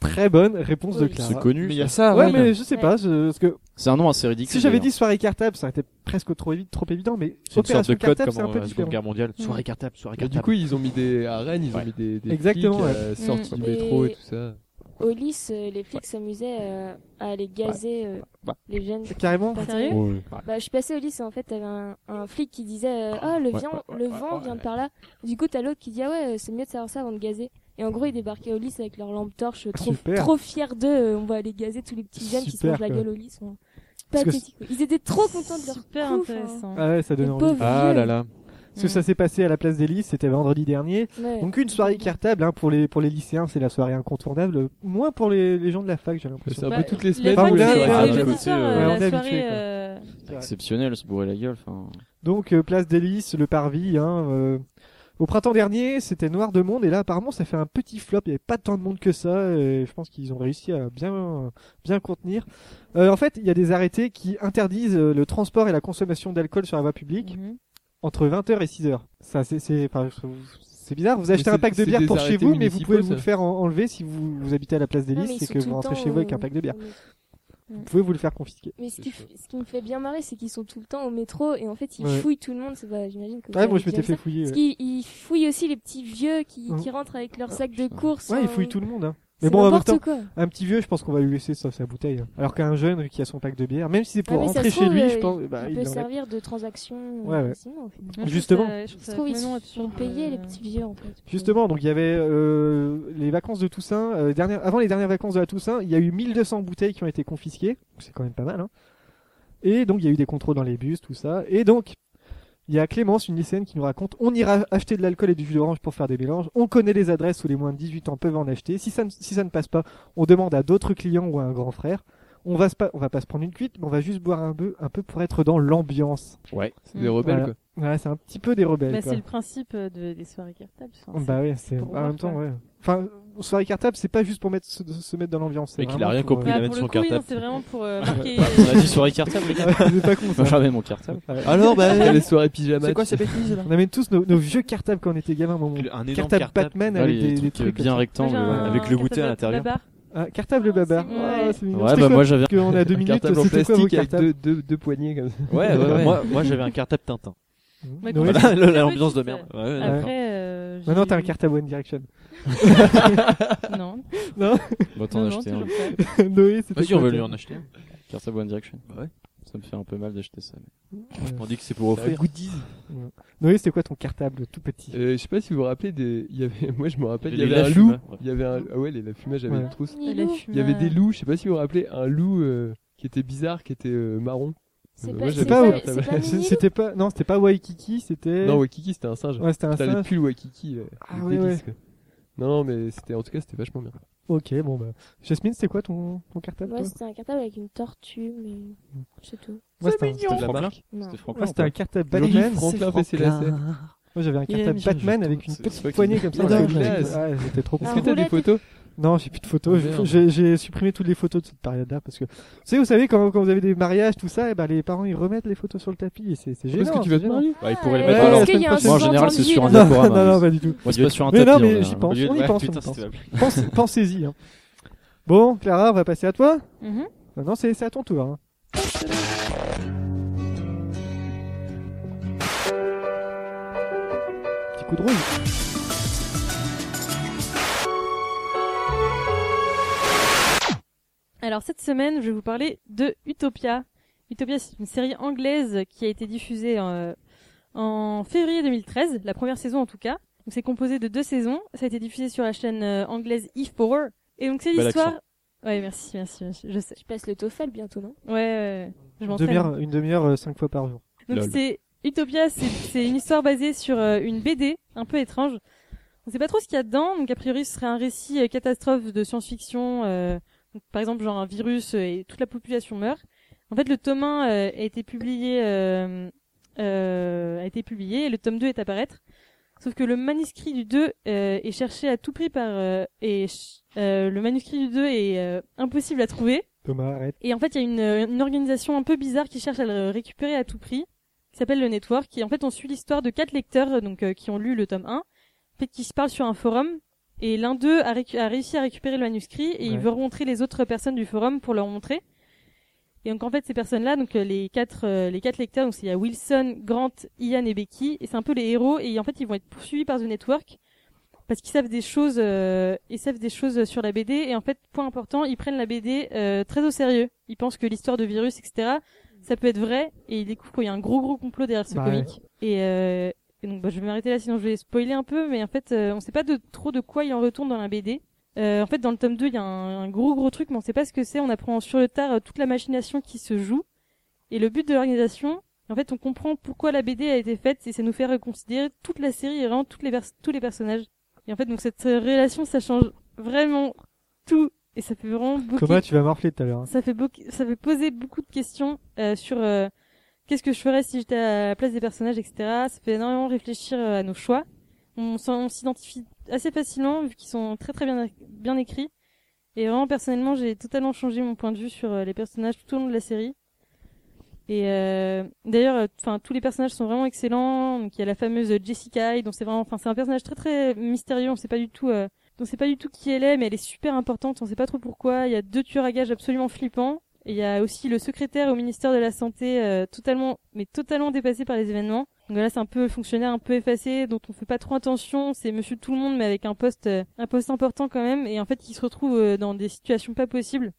Speaker 1: Très bonne réponse de
Speaker 5: Oui.
Speaker 1: Clara.
Speaker 4: C'est connu, Mais il y a ça. ça,
Speaker 1: Ouais,
Speaker 4: oui.
Speaker 1: mais je sais pas. je- Parce que
Speaker 4: C'est un nom assez ridicule.
Speaker 1: si j'avais dit
Speaker 4: d'ailleurs.
Speaker 1: soirée cartable, ça aurait été presque trop, évi- trop évident. Mais
Speaker 4: C'est une sorte
Speaker 1: opération
Speaker 4: de code
Speaker 1: cartable,
Speaker 4: comme
Speaker 1: c'est un
Speaker 4: en,
Speaker 1: peu
Speaker 4: euh, Seconde
Speaker 1: différent.
Speaker 4: Guerre mondiale.
Speaker 1: Mm.
Speaker 4: Soirée cartable, soirée
Speaker 2: Et du coup, ils ont mis des à Rennes, ils ont mis des, des
Speaker 1: Exactement,
Speaker 2: flics,
Speaker 1: ouais.
Speaker 2: euh, sortis
Speaker 1: Mm.
Speaker 2: du métro et
Speaker 6: Et-
Speaker 2: tout ça.
Speaker 6: Au lyce, euh, les flics s'amusaient euh, à aller gazer euh,
Speaker 1: Bah.
Speaker 6: les jeunes.
Speaker 1: Carrément
Speaker 6: Pas
Speaker 1: Sérieux
Speaker 6: terrible.
Speaker 1: Ouais.
Speaker 6: Bah, je suis passée au lyce et en fait, t'avais un, un flic qui disait euh, Ah, le,
Speaker 1: Ouais,
Speaker 6: vian-
Speaker 1: ouais,
Speaker 6: le
Speaker 1: ouais,
Speaker 6: vent
Speaker 1: ouais,
Speaker 6: vient de
Speaker 1: ouais.
Speaker 6: par là. Du coup, t'as l'autre qui dit Ah ouais, euh, c'est mieux de savoir ça avant de gazer. Et en gros, ils débarquaient au lyce avec leur lampe torche, euh, trop,
Speaker 1: Ah, Super.
Speaker 6: trop fiers d'eux. euh, On va aller gazer tous les petits jeunes qui se
Speaker 1: Super,
Speaker 6: mangent la
Speaker 1: quoi.
Speaker 6: gueule au lyce. hein.
Speaker 1: Parce que
Speaker 6: Pathétique. Ils étaient trop contents de leur
Speaker 5: Super
Speaker 6: coup, enfin.
Speaker 5: intéressant.
Speaker 1: Ah ouais, ça donne
Speaker 6: Les
Speaker 1: envie.
Speaker 6: pauvres vieux.
Speaker 1: Parce que ça s'est passé à la place des lycées, c'était vendredi dernier.
Speaker 6: Ouais.
Speaker 1: Donc une soirée cartable hein, pour les pour les lycéens, c'est la soirée incontournable. Moins pour les, les gens de la fac, j'ai l'impression.
Speaker 2: C'est un peu Bah, toutes les les semaines, facs,
Speaker 1: Enfin,
Speaker 2: c'est-
Speaker 1: ouais,
Speaker 2: c'est
Speaker 1: ouais,
Speaker 2: les
Speaker 1: ouais,
Speaker 2: jeudis
Speaker 1: ouais,
Speaker 2: soirs,
Speaker 1: ouais,
Speaker 2: euh,
Speaker 1: on
Speaker 2: la
Speaker 1: est habitué,
Speaker 5: soirée,
Speaker 1: quoi.
Speaker 5: euh,
Speaker 4: Exceptionnel, se bourrer la gueule. Enfin,
Speaker 1: Donc euh, place des Lys, le parvis. Hein, euh, Au printemps dernier, c'était noir de monde et là apparemment ça fait un petit flop. Il n'y avait pas tant de monde que ça. Et je pense qu'ils ont réussi à bien bien contenir. Euh, en fait, il y a des arrêtés qui interdisent euh, le transport et la consommation d'alcool sur la voie publique
Speaker 6: Mhm.
Speaker 1: entre 20h et 6h. Ça, c'est c'est enfin, je- c'est bizarre. Vous
Speaker 2: Mais
Speaker 1: achetez un
Speaker 2: c'est-
Speaker 1: pack de
Speaker 2: c'est
Speaker 1: bière
Speaker 2: des
Speaker 1: pour chez
Speaker 2: arrêtés
Speaker 1: vous, mais vous pouvez
Speaker 2: municipaux,
Speaker 1: vous
Speaker 2: ça.
Speaker 1: le faire en- enlever si vous, vous habitez à la place des
Speaker 6: Non,
Speaker 1: Lys
Speaker 6: mais ils
Speaker 1: et
Speaker 6: sont
Speaker 1: que
Speaker 6: tout
Speaker 1: vous
Speaker 6: le
Speaker 1: rentrez
Speaker 6: temps,
Speaker 1: chez vous avec
Speaker 6: euh,
Speaker 1: un pack de bière.
Speaker 6: Mm.
Speaker 1: Vous pouvez vous le faire confisquer.
Speaker 6: Mais ce qui, f- ce qui me fait bien marrer, c'est qu'ils sont tout le temps au métro et en fait ils
Speaker 1: Ouais.
Speaker 6: fouillent tout le monde. c'est pas- J'imagine que. vous
Speaker 1: Ouais, moi,
Speaker 6: avez
Speaker 1: je m'étais
Speaker 6: déjà
Speaker 1: fait
Speaker 6: ça.
Speaker 1: fouiller,
Speaker 6: Parce
Speaker 1: ouais.
Speaker 6: qu'ils ils fouillent aussi les petits vieux qui, qui
Speaker 1: Mhm.
Speaker 6: rentrent avec leur sac de course.
Speaker 1: Ouais,
Speaker 6: en-
Speaker 1: il fouille tout le monde. Hein.
Speaker 6: C'est
Speaker 1: Mais bon, en même
Speaker 6: n'importe
Speaker 1: temps,
Speaker 6: quoi.
Speaker 1: un petit vieux, je pense qu'on va lui laisser sa, sa bouteille. hein. Alors qu'un jeune qui a son pack de bière, même si c'est
Speaker 6: Ah,
Speaker 1: pour
Speaker 6: mais ça
Speaker 1: rentrer
Speaker 6: se
Speaker 1: chez
Speaker 6: trouve,
Speaker 1: lui,
Speaker 6: euh,
Speaker 1: je pense,
Speaker 6: il-
Speaker 1: bah,
Speaker 6: il
Speaker 1: il
Speaker 6: peut
Speaker 1: en est-
Speaker 6: servir de transaction. euh,
Speaker 1: Ouais, ouais.
Speaker 6: facilement, au final.
Speaker 1: Justement.
Speaker 6: Je trouve ils
Speaker 5: mignon,
Speaker 6: sont sont payés les petits vieux en fait.
Speaker 1: Justement, donc il y avait euh, les vacances de Toussaint. euh, dernière- avant les dernières vacances de la Toussaint, il y a eu 1200 bouteilles qui ont été confisquées. Donc, C'est quand même pas mal. Hein. Et donc il y a eu des contrôles dans les bus, tout ça. Et donc il y a Clémence, une lycéenne, qui nous raconte on ira acheter de l'alcool et du jus d'orange pour faire des mélanges. On connaît les adresses où les moins de 18 ans peuvent en acheter. Si ça ne, si ça ne passe pas, on demande à d'autres clients ou à un grand frère. On va se pas, on va pas se prendre une cuite, mais on va juste boire un peu, un peu pour être dans l'ambiance.
Speaker 2: Ouais, c'est des rebelles,
Speaker 1: Voilà. Ouais, c'est un petit peu des rebelles.
Speaker 5: Bah,
Speaker 1: quoi.
Speaker 5: c'est le principe euh, de, des soirées cartables. enfin,
Speaker 1: Bah oui, c'est
Speaker 5: pour
Speaker 1: en
Speaker 5: voir,
Speaker 1: même temps,
Speaker 5: quoi.
Speaker 1: ouais. Enfin, soirée cartable, c'est pas juste pour mettre, se, se mettre dans l'ambiance. c'est
Speaker 4: Et qu'il
Speaker 1: vraiment
Speaker 4: a rien
Speaker 1: pour,
Speaker 4: compris,
Speaker 1: euh,
Speaker 4: il a Bah, mettre pour
Speaker 5: le son coup, oui, cartable. non, c'est vraiment pour, euh, marquer-
Speaker 4: On a dit soirée cartable, les gars.
Speaker 1: Ouais, c'est pas con, ça.
Speaker 4: Moi, j'avais mon cartable.
Speaker 1: Ouais.
Speaker 4: Alors, bah, T'as les soirées pyjama, c'est quoi ces bêtises, là
Speaker 1: On amène tous nos, nos vieux cartables quand on était gamin, mon
Speaker 4: Un énorme
Speaker 1: cartable
Speaker 4: cartable.
Speaker 1: Batman
Speaker 4: Ouais,
Speaker 1: avec
Speaker 4: les
Speaker 1: des,
Speaker 4: trucs,
Speaker 1: des
Speaker 4: euh, bien
Speaker 1: ouais.
Speaker 4: rectangles, Moi, j'ai ouais, un avec le goûter à cartable l'intérieur. babar.
Speaker 1: Ah, cartable babar.
Speaker 5: Ouais.
Speaker 1: Ah, c'est mignon.
Speaker 4: Ouais,
Speaker 1: C'était
Speaker 4: bah,
Speaker 1: quoi
Speaker 4: moi, j'avais-
Speaker 1: Parce qu'on a deux
Speaker 2: Un
Speaker 1: minutes,
Speaker 2: cartable en
Speaker 1: c'était quoi vos
Speaker 2: plastique avec
Speaker 1: cartables
Speaker 2: deux, deux, deux poignées comme ça.
Speaker 9: Ouais, ouais, ouais. Moi, moi, j'avais un cartable Tintin. Noël. Voilà, l'ambiance de merde. Ouais, ouais, d'accord.
Speaker 5: Après, euh,
Speaker 1: Maintenant,
Speaker 5: j'ai-
Speaker 1: t'as un cartable One Direction.
Speaker 5: Non.
Speaker 1: Non.
Speaker 4: Bon, t'en as acheté un.
Speaker 1: Noé, c'était
Speaker 9: Vas-y, on
Speaker 1: quoi,
Speaker 9: va
Speaker 1: toi
Speaker 9: lui en acheter un.
Speaker 4: Cartable One Direction. Ouais. Ça me fait un peu mal d'acheter ça. mais-
Speaker 9: On dit que c'est pour offrir.
Speaker 1: Goodies. Ouais. Noé, c'était quoi ton cartable tout petit
Speaker 2: Euh, je sais pas si vous vous rappelez des. Il y avait... Moi je me rappelle, il y
Speaker 9: Les
Speaker 2: avait un
Speaker 9: lafuma,
Speaker 2: loup.
Speaker 9: ouais.
Speaker 2: Il y avait un... Ah ouais, les lafumage j'avais
Speaker 1: Ouais.
Speaker 2: une trousse.
Speaker 6: Les lafuma.
Speaker 2: Il y avait des loups, je sais pas si vous vous rappelez, un loup euh, qui était bizarre, qui était euh, marron.
Speaker 6: C'est
Speaker 2: Euh,
Speaker 6: pas-
Speaker 2: moi,
Speaker 6: c'est
Speaker 2: j'avais
Speaker 6: pas-
Speaker 2: un
Speaker 6: c'est
Speaker 2: cartable.
Speaker 6: pas Minilou
Speaker 1: C'était pas, non, c'était pas Waikiki, c'était.
Speaker 2: Non, Wakiki c'était un singe.
Speaker 1: Ouais, c'était un
Speaker 2: Putain,
Speaker 1: singe.
Speaker 2: le pull Wakiki. là,
Speaker 1: Ah
Speaker 2: le
Speaker 1: ouais,
Speaker 2: délice,
Speaker 1: ouais.
Speaker 2: quoi. Non, non, mais c'était en tout cas, c'était vachement bien.
Speaker 1: Ok, bon bah. Jasmine, c'était quoi ton, ton cartable
Speaker 6: Moi
Speaker 1: toi
Speaker 6: c'était un cartable avec une tortue, mais c'est tout.
Speaker 1: Moi, c'était un- c'était de la
Speaker 4: Franklin
Speaker 1: marque.
Speaker 6: Non.
Speaker 4: C'était
Speaker 1: Moi,
Speaker 4: Franklin.
Speaker 1: c'était un cartable
Speaker 4: Oui,
Speaker 1: Batman.
Speaker 4: Franklin,
Speaker 1: C'est
Speaker 4: PC
Speaker 1: Franklin.
Speaker 4: Lasset.
Speaker 1: Moi, j'avais un
Speaker 4: Il aime
Speaker 1: cartable
Speaker 4: bien
Speaker 1: Batman
Speaker 4: Jeton.
Speaker 1: avec une
Speaker 4: C'est
Speaker 1: petite
Speaker 4: fucking
Speaker 1: poignée comme ça.
Speaker 4: dingue.
Speaker 1: avec des-
Speaker 4: Classe.
Speaker 1: Ah, J'étais trop
Speaker 4: Est-ce
Speaker 1: content.
Speaker 4: que t'as des Un photos
Speaker 1: Non, j'ai plus de photos.
Speaker 4: Ah, merde.
Speaker 1: J'ai- J'ai supprimé toutes les photos de cette période-là parce que, vous savez, vous savez, quand, quand vous avez des mariages, tout ça, et ben, les parents, ils remettent les photos sur le tapis et c'est c'est
Speaker 2: Parce
Speaker 1: gênant.
Speaker 2: que tu vas te
Speaker 1: c'est gênant.
Speaker 2: marier.
Speaker 4: Bah, il pourrait
Speaker 1: Ouais,
Speaker 4: le mettre
Speaker 1: parce
Speaker 4: alors.
Speaker 1: qu'il y a un
Speaker 4: Moi, en général, c'est sur un
Speaker 1: sous-entendu,
Speaker 4: diaporama.
Speaker 1: là. Non, non, pas du tout.
Speaker 4: Moi, c'est pas sur un
Speaker 1: Mais
Speaker 4: tapis.
Speaker 1: non,
Speaker 4: on
Speaker 1: mais
Speaker 4: a-
Speaker 1: j'y pense,
Speaker 4: lieu de-
Speaker 1: on y
Speaker 4: Ouais,
Speaker 1: pense, on
Speaker 4: putain,
Speaker 1: y pense.
Speaker 4: c'était pas-
Speaker 1: Pense- Pensez-y. hein. Bon, Clara, on va passer à toi.
Speaker 5: Mhm.
Speaker 1: Maintenant, c'est c'est à ton tour. hein. Petit coup de rouge.
Speaker 5: Alors cette semaine, je vais vous parler de Utopia. Utopia, c'est une série anglaise qui a été diffusée euh, en février 2013, la première saison en tout cas. Donc c'est composé de deux saisons. Ça a été diffusé sur la chaîne euh, anglaise Eve Power. Et donc c'est
Speaker 4: Bel
Speaker 5: l'histoire. Ouais, merci, merci, merci, je sais.
Speaker 6: Je passe le TOEFL bientôt, non
Speaker 5: Ouais, ouais, ouais. je
Speaker 1: Une
Speaker 5: m'entraîne.
Speaker 1: demi-heure, une demi-heure, euh, cinq fois par jour.
Speaker 5: Donc c'est Utopia, c'est- c'est une histoire basée sur euh, une BD un peu étrange. On sait pas trop ce qu'il y a dedans, donc a priori ce serait un récit euh, catastrophe de science-fiction, euh, donc, par exemple genre un virus euh, et toute la population meurt. En fait le tome 1 euh, a été publié euh, euh, a été publié et le tome 2 est à paraître. Sauf que le manuscrit du 2 euh, est cherché à tout prix par euh, et ch- euh, le manuscrit du 2 est euh, impossible à trouver.
Speaker 1: Thomas, arrête.
Speaker 5: Et en fait, il y a une, une organisation un peu bizarre qui cherche à le récupérer à tout prix, qui s'appelle le Network. Et en fait, on suit l'histoire de quatre lecteurs donc euh, qui ont lu le tome 1, fait, qui se parlent sur un forum. Et l'un d'eux a, récu- a réussi à récupérer le manuscrit et il
Speaker 18: Ouais.
Speaker 5: veut rencontrer les autres personnes du forum pour leur montrer. Et donc en fait, ces personnes-là, donc euh, les quatre, euh, les quatre lecteurs, donc c'est- il y a Wilson, Grant, Ian et Becky, et c'est un peu les héros. Et en fait, ils vont être poursuivis par The Network parce qu'ils savent des choses, euh, ils savent des choses sur la BD et en fait, point important, ils prennent la BD euh, très au sérieux. Ils pensent que l'histoire de virus, etc., ça peut être vrai et ils découvrent qu'il y a un gros gros complot derrière ce
Speaker 1: Bah
Speaker 5: comic. Et, euh, et donc, bah, je vais m'arrêter là, sinon je vais spoiler un peu, mais en fait, euh, on sait pas de trop de quoi il en retourne dans la BD. Euh, en fait, dans le tome 2, il y a un, un gros gros truc, mais on sait pas ce que c'est. On apprend sur le tard euh, toute la machination qui se joue. Et le but de l'organisation, en fait, on comprend pourquoi la BD a été faite, et c'est nous faire reconsidérer toute la série et vraiment toutes les vers- tous les personnages. Et en fait, donc cette euh, relation, ça change vraiment tout, et ça fait vraiment beaucoup.
Speaker 1: Thomas, tu vas morfler tout à l'heure. hein.
Speaker 5: Ça fait beaucoup, ça fait poser beaucoup de questions euh, sur euh, qu'est-ce que je ferais si j'étais à la place des personnages, etc. Ça fait énormément réfléchir euh, à nos choix. On, s'en- on s'identifie assez facilement vu qu'ils sont très très bien bien écrits. Et vraiment personnellement, j'ai totalement changé mon point de vue sur euh, les personnages tout au long de la série. Et euh, d'ailleurs, enfin tous les personnages sont vraiment excellents. Donc il y a la fameuse Jessica, Hyde, dont c'est vraiment, enfin c'est un personnage très très mystérieux. On sait pas du tout, euh, on sait pas du tout qui elle est, mais elle est super importante. On sait pas trop pourquoi. Il y a deux tueurs à gages absolument flippants. Et il y a aussi le secrétaire au ministère de la santé, euh, totalement, mais totalement dépassé par les événements. Donc là, c'est un peu le fonctionnaire un peu effacé, dont on fait pas trop attention. C'est Monsieur Tout le Monde, mais avec un poste, euh, un poste important quand même. Et en fait, il se retrouve euh, dans des situations pas possibles.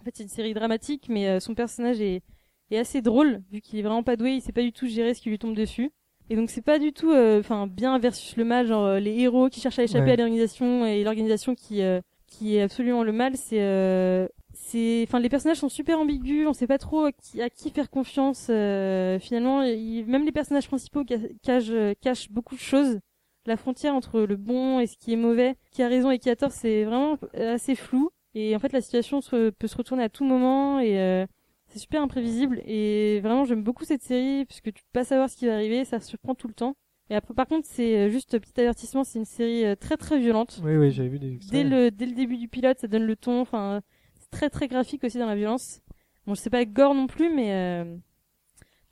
Speaker 5: En fait, c'est une série dramatique, mais euh, son personnage est, est assez drôle, vu qu'il est vraiment pas doué, il sait pas du tout gérer ce qui lui tombe dessus. Et donc c'est pas du tout, euh, enfin, bien versus le mal, genre euh, les héros qui cherchent à échapper
Speaker 1: Ouais.
Speaker 5: à l'organisation et l'organisation qui euh, qui est absolument le mal. C'est, euh, c'est, enfin, les personnages sont super ambigus, on sait pas trop à qui, à qui faire confiance. euh, finalement, il- même les personnages principaux ca- cachent euh, cachent beaucoup de choses. La frontière entre le bon et ce qui est mauvais, qui a raison et qui a tort, c'est vraiment assez flou. Et en fait, la situation se- peut se retourner à tout moment et euh, c'est super imprévisible et vraiment j'aime beaucoup cette série parce que tu peux pas savoir ce qui va arriver, ça surprend tout le temps. Et après par contre c'est euh, juste euh, petit avertissement, c'est une série euh, très très violente.
Speaker 1: Oui, oui, j'avais vu des extraits.
Speaker 5: Dès le dès le début du pilote, ça donne le ton. Enfin euh, c'est très très graphique aussi dans la violence. Bon je sais pas gore non plus mais euh,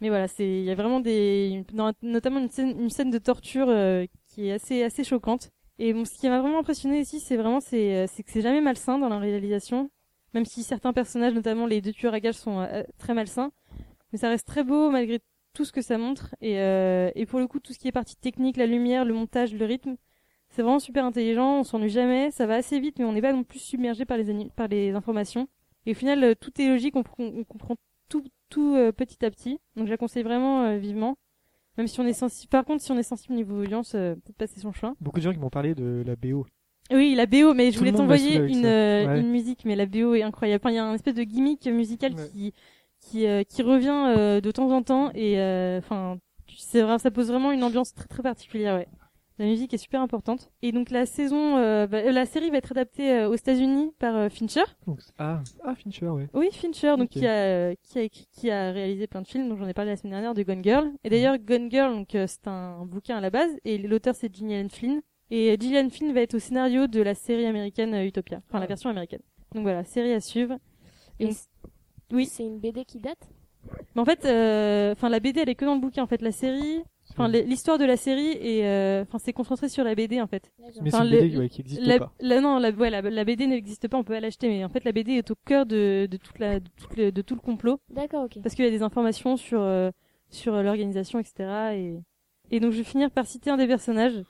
Speaker 5: mais voilà c'est il y a vraiment des dans- notamment une scène une scène de torture euh, qui est assez assez choquante. Et bon, ce qui m'a vraiment impressionné ici, c'est vraiment c'est euh, c'est que c'est jamais malsain dans la réalisation même si certains personnages, notamment les deux tueurs à gages, sont euh, très malsains. Mais ça reste très beau malgré tout ce que ça montre. Et, euh, et pour le coup, tout ce qui est partie technique, la lumière, le montage, le rythme, c'est vraiment super intelligent. On s'ennuie jamais. Ça va assez vite, mais on n'est pas non plus submergé par les, ani- par les informations. Et au final, euh, tout est logique. On, pr- on comprend tout, tout euh, petit à petit. Donc je la conseille vraiment euh, vivement. Même si on est sensible. Par contre, si on est sensible niveau audience, euh, peut-être passer son chemin.
Speaker 1: Beaucoup de gens qui m'ont parlé de la BO.
Speaker 5: Oui, la BO, mais je
Speaker 1: Tout le
Speaker 5: voulais
Speaker 1: monde m'a
Speaker 5: t'envoyer
Speaker 1: saoulé avec
Speaker 5: une,
Speaker 1: ça.
Speaker 5: euh,
Speaker 1: Ouais.
Speaker 5: une musique, mais la BO est incroyable. Enfin, il y a un espèce de gimmick musical qui qui euh, qui revient euh, de temps en temps et euh, enfin tu- c'est vrai, ça pose vraiment une ambiance très très particulière. Ouais. La musique est super importante. Et donc la saison, euh, va- euh, la série va être adaptée euh, aux États-Unis par euh, Fincher.
Speaker 1: Donc, ah, ah, Fincher, ouais.
Speaker 5: Oui, Fincher, donc
Speaker 1: Ok.
Speaker 5: qui a euh, qui a écrit, qui a réalisé plein de films, dont j'en ai parlé la semaine dernière de Gone Girl. Et d'ailleurs,
Speaker 1: Mhm.
Speaker 5: Gone Girl, donc euh, c'est un bouquin à la base, et l'auteur c'est Gillian Flynn. Et euh, Gillian Flynn va être au scénario de la série américaine euh, Utopia, enfin la
Speaker 1: Ah.
Speaker 5: version américaine. Donc voilà, série à suivre. Et donc- oui.
Speaker 6: C'est une BD qui date
Speaker 5: mais en fait, euh, enfin la BD elle est que dans le bouquin en fait, la série,
Speaker 1: Hmm.
Speaker 5: enfin l- l'histoire de la série et euh, enfin c'est concentré sur la BD en fait.
Speaker 1: Mais
Speaker 5: Enfin,
Speaker 1: c'est une
Speaker 5: le-
Speaker 1: BD, ouais, qui existe
Speaker 5: la-
Speaker 1: pas.
Speaker 5: la- non, la, ouais, la, la BD n'existe pas, on peut pas l'acheter, mais en fait la BD est au cœur de, de toute la de, toute le, de tout le complot.
Speaker 6: D'accord, ok.
Speaker 5: Parce qu'il y a des informations sur euh, sur euh, l'organisation, etc. Et et donc je vais finir par citer un des personnages.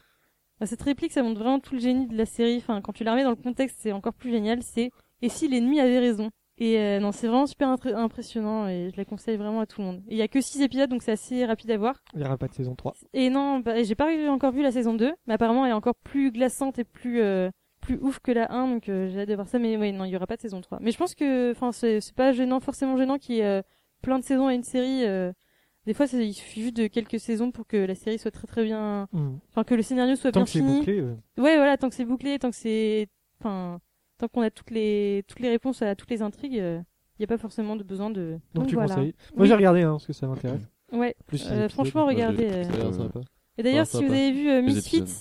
Speaker 5: Bah, Cette réplique, ça montre vraiment tout le génie de la série. Enfin, quand tu la remets dans le contexte, c'est encore plus génial. C'est et si l'ennemi avait raison. Et euh, non, c'est vraiment super intré- impressionnant et je la conseille vraiment à tout le monde. Et Il y a que 6 épisodes, donc c'est assez rapide à voir.
Speaker 1: Il n'y aura pas de saison 3.
Speaker 5: Et non, bah, j'ai pas encore vu la saison 2, mais apparemment elle est encore plus glaçante et plus euh, plus ouf que la 1, donc euh, j'ai hâte de voir ça. Mais ouais, non, il y aura pas de saison 3. Mais je pense que, enfin, c'est c'est pas gênant, forcément gênant qu'il y ait euh, plein de saisons à une série. euh, des fois, c'est- il suffit juste de quelques saisons pour que la série soit très très bien,
Speaker 1: Mm.
Speaker 5: enfin que le scénario soit
Speaker 1: Tant
Speaker 5: bien
Speaker 1: que c'est
Speaker 5: fini.
Speaker 1: bouclé, euh.
Speaker 5: Ouais, voilà, tant que c'est bouclé, tant que c'est, enfin, tant qu'on a toutes les toutes les réponses à toutes les intrigues, euh, il y a pas forcément de besoin de.
Speaker 1: Donc, tu
Speaker 5: voilà.
Speaker 1: conseilles. Moi,
Speaker 5: Oui.
Speaker 1: j'ai regardé, hein, parce que ça m'intéresse.
Speaker 5: Ouais,
Speaker 1: Plus les
Speaker 5: euh,
Speaker 1: épisodes.
Speaker 5: franchement,
Speaker 1: Moi, j'ai-
Speaker 5: regardez.
Speaker 1: ça a l'air
Speaker 5: euh,
Speaker 1: sympa.
Speaker 5: Et d'ailleurs,
Speaker 4: Ça a
Speaker 5: si
Speaker 4: l'air
Speaker 5: vous
Speaker 4: sympa.
Speaker 5: avez vu euh,
Speaker 4: Les
Speaker 5: Misfits,
Speaker 4: épisodes.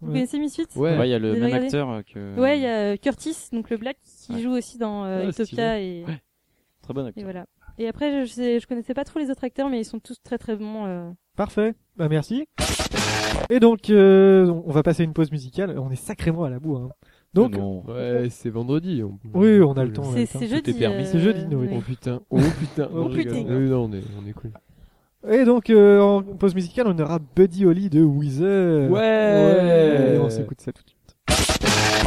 Speaker 5: vous
Speaker 4: Ouais.
Speaker 5: connaissez Misfits
Speaker 4: Ouais. Ouais, il y a le
Speaker 5: Vous avez
Speaker 4: même
Speaker 5: regardé
Speaker 4: acteur, euh, que-
Speaker 5: Ouais, il y a euh, Curtis, donc le Black, qui
Speaker 4: Ouais.
Speaker 5: joue aussi dans euh,
Speaker 4: Ah,
Speaker 5: Utopia
Speaker 4: stylé.
Speaker 5: et.
Speaker 4: Ouais. Très bon acteur.
Speaker 5: Et voilà. Et après, je, sais, je connaissais pas trop les autres acteurs, mais ils sont tous très très bons. euh.
Speaker 1: Parfait. Bah, merci. Et donc, euh, on va passer une pause musicale. On est sacrément à la boue, hein. Donc,
Speaker 2: Ouais, c'est vendredi. on-
Speaker 1: Oui, on a le temps, on a le C'est- temps.
Speaker 5: c'est jeudi,
Speaker 2: Tout est permis.
Speaker 5: euh,
Speaker 1: C'est jeudi, Noé. oui.
Speaker 2: Oh putain, oh putain,
Speaker 1: Oh
Speaker 2: non, je
Speaker 1: putain.
Speaker 2: rigole. Oui, non, on est, on est cool.
Speaker 13: Et donc, euh, en pause musicale, on aura Buddy Holly de Weezer.
Speaker 2: Ouais.
Speaker 13: Ouais,
Speaker 2: Euh,
Speaker 13: On s'écoute ça tout de suite.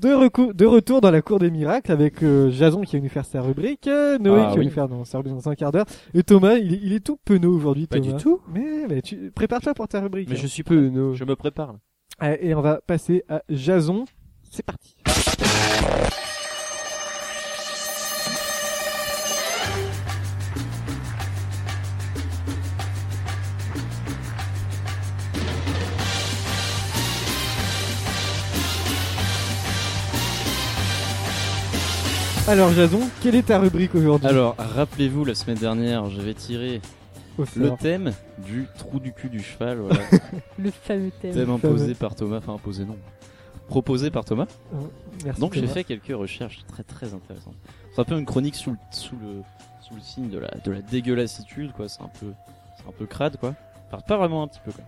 Speaker 13: De, recou- de retour dans la cour des miracles avec euh, Jason qui va nous faire sa rubrique, euh, Noé
Speaker 4: Ah
Speaker 13: qui va
Speaker 4: oui.
Speaker 13: nous faire dans, sa rubrique dans un quart d'heure, et Thomas, il, est- il est tout penaud aujourd'hui.
Speaker 4: Pas du
Speaker 13: Thomas.
Speaker 4: tout.
Speaker 13: Mais, mais tu, prépare-toi pour ta rubrique.
Speaker 4: Mais
Speaker 13: hein.
Speaker 4: je suis peu, je me prépare. là.
Speaker 13: Euh, Et on va passer à Jason. C'est parti. Alors Jason, quelle est ta rubrique aujourd'hui
Speaker 4: Alors, rappelez-vous, la semaine dernière, j'avais tiré
Speaker 13: Au sort.
Speaker 4: le thème du trou du cul du cheval. Voilà.
Speaker 5: Le fameux thème.
Speaker 4: Thème
Speaker 5: Le
Speaker 4: imposé
Speaker 5: fameux.
Speaker 4: par Thomas, enfin imposé non, proposé par Thomas.
Speaker 13: Ouais, Oh, merci
Speaker 4: Donc j'ai
Speaker 13: Thomas.
Speaker 4: fait quelques recherches très très intéressantes. C'est un peu une chronique sous le, sous le, sous le signe de la, de la dégueulassitude, quoi. C'est un peu, c'est un peu crade, quoi. Enfin, pas vraiment un petit peu, quoi.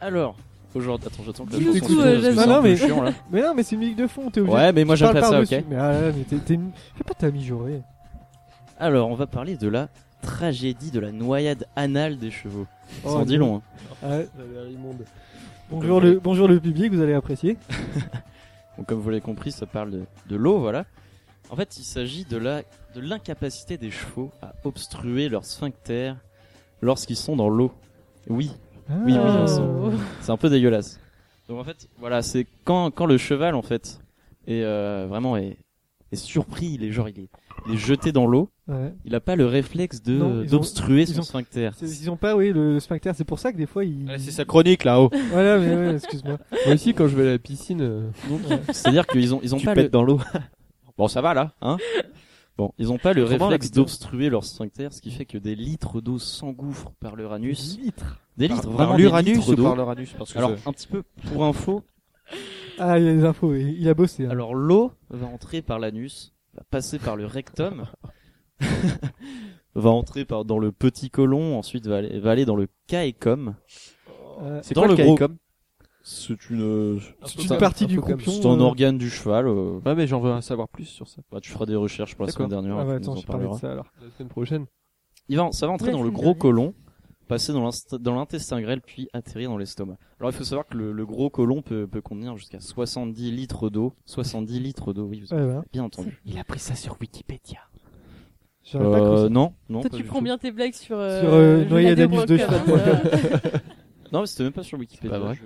Speaker 4: Alors, aujourd'hui, attends, j'attends que la
Speaker 13: Dis-nous
Speaker 4: chanson
Speaker 13: tout,
Speaker 4: finisse,
Speaker 13: euh,
Speaker 4: parce que
Speaker 13: Jason.
Speaker 4: c'est
Speaker 13: Non,
Speaker 4: un
Speaker 13: non,
Speaker 4: peu
Speaker 13: mais-
Speaker 4: chiant, là.
Speaker 13: Mais non, mais c'est une musique de fond, t'es obligé.
Speaker 4: Ouais, mais moi,
Speaker 13: tu
Speaker 4: j'aime
Speaker 13: parles
Speaker 4: pas ça,
Speaker 13: par-dessus.
Speaker 4: ok.
Speaker 13: Mais ah, mais t'es, t'es une- Fais pas t'améliorer.
Speaker 4: Alors, on va parler de la tragédie de la noyade anale des chevaux.
Speaker 13: Oh,
Speaker 4: Sans dit
Speaker 13: non.
Speaker 4: long, hein.
Speaker 2: Ah
Speaker 13: Ouais. Bonjour le, bonjour le public, vous allez apprécier.
Speaker 4: Donc, comme vous l'avez compris, ça parle de, de l'eau, voilà. En fait, il s'agit de la de l'incapacité des chevaux à obstruer leur sphincter lorsqu'ils sont dans l'eau. Oui, oui, oui,
Speaker 5: Ah.
Speaker 13: Oh.
Speaker 4: Vincent. c'est un peu dégueulasse. Donc en fait, voilà, c'est quand quand le cheval en fait est euh, vraiment est, est surpris, il est genre il est, il est jeté dans l'eau.
Speaker 13: Ouais.
Speaker 4: Il a pas le réflexe de
Speaker 13: Non, ils ont-
Speaker 4: d'obstruer
Speaker 13: ils
Speaker 4: son
Speaker 13: ont-
Speaker 4: sphincter.
Speaker 13: C'est- Ils ont pas, oui, le, le sphincter, c'est pour ça que des fois ils.
Speaker 4: c'est sa chronique oh. là-haut.
Speaker 13: Voilà, mais ouais, excuse-moi.
Speaker 2: oh. Moi aussi, quand je vais à la piscine, euh,
Speaker 4: C'est-à-dire qu'ils ont, ils ont
Speaker 2: Tu
Speaker 4: pas
Speaker 2: pètes
Speaker 4: le...
Speaker 2: dans l'eau.
Speaker 4: bon, ça va là, hein Bon, ils ont pas le
Speaker 2: Comment on
Speaker 4: réflexe
Speaker 2: habite-
Speaker 4: d'obstruer leur sphincter, ce qui fait que des litres d'eau s'engouffrent par leur anus. Des
Speaker 13: litres.
Speaker 4: Des
Speaker 13: Par-
Speaker 4: litres,
Speaker 13: par
Speaker 4: vraiment
Speaker 13: l'uranus
Speaker 4: des litres
Speaker 13: ou
Speaker 4: d'eau.
Speaker 13: par leur anus, parce que
Speaker 4: Alors,
Speaker 13: je-
Speaker 4: un petit peu pour info.
Speaker 13: Ah, il y a des infos, il il a bossé. hein.
Speaker 4: Alors, l'eau va entrer par l'anus, va passer par le rectum, va entrer par dans le petit colon, ensuite va aller, va aller dans le caecum.
Speaker 13: Euh,
Speaker 4: Dans le gros- C'est une,
Speaker 1: C'est une partie du croupion,
Speaker 4: C'est un
Speaker 1: euh.
Speaker 4: organe du cheval.
Speaker 9: Ouais, mais j'en veux en savoir plus sur ça.
Speaker 4: Bah, tu feras des recherches pour la
Speaker 2: D'accord.
Speaker 4: semaine dernière.
Speaker 2: Ah ouais,
Speaker 4: tu
Speaker 2: attends,
Speaker 4: nous en
Speaker 2: je parlais de
Speaker 4: parleras.
Speaker 2: ça, alors. La semaine prochaine.
Speaker 4: Il va, ça va entrer
Speaker 2: Ouais,
Speaker 4: dans
Speaker 2: la
Speaker 4: le
Speaker 2: semaine
Speaker 4: gros
Speaker 2: dernière.
Speaker 4: côlon, passer dans l'inst- dans l'intestin grêle, puis atterrir dans l'estomac. Alors il faut savoir que le, le gros côlon peut, peut contenir jusqu'à 70 litres d'eau. 70 litres d'eau, oui, vous avez
Speaker 1: Ouais, ouais.
Speaker 4: bien entendu.
Speaker 1: Il a pris ça sur Wikipédia.
Speaker 5: J'aurais pas cru
Speaker 4: Euh,
Speaker 5: ça.
Speaker 4: non, non.
Speaker 5: Toi,
Speaker 4: pas
Speaker 5: tu
Speaker 4: du
Speaker 5: prends
Speaker 4: tout.
Speaker 5: bien tes blagues sur.
Speaker 1: Sur, euh,
Speaker 5: Julia
Speaker 1: noyade
Speaker 5: Debrock,
Speaker 1: anus de
Speaker 5: quand
Speaker 1: cheval.
Speaker 5: même, euh.
Speaker 4: non, mais c'était même pas sur Wikipédia.
Speaker 9: pas vrai.
Speaker 4: Je,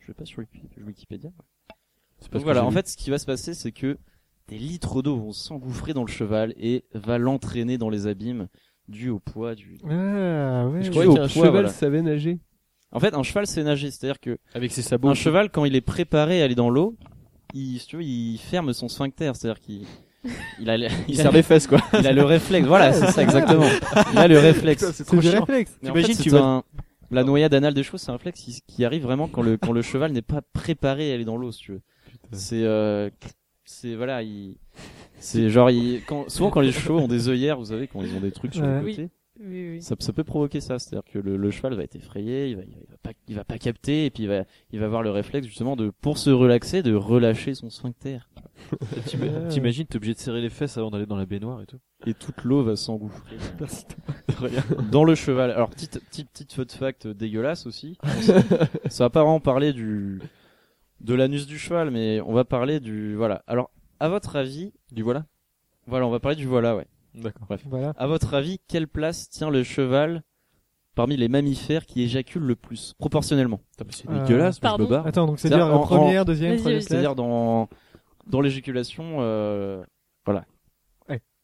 Speaker 4: je vais pas sur Wiki- Wikipédia.
Speaker 9: pas
Speaker 4: Donc
Speaker 9: ce que
Speaker 4: voilà,
Speaker 9: j'ai
Speaker 4: en
Speaker 9: lu.
Speaker 4: fait, ce qui va se passer, c'est que des litres d'eau vont s'engouffrer dans le cheval et va l'entraîner dans les abîmes dû au poids du.
Speaker 1: Ah, ouais.
Speaker 4: Dû
Speaker 1: Je croyais
Speaker 4: au
Speaker 1: qu'un
Speaker 4: poids,
Speaker 1: cheval
Speaker 4: voilà.
Speaker 2: savait nager.
Speaker 4: En fait, un cheval sait nager, c'est-à-dire que
Speaker 9: avec ses sabots.
Speaker 4: Un cheval, quand il est préparé à aller dans l'eau, il, si tu veux, il ferme son sphincter, c'est-à-dire qu'il il a, le-
Speaker 9: Il
Speaker 4: il
Speaker 9: serre
Speaker 4: a-
Speaker 9: les fesses, quoi.
Speaker 4: Il a le réflexe, voilà, c'est ça exactement. Il a le réflexe.
Speaker 9: Putain, c'est trop C'est du chiant. réflexe.
Speaker 4: Mais en
Speaker 9: T'imagines,
Speaker 4: fait, c'est
Speaker 9: tu vas-
Speaker 4: un- la noyade anale des choses, c'est un réflexe qui, qui arrive vraiment quand le quand le cheval n'est pas préparé à aller dans l'eau, si tu veux. C'est euh, c'est voilà, il c'est genre il quand souvent quand les chevaux ont des œillères, vous savez quand ils ont des trucs sur
Speaker 5: Ouais.
Speaker 4: le
Speaker 5: Oui.
Speaker 4: côté.
Speaker 5: Oui, oui.
Speaker 4: Ça, ça peut provoquer ça, c'est-à-dire que le, le cheval va être effrayé, il va, il va- il va pas, il va pas capter, et puis il va, il va avoir le réflexe justement de, pour se relaxer, de relâcher son sphincter.
Speaker 9: T'ima- T'imagines, t'es obligé de serrer les fesses avant d'aller dans la baignoire et tout.
Speaker 4: Et toute l'eau va s'engouffrer. dans le cheval. Alors petite petite petite fun fact dégueulasse aussi.
Speaker 1: Ah,
Speaker 4: ça va pas vraiment parler du de l'anus du cheval, mais on va parler du voilà. Alors à votre avis,
Speaker 9: du voilà.
Speaker 4: Voilà, on va parler du voilà, ouais.
Speaker 9: D'accord.
Speaker 4: Bref.
Speaker 1: Voilà.
Speaker 4: À votre avis, quelle place tient le cheval parmi les mammifères qui éjaculent le plus proportionnellement C'est
Speaker 1: Euh, dégueulasse, mais je me pardon barre. Attends, donc c'est-à-dire
Speaker 4: C'est-à-dire
Speaker 1: en première, deuxième, Vas-y, troisième
Speaker 4: C'est-à-dire dans dans l'éjaculation, euh, voilà.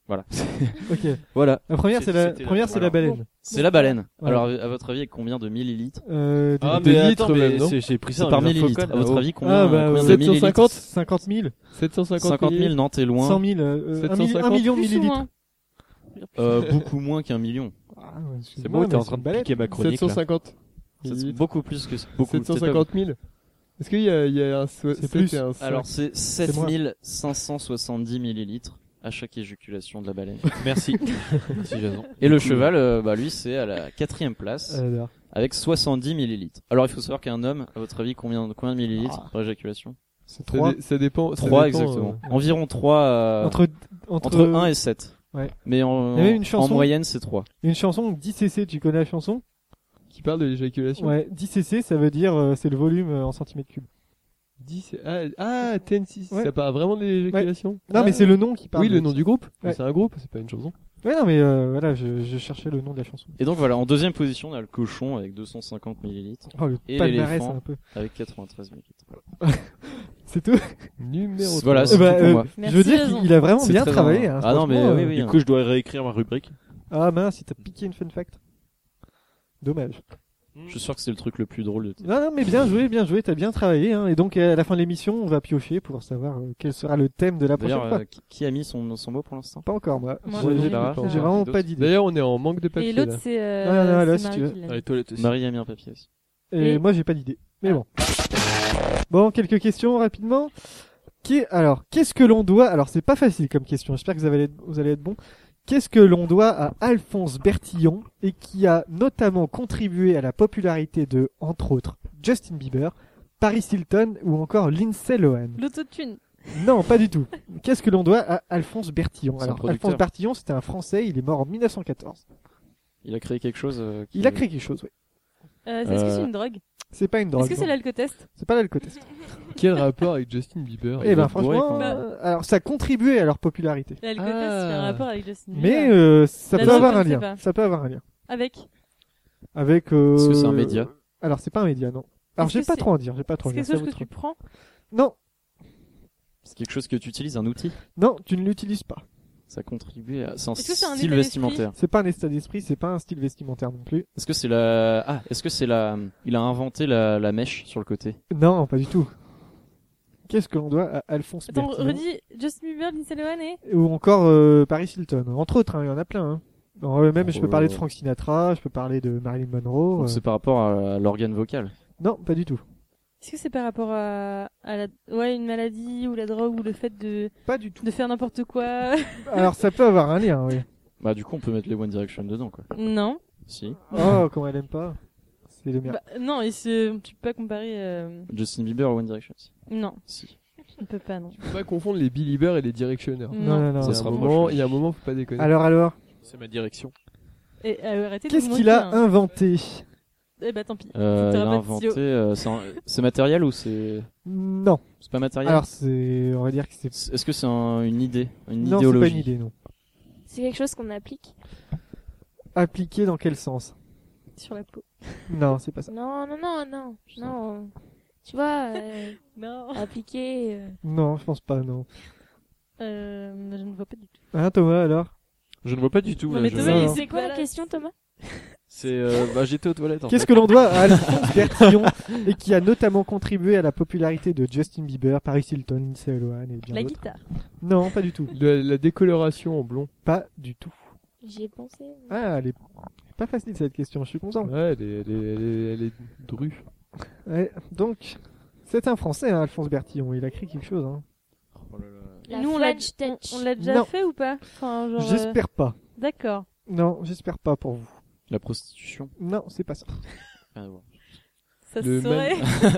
Speaker 4: Voilà.
Speaker 1: Ok.
Speaker 4: Voilà.
Speaker 1: La première, c'est la-
Speaker 4: c'était
Speaker 1: première, c'est la baleine.
Speaker 4: C'est la baleine.
Speaker 1: Ouais.
Speaker 4: Alors, à votre avis, combien de millilitres
Speaker 1: Euh, des-
Speaker 9: Ah, mais attends, mais c'est- j'ai pris ça
Speaker 4: C'est
Speaker 9: dans
Speaker 4: par
Speaker 9: les infos
Speaker 4: millilitres.
Speaker 9: connes,
Speaker 4: À votre
Speaker 9: là-haut.
Speaker 4: avis, combien,
Speaker 1: Ah, bah,
Speaker 4: combien de
Speaker 1: 750
Speaker 4: millilitres
Speaker 1: 50 000.
Speaker 4: 50 000, non, t'es loin.
Speaker 1: 100 000, euh, un milli- un million de millilitres.
Speaker 4: Euh, beaucoup moins qu'un million.
Speaker 1: Ah, ouais, excuse-moi, C'est bon, mais t'es en c'est train de une balèque. piquer ma chronique, là.
Speaker 2: 750.
Speaker 4: C'est beaucoup plus que ça. Beaucoup, peut-être pas
Speaker 2: 750 000. Est-ce qu'il y a, il y a un so-
Speaker 1: C'est
Speaker 2: sept et
Speaker 1: plus.
Speaker 2: un cinq
Speaker 4: Alors c'est
Speaker 2: C'est moins.
Speaker 4: 7570 millilitres à chaque éjaculation de la baleine.
Speaker 9: Merci. Merci, Jason.
Speaker 4: Et le cheval, euh, bah lui c'est à la quatrième place
Speaker 1: Alors.
Speaker 4: avec 70 millilitres. Alors il faut savoir qu'un homme, à votre avis, combien, combien de millilitres par éjaculation
Speaker 1: C'est
Speaker 2: trois. dé- Ah. ça dépend- ça
Speaker 4: 3
Speaker 2: dépend,
Speaker 4: exactement.
Speaker 2: euh,
Speaker 4: Environ 3
Speaker 1: Entre-
Speaker 4: entre,
Speaker 1: entre-
Speaker 4: entre 1 et 7.
Speaker 1: Ouais.
Speaker 4: Mais en,
Speaker 1: Il y avait une
Speaker 4: en
Speaker 1: chanson-
Speaker 4: moyenne c'est 3.
Speaker 1: Une chanson 10 cc, tu connais la chanson
Speaker 2: Qui parle de l'éjaculation
Speaker 1: Ouais, 10 cc, ça veut dire euh, c'est le volume euh, en centimètres cubes.
Speaker 2: 10, ah, ah, TNC, ça parle vraiment de l'éjaculation
Speaker 1: Non, mais c'est le nom qui parle.
Speaker 2: Ah, Oui, le nom du groupe.
Speaker 1: Ouais.
Speaker 2: Mais C'est un groupe, c'est pas une chanson.
Speaker 1: Ouais, non, mais euh, voilà, je, je cherchais le nom de la chanson.
Speaker 4: Et donc voilà, en deuxième position, on a le cochon avec 250 millilitres.
Speaker 1: Oh, le
Speaker 4: et
Speaker 1: palmarès,
Speaker 4: l'éléphant
Speaker 1: un peu.
Speaker 4: avec 93 millilitres.
Speaker 1: C'est tout
Speaker 2: Numéro
Speaker 4: Voilà,
Speaker 1: trois.
Speaker 4: c'est
Speaker 1: Eh ben,
Speaker 4: tout pour
Speaker 1: euh,
Speaker 4: moi.
Speaker 1: je veux dire qu'il il a vraiment
Speaker 4: C'est
Speaker 1: bien
Speaker 4: très
Speaker 1: travaillé.
Speaker 4: bien.
Speaker 1: hein,
Speaker 4: ah non, mais
Speaker 1: franchement,
Speaker 4: oui,
Speaker 1: euh,
Speaker 4: oui.
Speaker 9: Du coup, je dois réécrire ma rubrique.
Speaker 1: Ah mince, il t'a piqué une fun fact. Dommage.
Speaker 4: Je suis sûr que c'est le truc le plus drôle de
Speaker 1: Non, non, mais bien joué, bien joué, t'as bien travaillé. hein. Et donc, à la fin de l'émission, on va piocher pour savoir euh, quel sera le thème de la prochaine
Speaker 4: D'ailleurs,
Speaker 1: fois.
Speaker 4: euh, qui- qui a mis son, son mot pour l'instant
Speaker 1: Pas encore, moi.
Speaker 4: Moi,
Speaker 1: J'ai-
Speaker 4: non,
Speaker 1: j'ai-
Speaker 4: Lara,
Speaker 1: J'ai vraiment pas d'idée.
Speaker 2: D'ailleurs, on est en manque de papier.
Speaker 5: l'autre,
Speaker 2: là.
Speaker 5: c'est, euh,
Speaker 1: Ah, là, là,
Speaker 5: c'est
Speaker 1: si
Speaker 5: Marie
Speaker 1: tu veux.
Speaker 5: qui l'a.
Speaker 9: Dans les toilettes aussi.
Speaker 4: Marie a mis un papier aussi.
Speaker 1: Et,
Speaker 5: Et-
Speaker 1: moi, j'ai pas d'idée. Mais bon. Bon, quelques questions rapidement. Qui Alors, qu'est-ce que l'on doit Alors, c'est pas facile comme question. J'espère que vous allez être, vous allez être bon. Qu'est-ce que l'on doit à Alphonse Bertillon et qui a notamment contribué à la popularité de, entre autres, Justin Bieber, Paris Hilton ou encore Lindsay Lohan
Speaker 5: L'autotune.
Speaker 1: non, pas du tout. Qu'est-ce que l'on doit à Alphonse Bertillon
Speaker 4: C'est un
Speaker 1: Alors,
Speaker 4: producteur.
Speaker 1: Alphonse Bertillon, c'était un Français, il est mort en 1914.
Speaker 4: Il a créé quelque chose. euh, qui-
Speaker 1: Il a créé quelque chose, oui.
Speaker 5: Euh, Est-ce que c'est
Speaker 4: Euh,
Speaker 5: une drogue
Speaker 1: C'est pas une drogue.
Speaker 5: Est-ce que c'est
Speaker 1: non.
Speaker 5: l'alcotest
Speaker 1: C'est pas l'alcotest.
Speaker 2: Quel rapport avec Justin Bieber
Speaker 1: Eh
Speaker 2: Il
Speaker 1: ben,
Speaker 2: est bourré,
Speaker 1: franchement,
Speaker 2: quoi.
Speaker 1: euh, alors ça a contribué à leur popularité.
Speaker 5: L'alcotest, c'est
Speaker 4: Ah.
Speaker 5: un rapport avec Justin Bieber.
Speaker 1: Mais euh, ça
Speaker 5: La
Speaker 1: peut
Speaker 5: drogue,
Speaker 1: avoir
Speaker 5: je
Speaker 1: un
Speaker 5: ne sais
Speaker 1: lien.
Speaker 5: pas.
Speaker 1: Ça peut avoir un lien.
Speaker 5: Avec
Speaker 1: Avec. euh,
Speaker 4: Est-ce que c'est un média
Speaker 1: Alors, c'est pas un média, non. Alors,
Speaker 5: Est-ce
Speaker 1: j'ai
Speaker 5: que
Speaker 1: pas
Speaker 5: c'est-
Speaker 1: trop à dire. J'ai pas trop à
Speaker 5: C'est
Speaker 1: dire.
Speaker 5: quelque
Speaker 1: ça
Speaker 5: chose
Speaker 1: vous
Speaker 5: que
Speaker 1: trop-
Speaker 5: tu prends
Speaker 1: Non,
Speaker 4: C'est quelque chose que tu utilises, un outil.
Speaker 1: non, tu ne l'utilises pas.
Speaker 4: Ça contribue à. C'est un
Speaker 5: Est-ce que c'est un
Speaker 4: style
Speaker 5: état d'esprit
Speaker 4: vestimentaire.
Speaker 1: C'est pas un état d'esprit, c'est pas un style vestimentaire non plus.
Speaker 4: Est-ce que c'est la. Ah, est-ce que c'est la. Il a inventé la, la mèche sur le côté.
Speaker 1: Non, pas du tout. Qu'est-ce que l'on doit à Alphonse
Speaker 5: Attends,
Speaker 1: Bertillon
Speaker 5: redis Justin Bieber, Lindsay Lohan et
Speaker 1: ou encore euh, Paris Hilton. Entre autres, hein, il y en a plein. hein. Non, euh, même, je peux
Speaker 4: Oh.
Speaker 1: parler de Frank Sinatra, je peux parler de Marilyn
Speaker 9: Oh,
Speaker 1: Monroe.
Speaker 4: Donc
Speaker 1: euh,
Speaker 4: c'est par rapport à l'organe vocal.
Speaker 1: Non, pas du tout.
Speaker 5: Est-ce que c'est par rapport à, à la, ouais, une maladie ou la drogue ou le fait de
Speaker 1: pas du tout
Speaker 5: de faire n'importe quoi
Speaker 1: Alors, ça peut avoir un lien, oui.
Speaker 4: Bah, du coup, on peut mettre les One Direction dedans, quoi.
Speaker 5: Non.
Speaker 4: Si.
Speaker 9: Ah.
Speaker 1: Oh, comment elle aime pas. C'est- c'est le merde.
Speaker 5: Bah, non, et c'est- tu peux pas comparer. euh,
Speaker 4: Justin Bieber ou One Direction.
Speaker 5: Non.
Speaker 4: Si.
Speaker 5: On peut pas, non.
Speaker 2: Faut pas confondre les Beliebers et les Directioners.
Speaker 5: Non,
Speaker 1: non, non.
Speaker 2: Ça
Speaker 1: Ça
Speaker 2: se
Speaker 1: se
Speaker 2: moment, il y a un moment, faut pas déconner.
Speaker 1: Alors, alors
Speaker 9: C'est ma direction.
Speaker 5: Et euh, arrêtez de
Speaker 1: Qu'est-ce
Speaker 5: vous
Speaker 1: qu'il
Speaker 5: moquer,
Speaker 1: a
Speaker 5: hein.
Speaker 1: inventé
Speaker 5: Eh bah tant pis.
Speaker 4: Euh, il a
Speaker 5: T'auras pas de
Speaker 4: inventé.
Speaker 5: stylo.
Speaker 4: euh, c'est un- c'est matériel ou c'est.
Speaker 1: Non.
Speaker 4: C'est pas matériel
Speaker 1: Alors, c'est, on va dire que c'est.
Speaker 4: Est-ce que c'est un- une idée
Speaker 1: Non,
Speaker 4: Une
Speaker 1: c'est pas
Speaker 4: idéologie
Speaker 1: une idée, non.
Speaker 6: C'est quelque chose qu'on applique
Speaker 1: Appliqué dans quel sens
Speaker 6: sur la peau.
Speaker 1: Non, c'est pas ça.
Speaker 6: Non, non, non, non,
Speaker 5: euh,
Speaker 6: non. Tu vois, euh, appliquer. euh,
Speaker 1: Non, je pense pas, non.
Speaker 5: Euh, je ne vois pas du tout.
Speaker 1: Hein, Thomas, alors
Speaker 9: Je ne vois pas du tout.
Speaker 5: Non,
Speaker 9: là,
Speaker 5: mais
Speaker 9: je-
Speaker 5: Thomas, il
Speaker 6: C'est
Speaker 5: s'est
Speaker 6: quoi
Speaker 5: quoi
Speaker 6: la question, Thomas
Speaker 9: C'est. euh, bah, j'étais aux toilettes. en
Speaker 1: Qu'est-ce
Speaker 9: fait.
Speaker 1: que l'on doit à Alphonse Bertillon et qui a notamment contribué à la popularité de Justin Bieber, Paris Hilton, Lindsay Lohan et bien
Speaker 5: La
Speaker 1: d'autres
Speaker 5: guitare.
Speaker 1: Non, pas du tout.
Speaker 2: La, la décoloration en blond.
Speaker 1: Pas du tout.
Speaker 6: J'y ai pensé.
Speaker 1: Ah, elle est pas facile cette question, je suis content.
Speaker 2: Ouais, elle est, elle est, elle est, elle est drue.
Speaker 1: Ouais, donc, c'est un Français, hein, Alphonse Bertillon, il a écrit quelque chose. Hein.
Speaker 6: La
Speaker 5: Nous, on l'a,
Speaker 6: French
Speaker 5: on,
Speaker 6: Touch.
Speaker 5: on l'a déjà
Speaker 1: Non.
Speaker 5: fait ou pas Enfin, genre, euh,
Speaker 1: J'espère pas.
Speaker 5: D'accord.
Speaker 1: Non, j'espère pas pour vous.
Speaker 4: La prostitution
Speaker 1: Non, c'est pas ça.
Speaker 4: Rien à voir.
Speaker 5: Ça
Speaker 2: Le
Speaker 5: se saurait.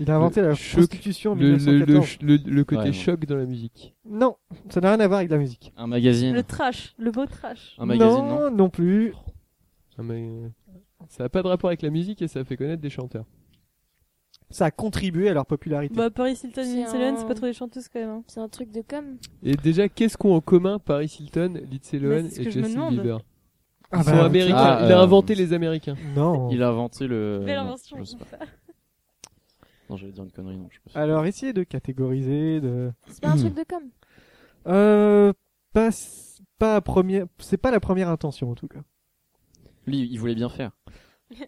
Speaker 1: Il a inventé
Speaker 2: Le
Speaker 1: la
Speaker 2: choc-
Speaker 1: prostitution en
Speaker 2: le- le-
Speaker 1: 1914.
Speaker 2: Le, le- le côté
Speaker 4: Ouais, non.
Speaker 2: choc dans la musique.
Speaker 1: Non, ça n'a rien à voir avec la musique.
Speaker 4: Un magazine
Speaker 5: Le trash. Le beau trash.
Speaker 4: Un magazine,
Speaker 1: non, non plus.
Speaker 2: Ah, mais, euh, Ça n'a pas de rapport avec la musique et ça fait connaître des chanteurs.
Speaker 1: Ça a contribué à leur popularité.
Speaker 5: Bah, Paris Hilton et
Speaker 6: C'est
Speaker 5: Lindsay Lohan,
Speaker 6: un-
Speaker 5: c'est pas trop des chanteuses quand même. hein.
Speaker 6: C'est un truc de com.
Speaker 2: Et déjà, qu'est-ce qu'ont en commun Paris Hilton, Lindsay Lohan
Speaker 5: Mais Bah, c'est ce
Speaker 2: et
Speaker 5: que je me
Speaker 2: Justin
Speaker 5: demande.
Speaker 2: Bieber
Speaker 1: Ah
Speaker 2: Ils
Speaker 1: bah,
Speaker 2: sont
Speaker 1: ok.
Speaker 2: américains.
Speaker 4: Ah,
Speaker 2: Il a
Speaker 4: euh,
Speaker 2: inventé les Américains.
Speaker 1: Non.
Speaker 4: Il a inventé le.
Speaker 5: Belle
Speaker 4: non,
Speaker 5: invention.
Speaker 4: je sais pas. Non, j'allais dire une connerie, non, je sais pas.
Speaker 1: Alors, essayez de catégoriser, de.
Speaker 6: C'est pas un
Speaker 2: Hmm.
Speaker 6: truc de com.
Speaker 1: Euh, pas, pas à première, c'est pas la première intention en tout cas.
Speaker 4: Lui, il voulait bien faire.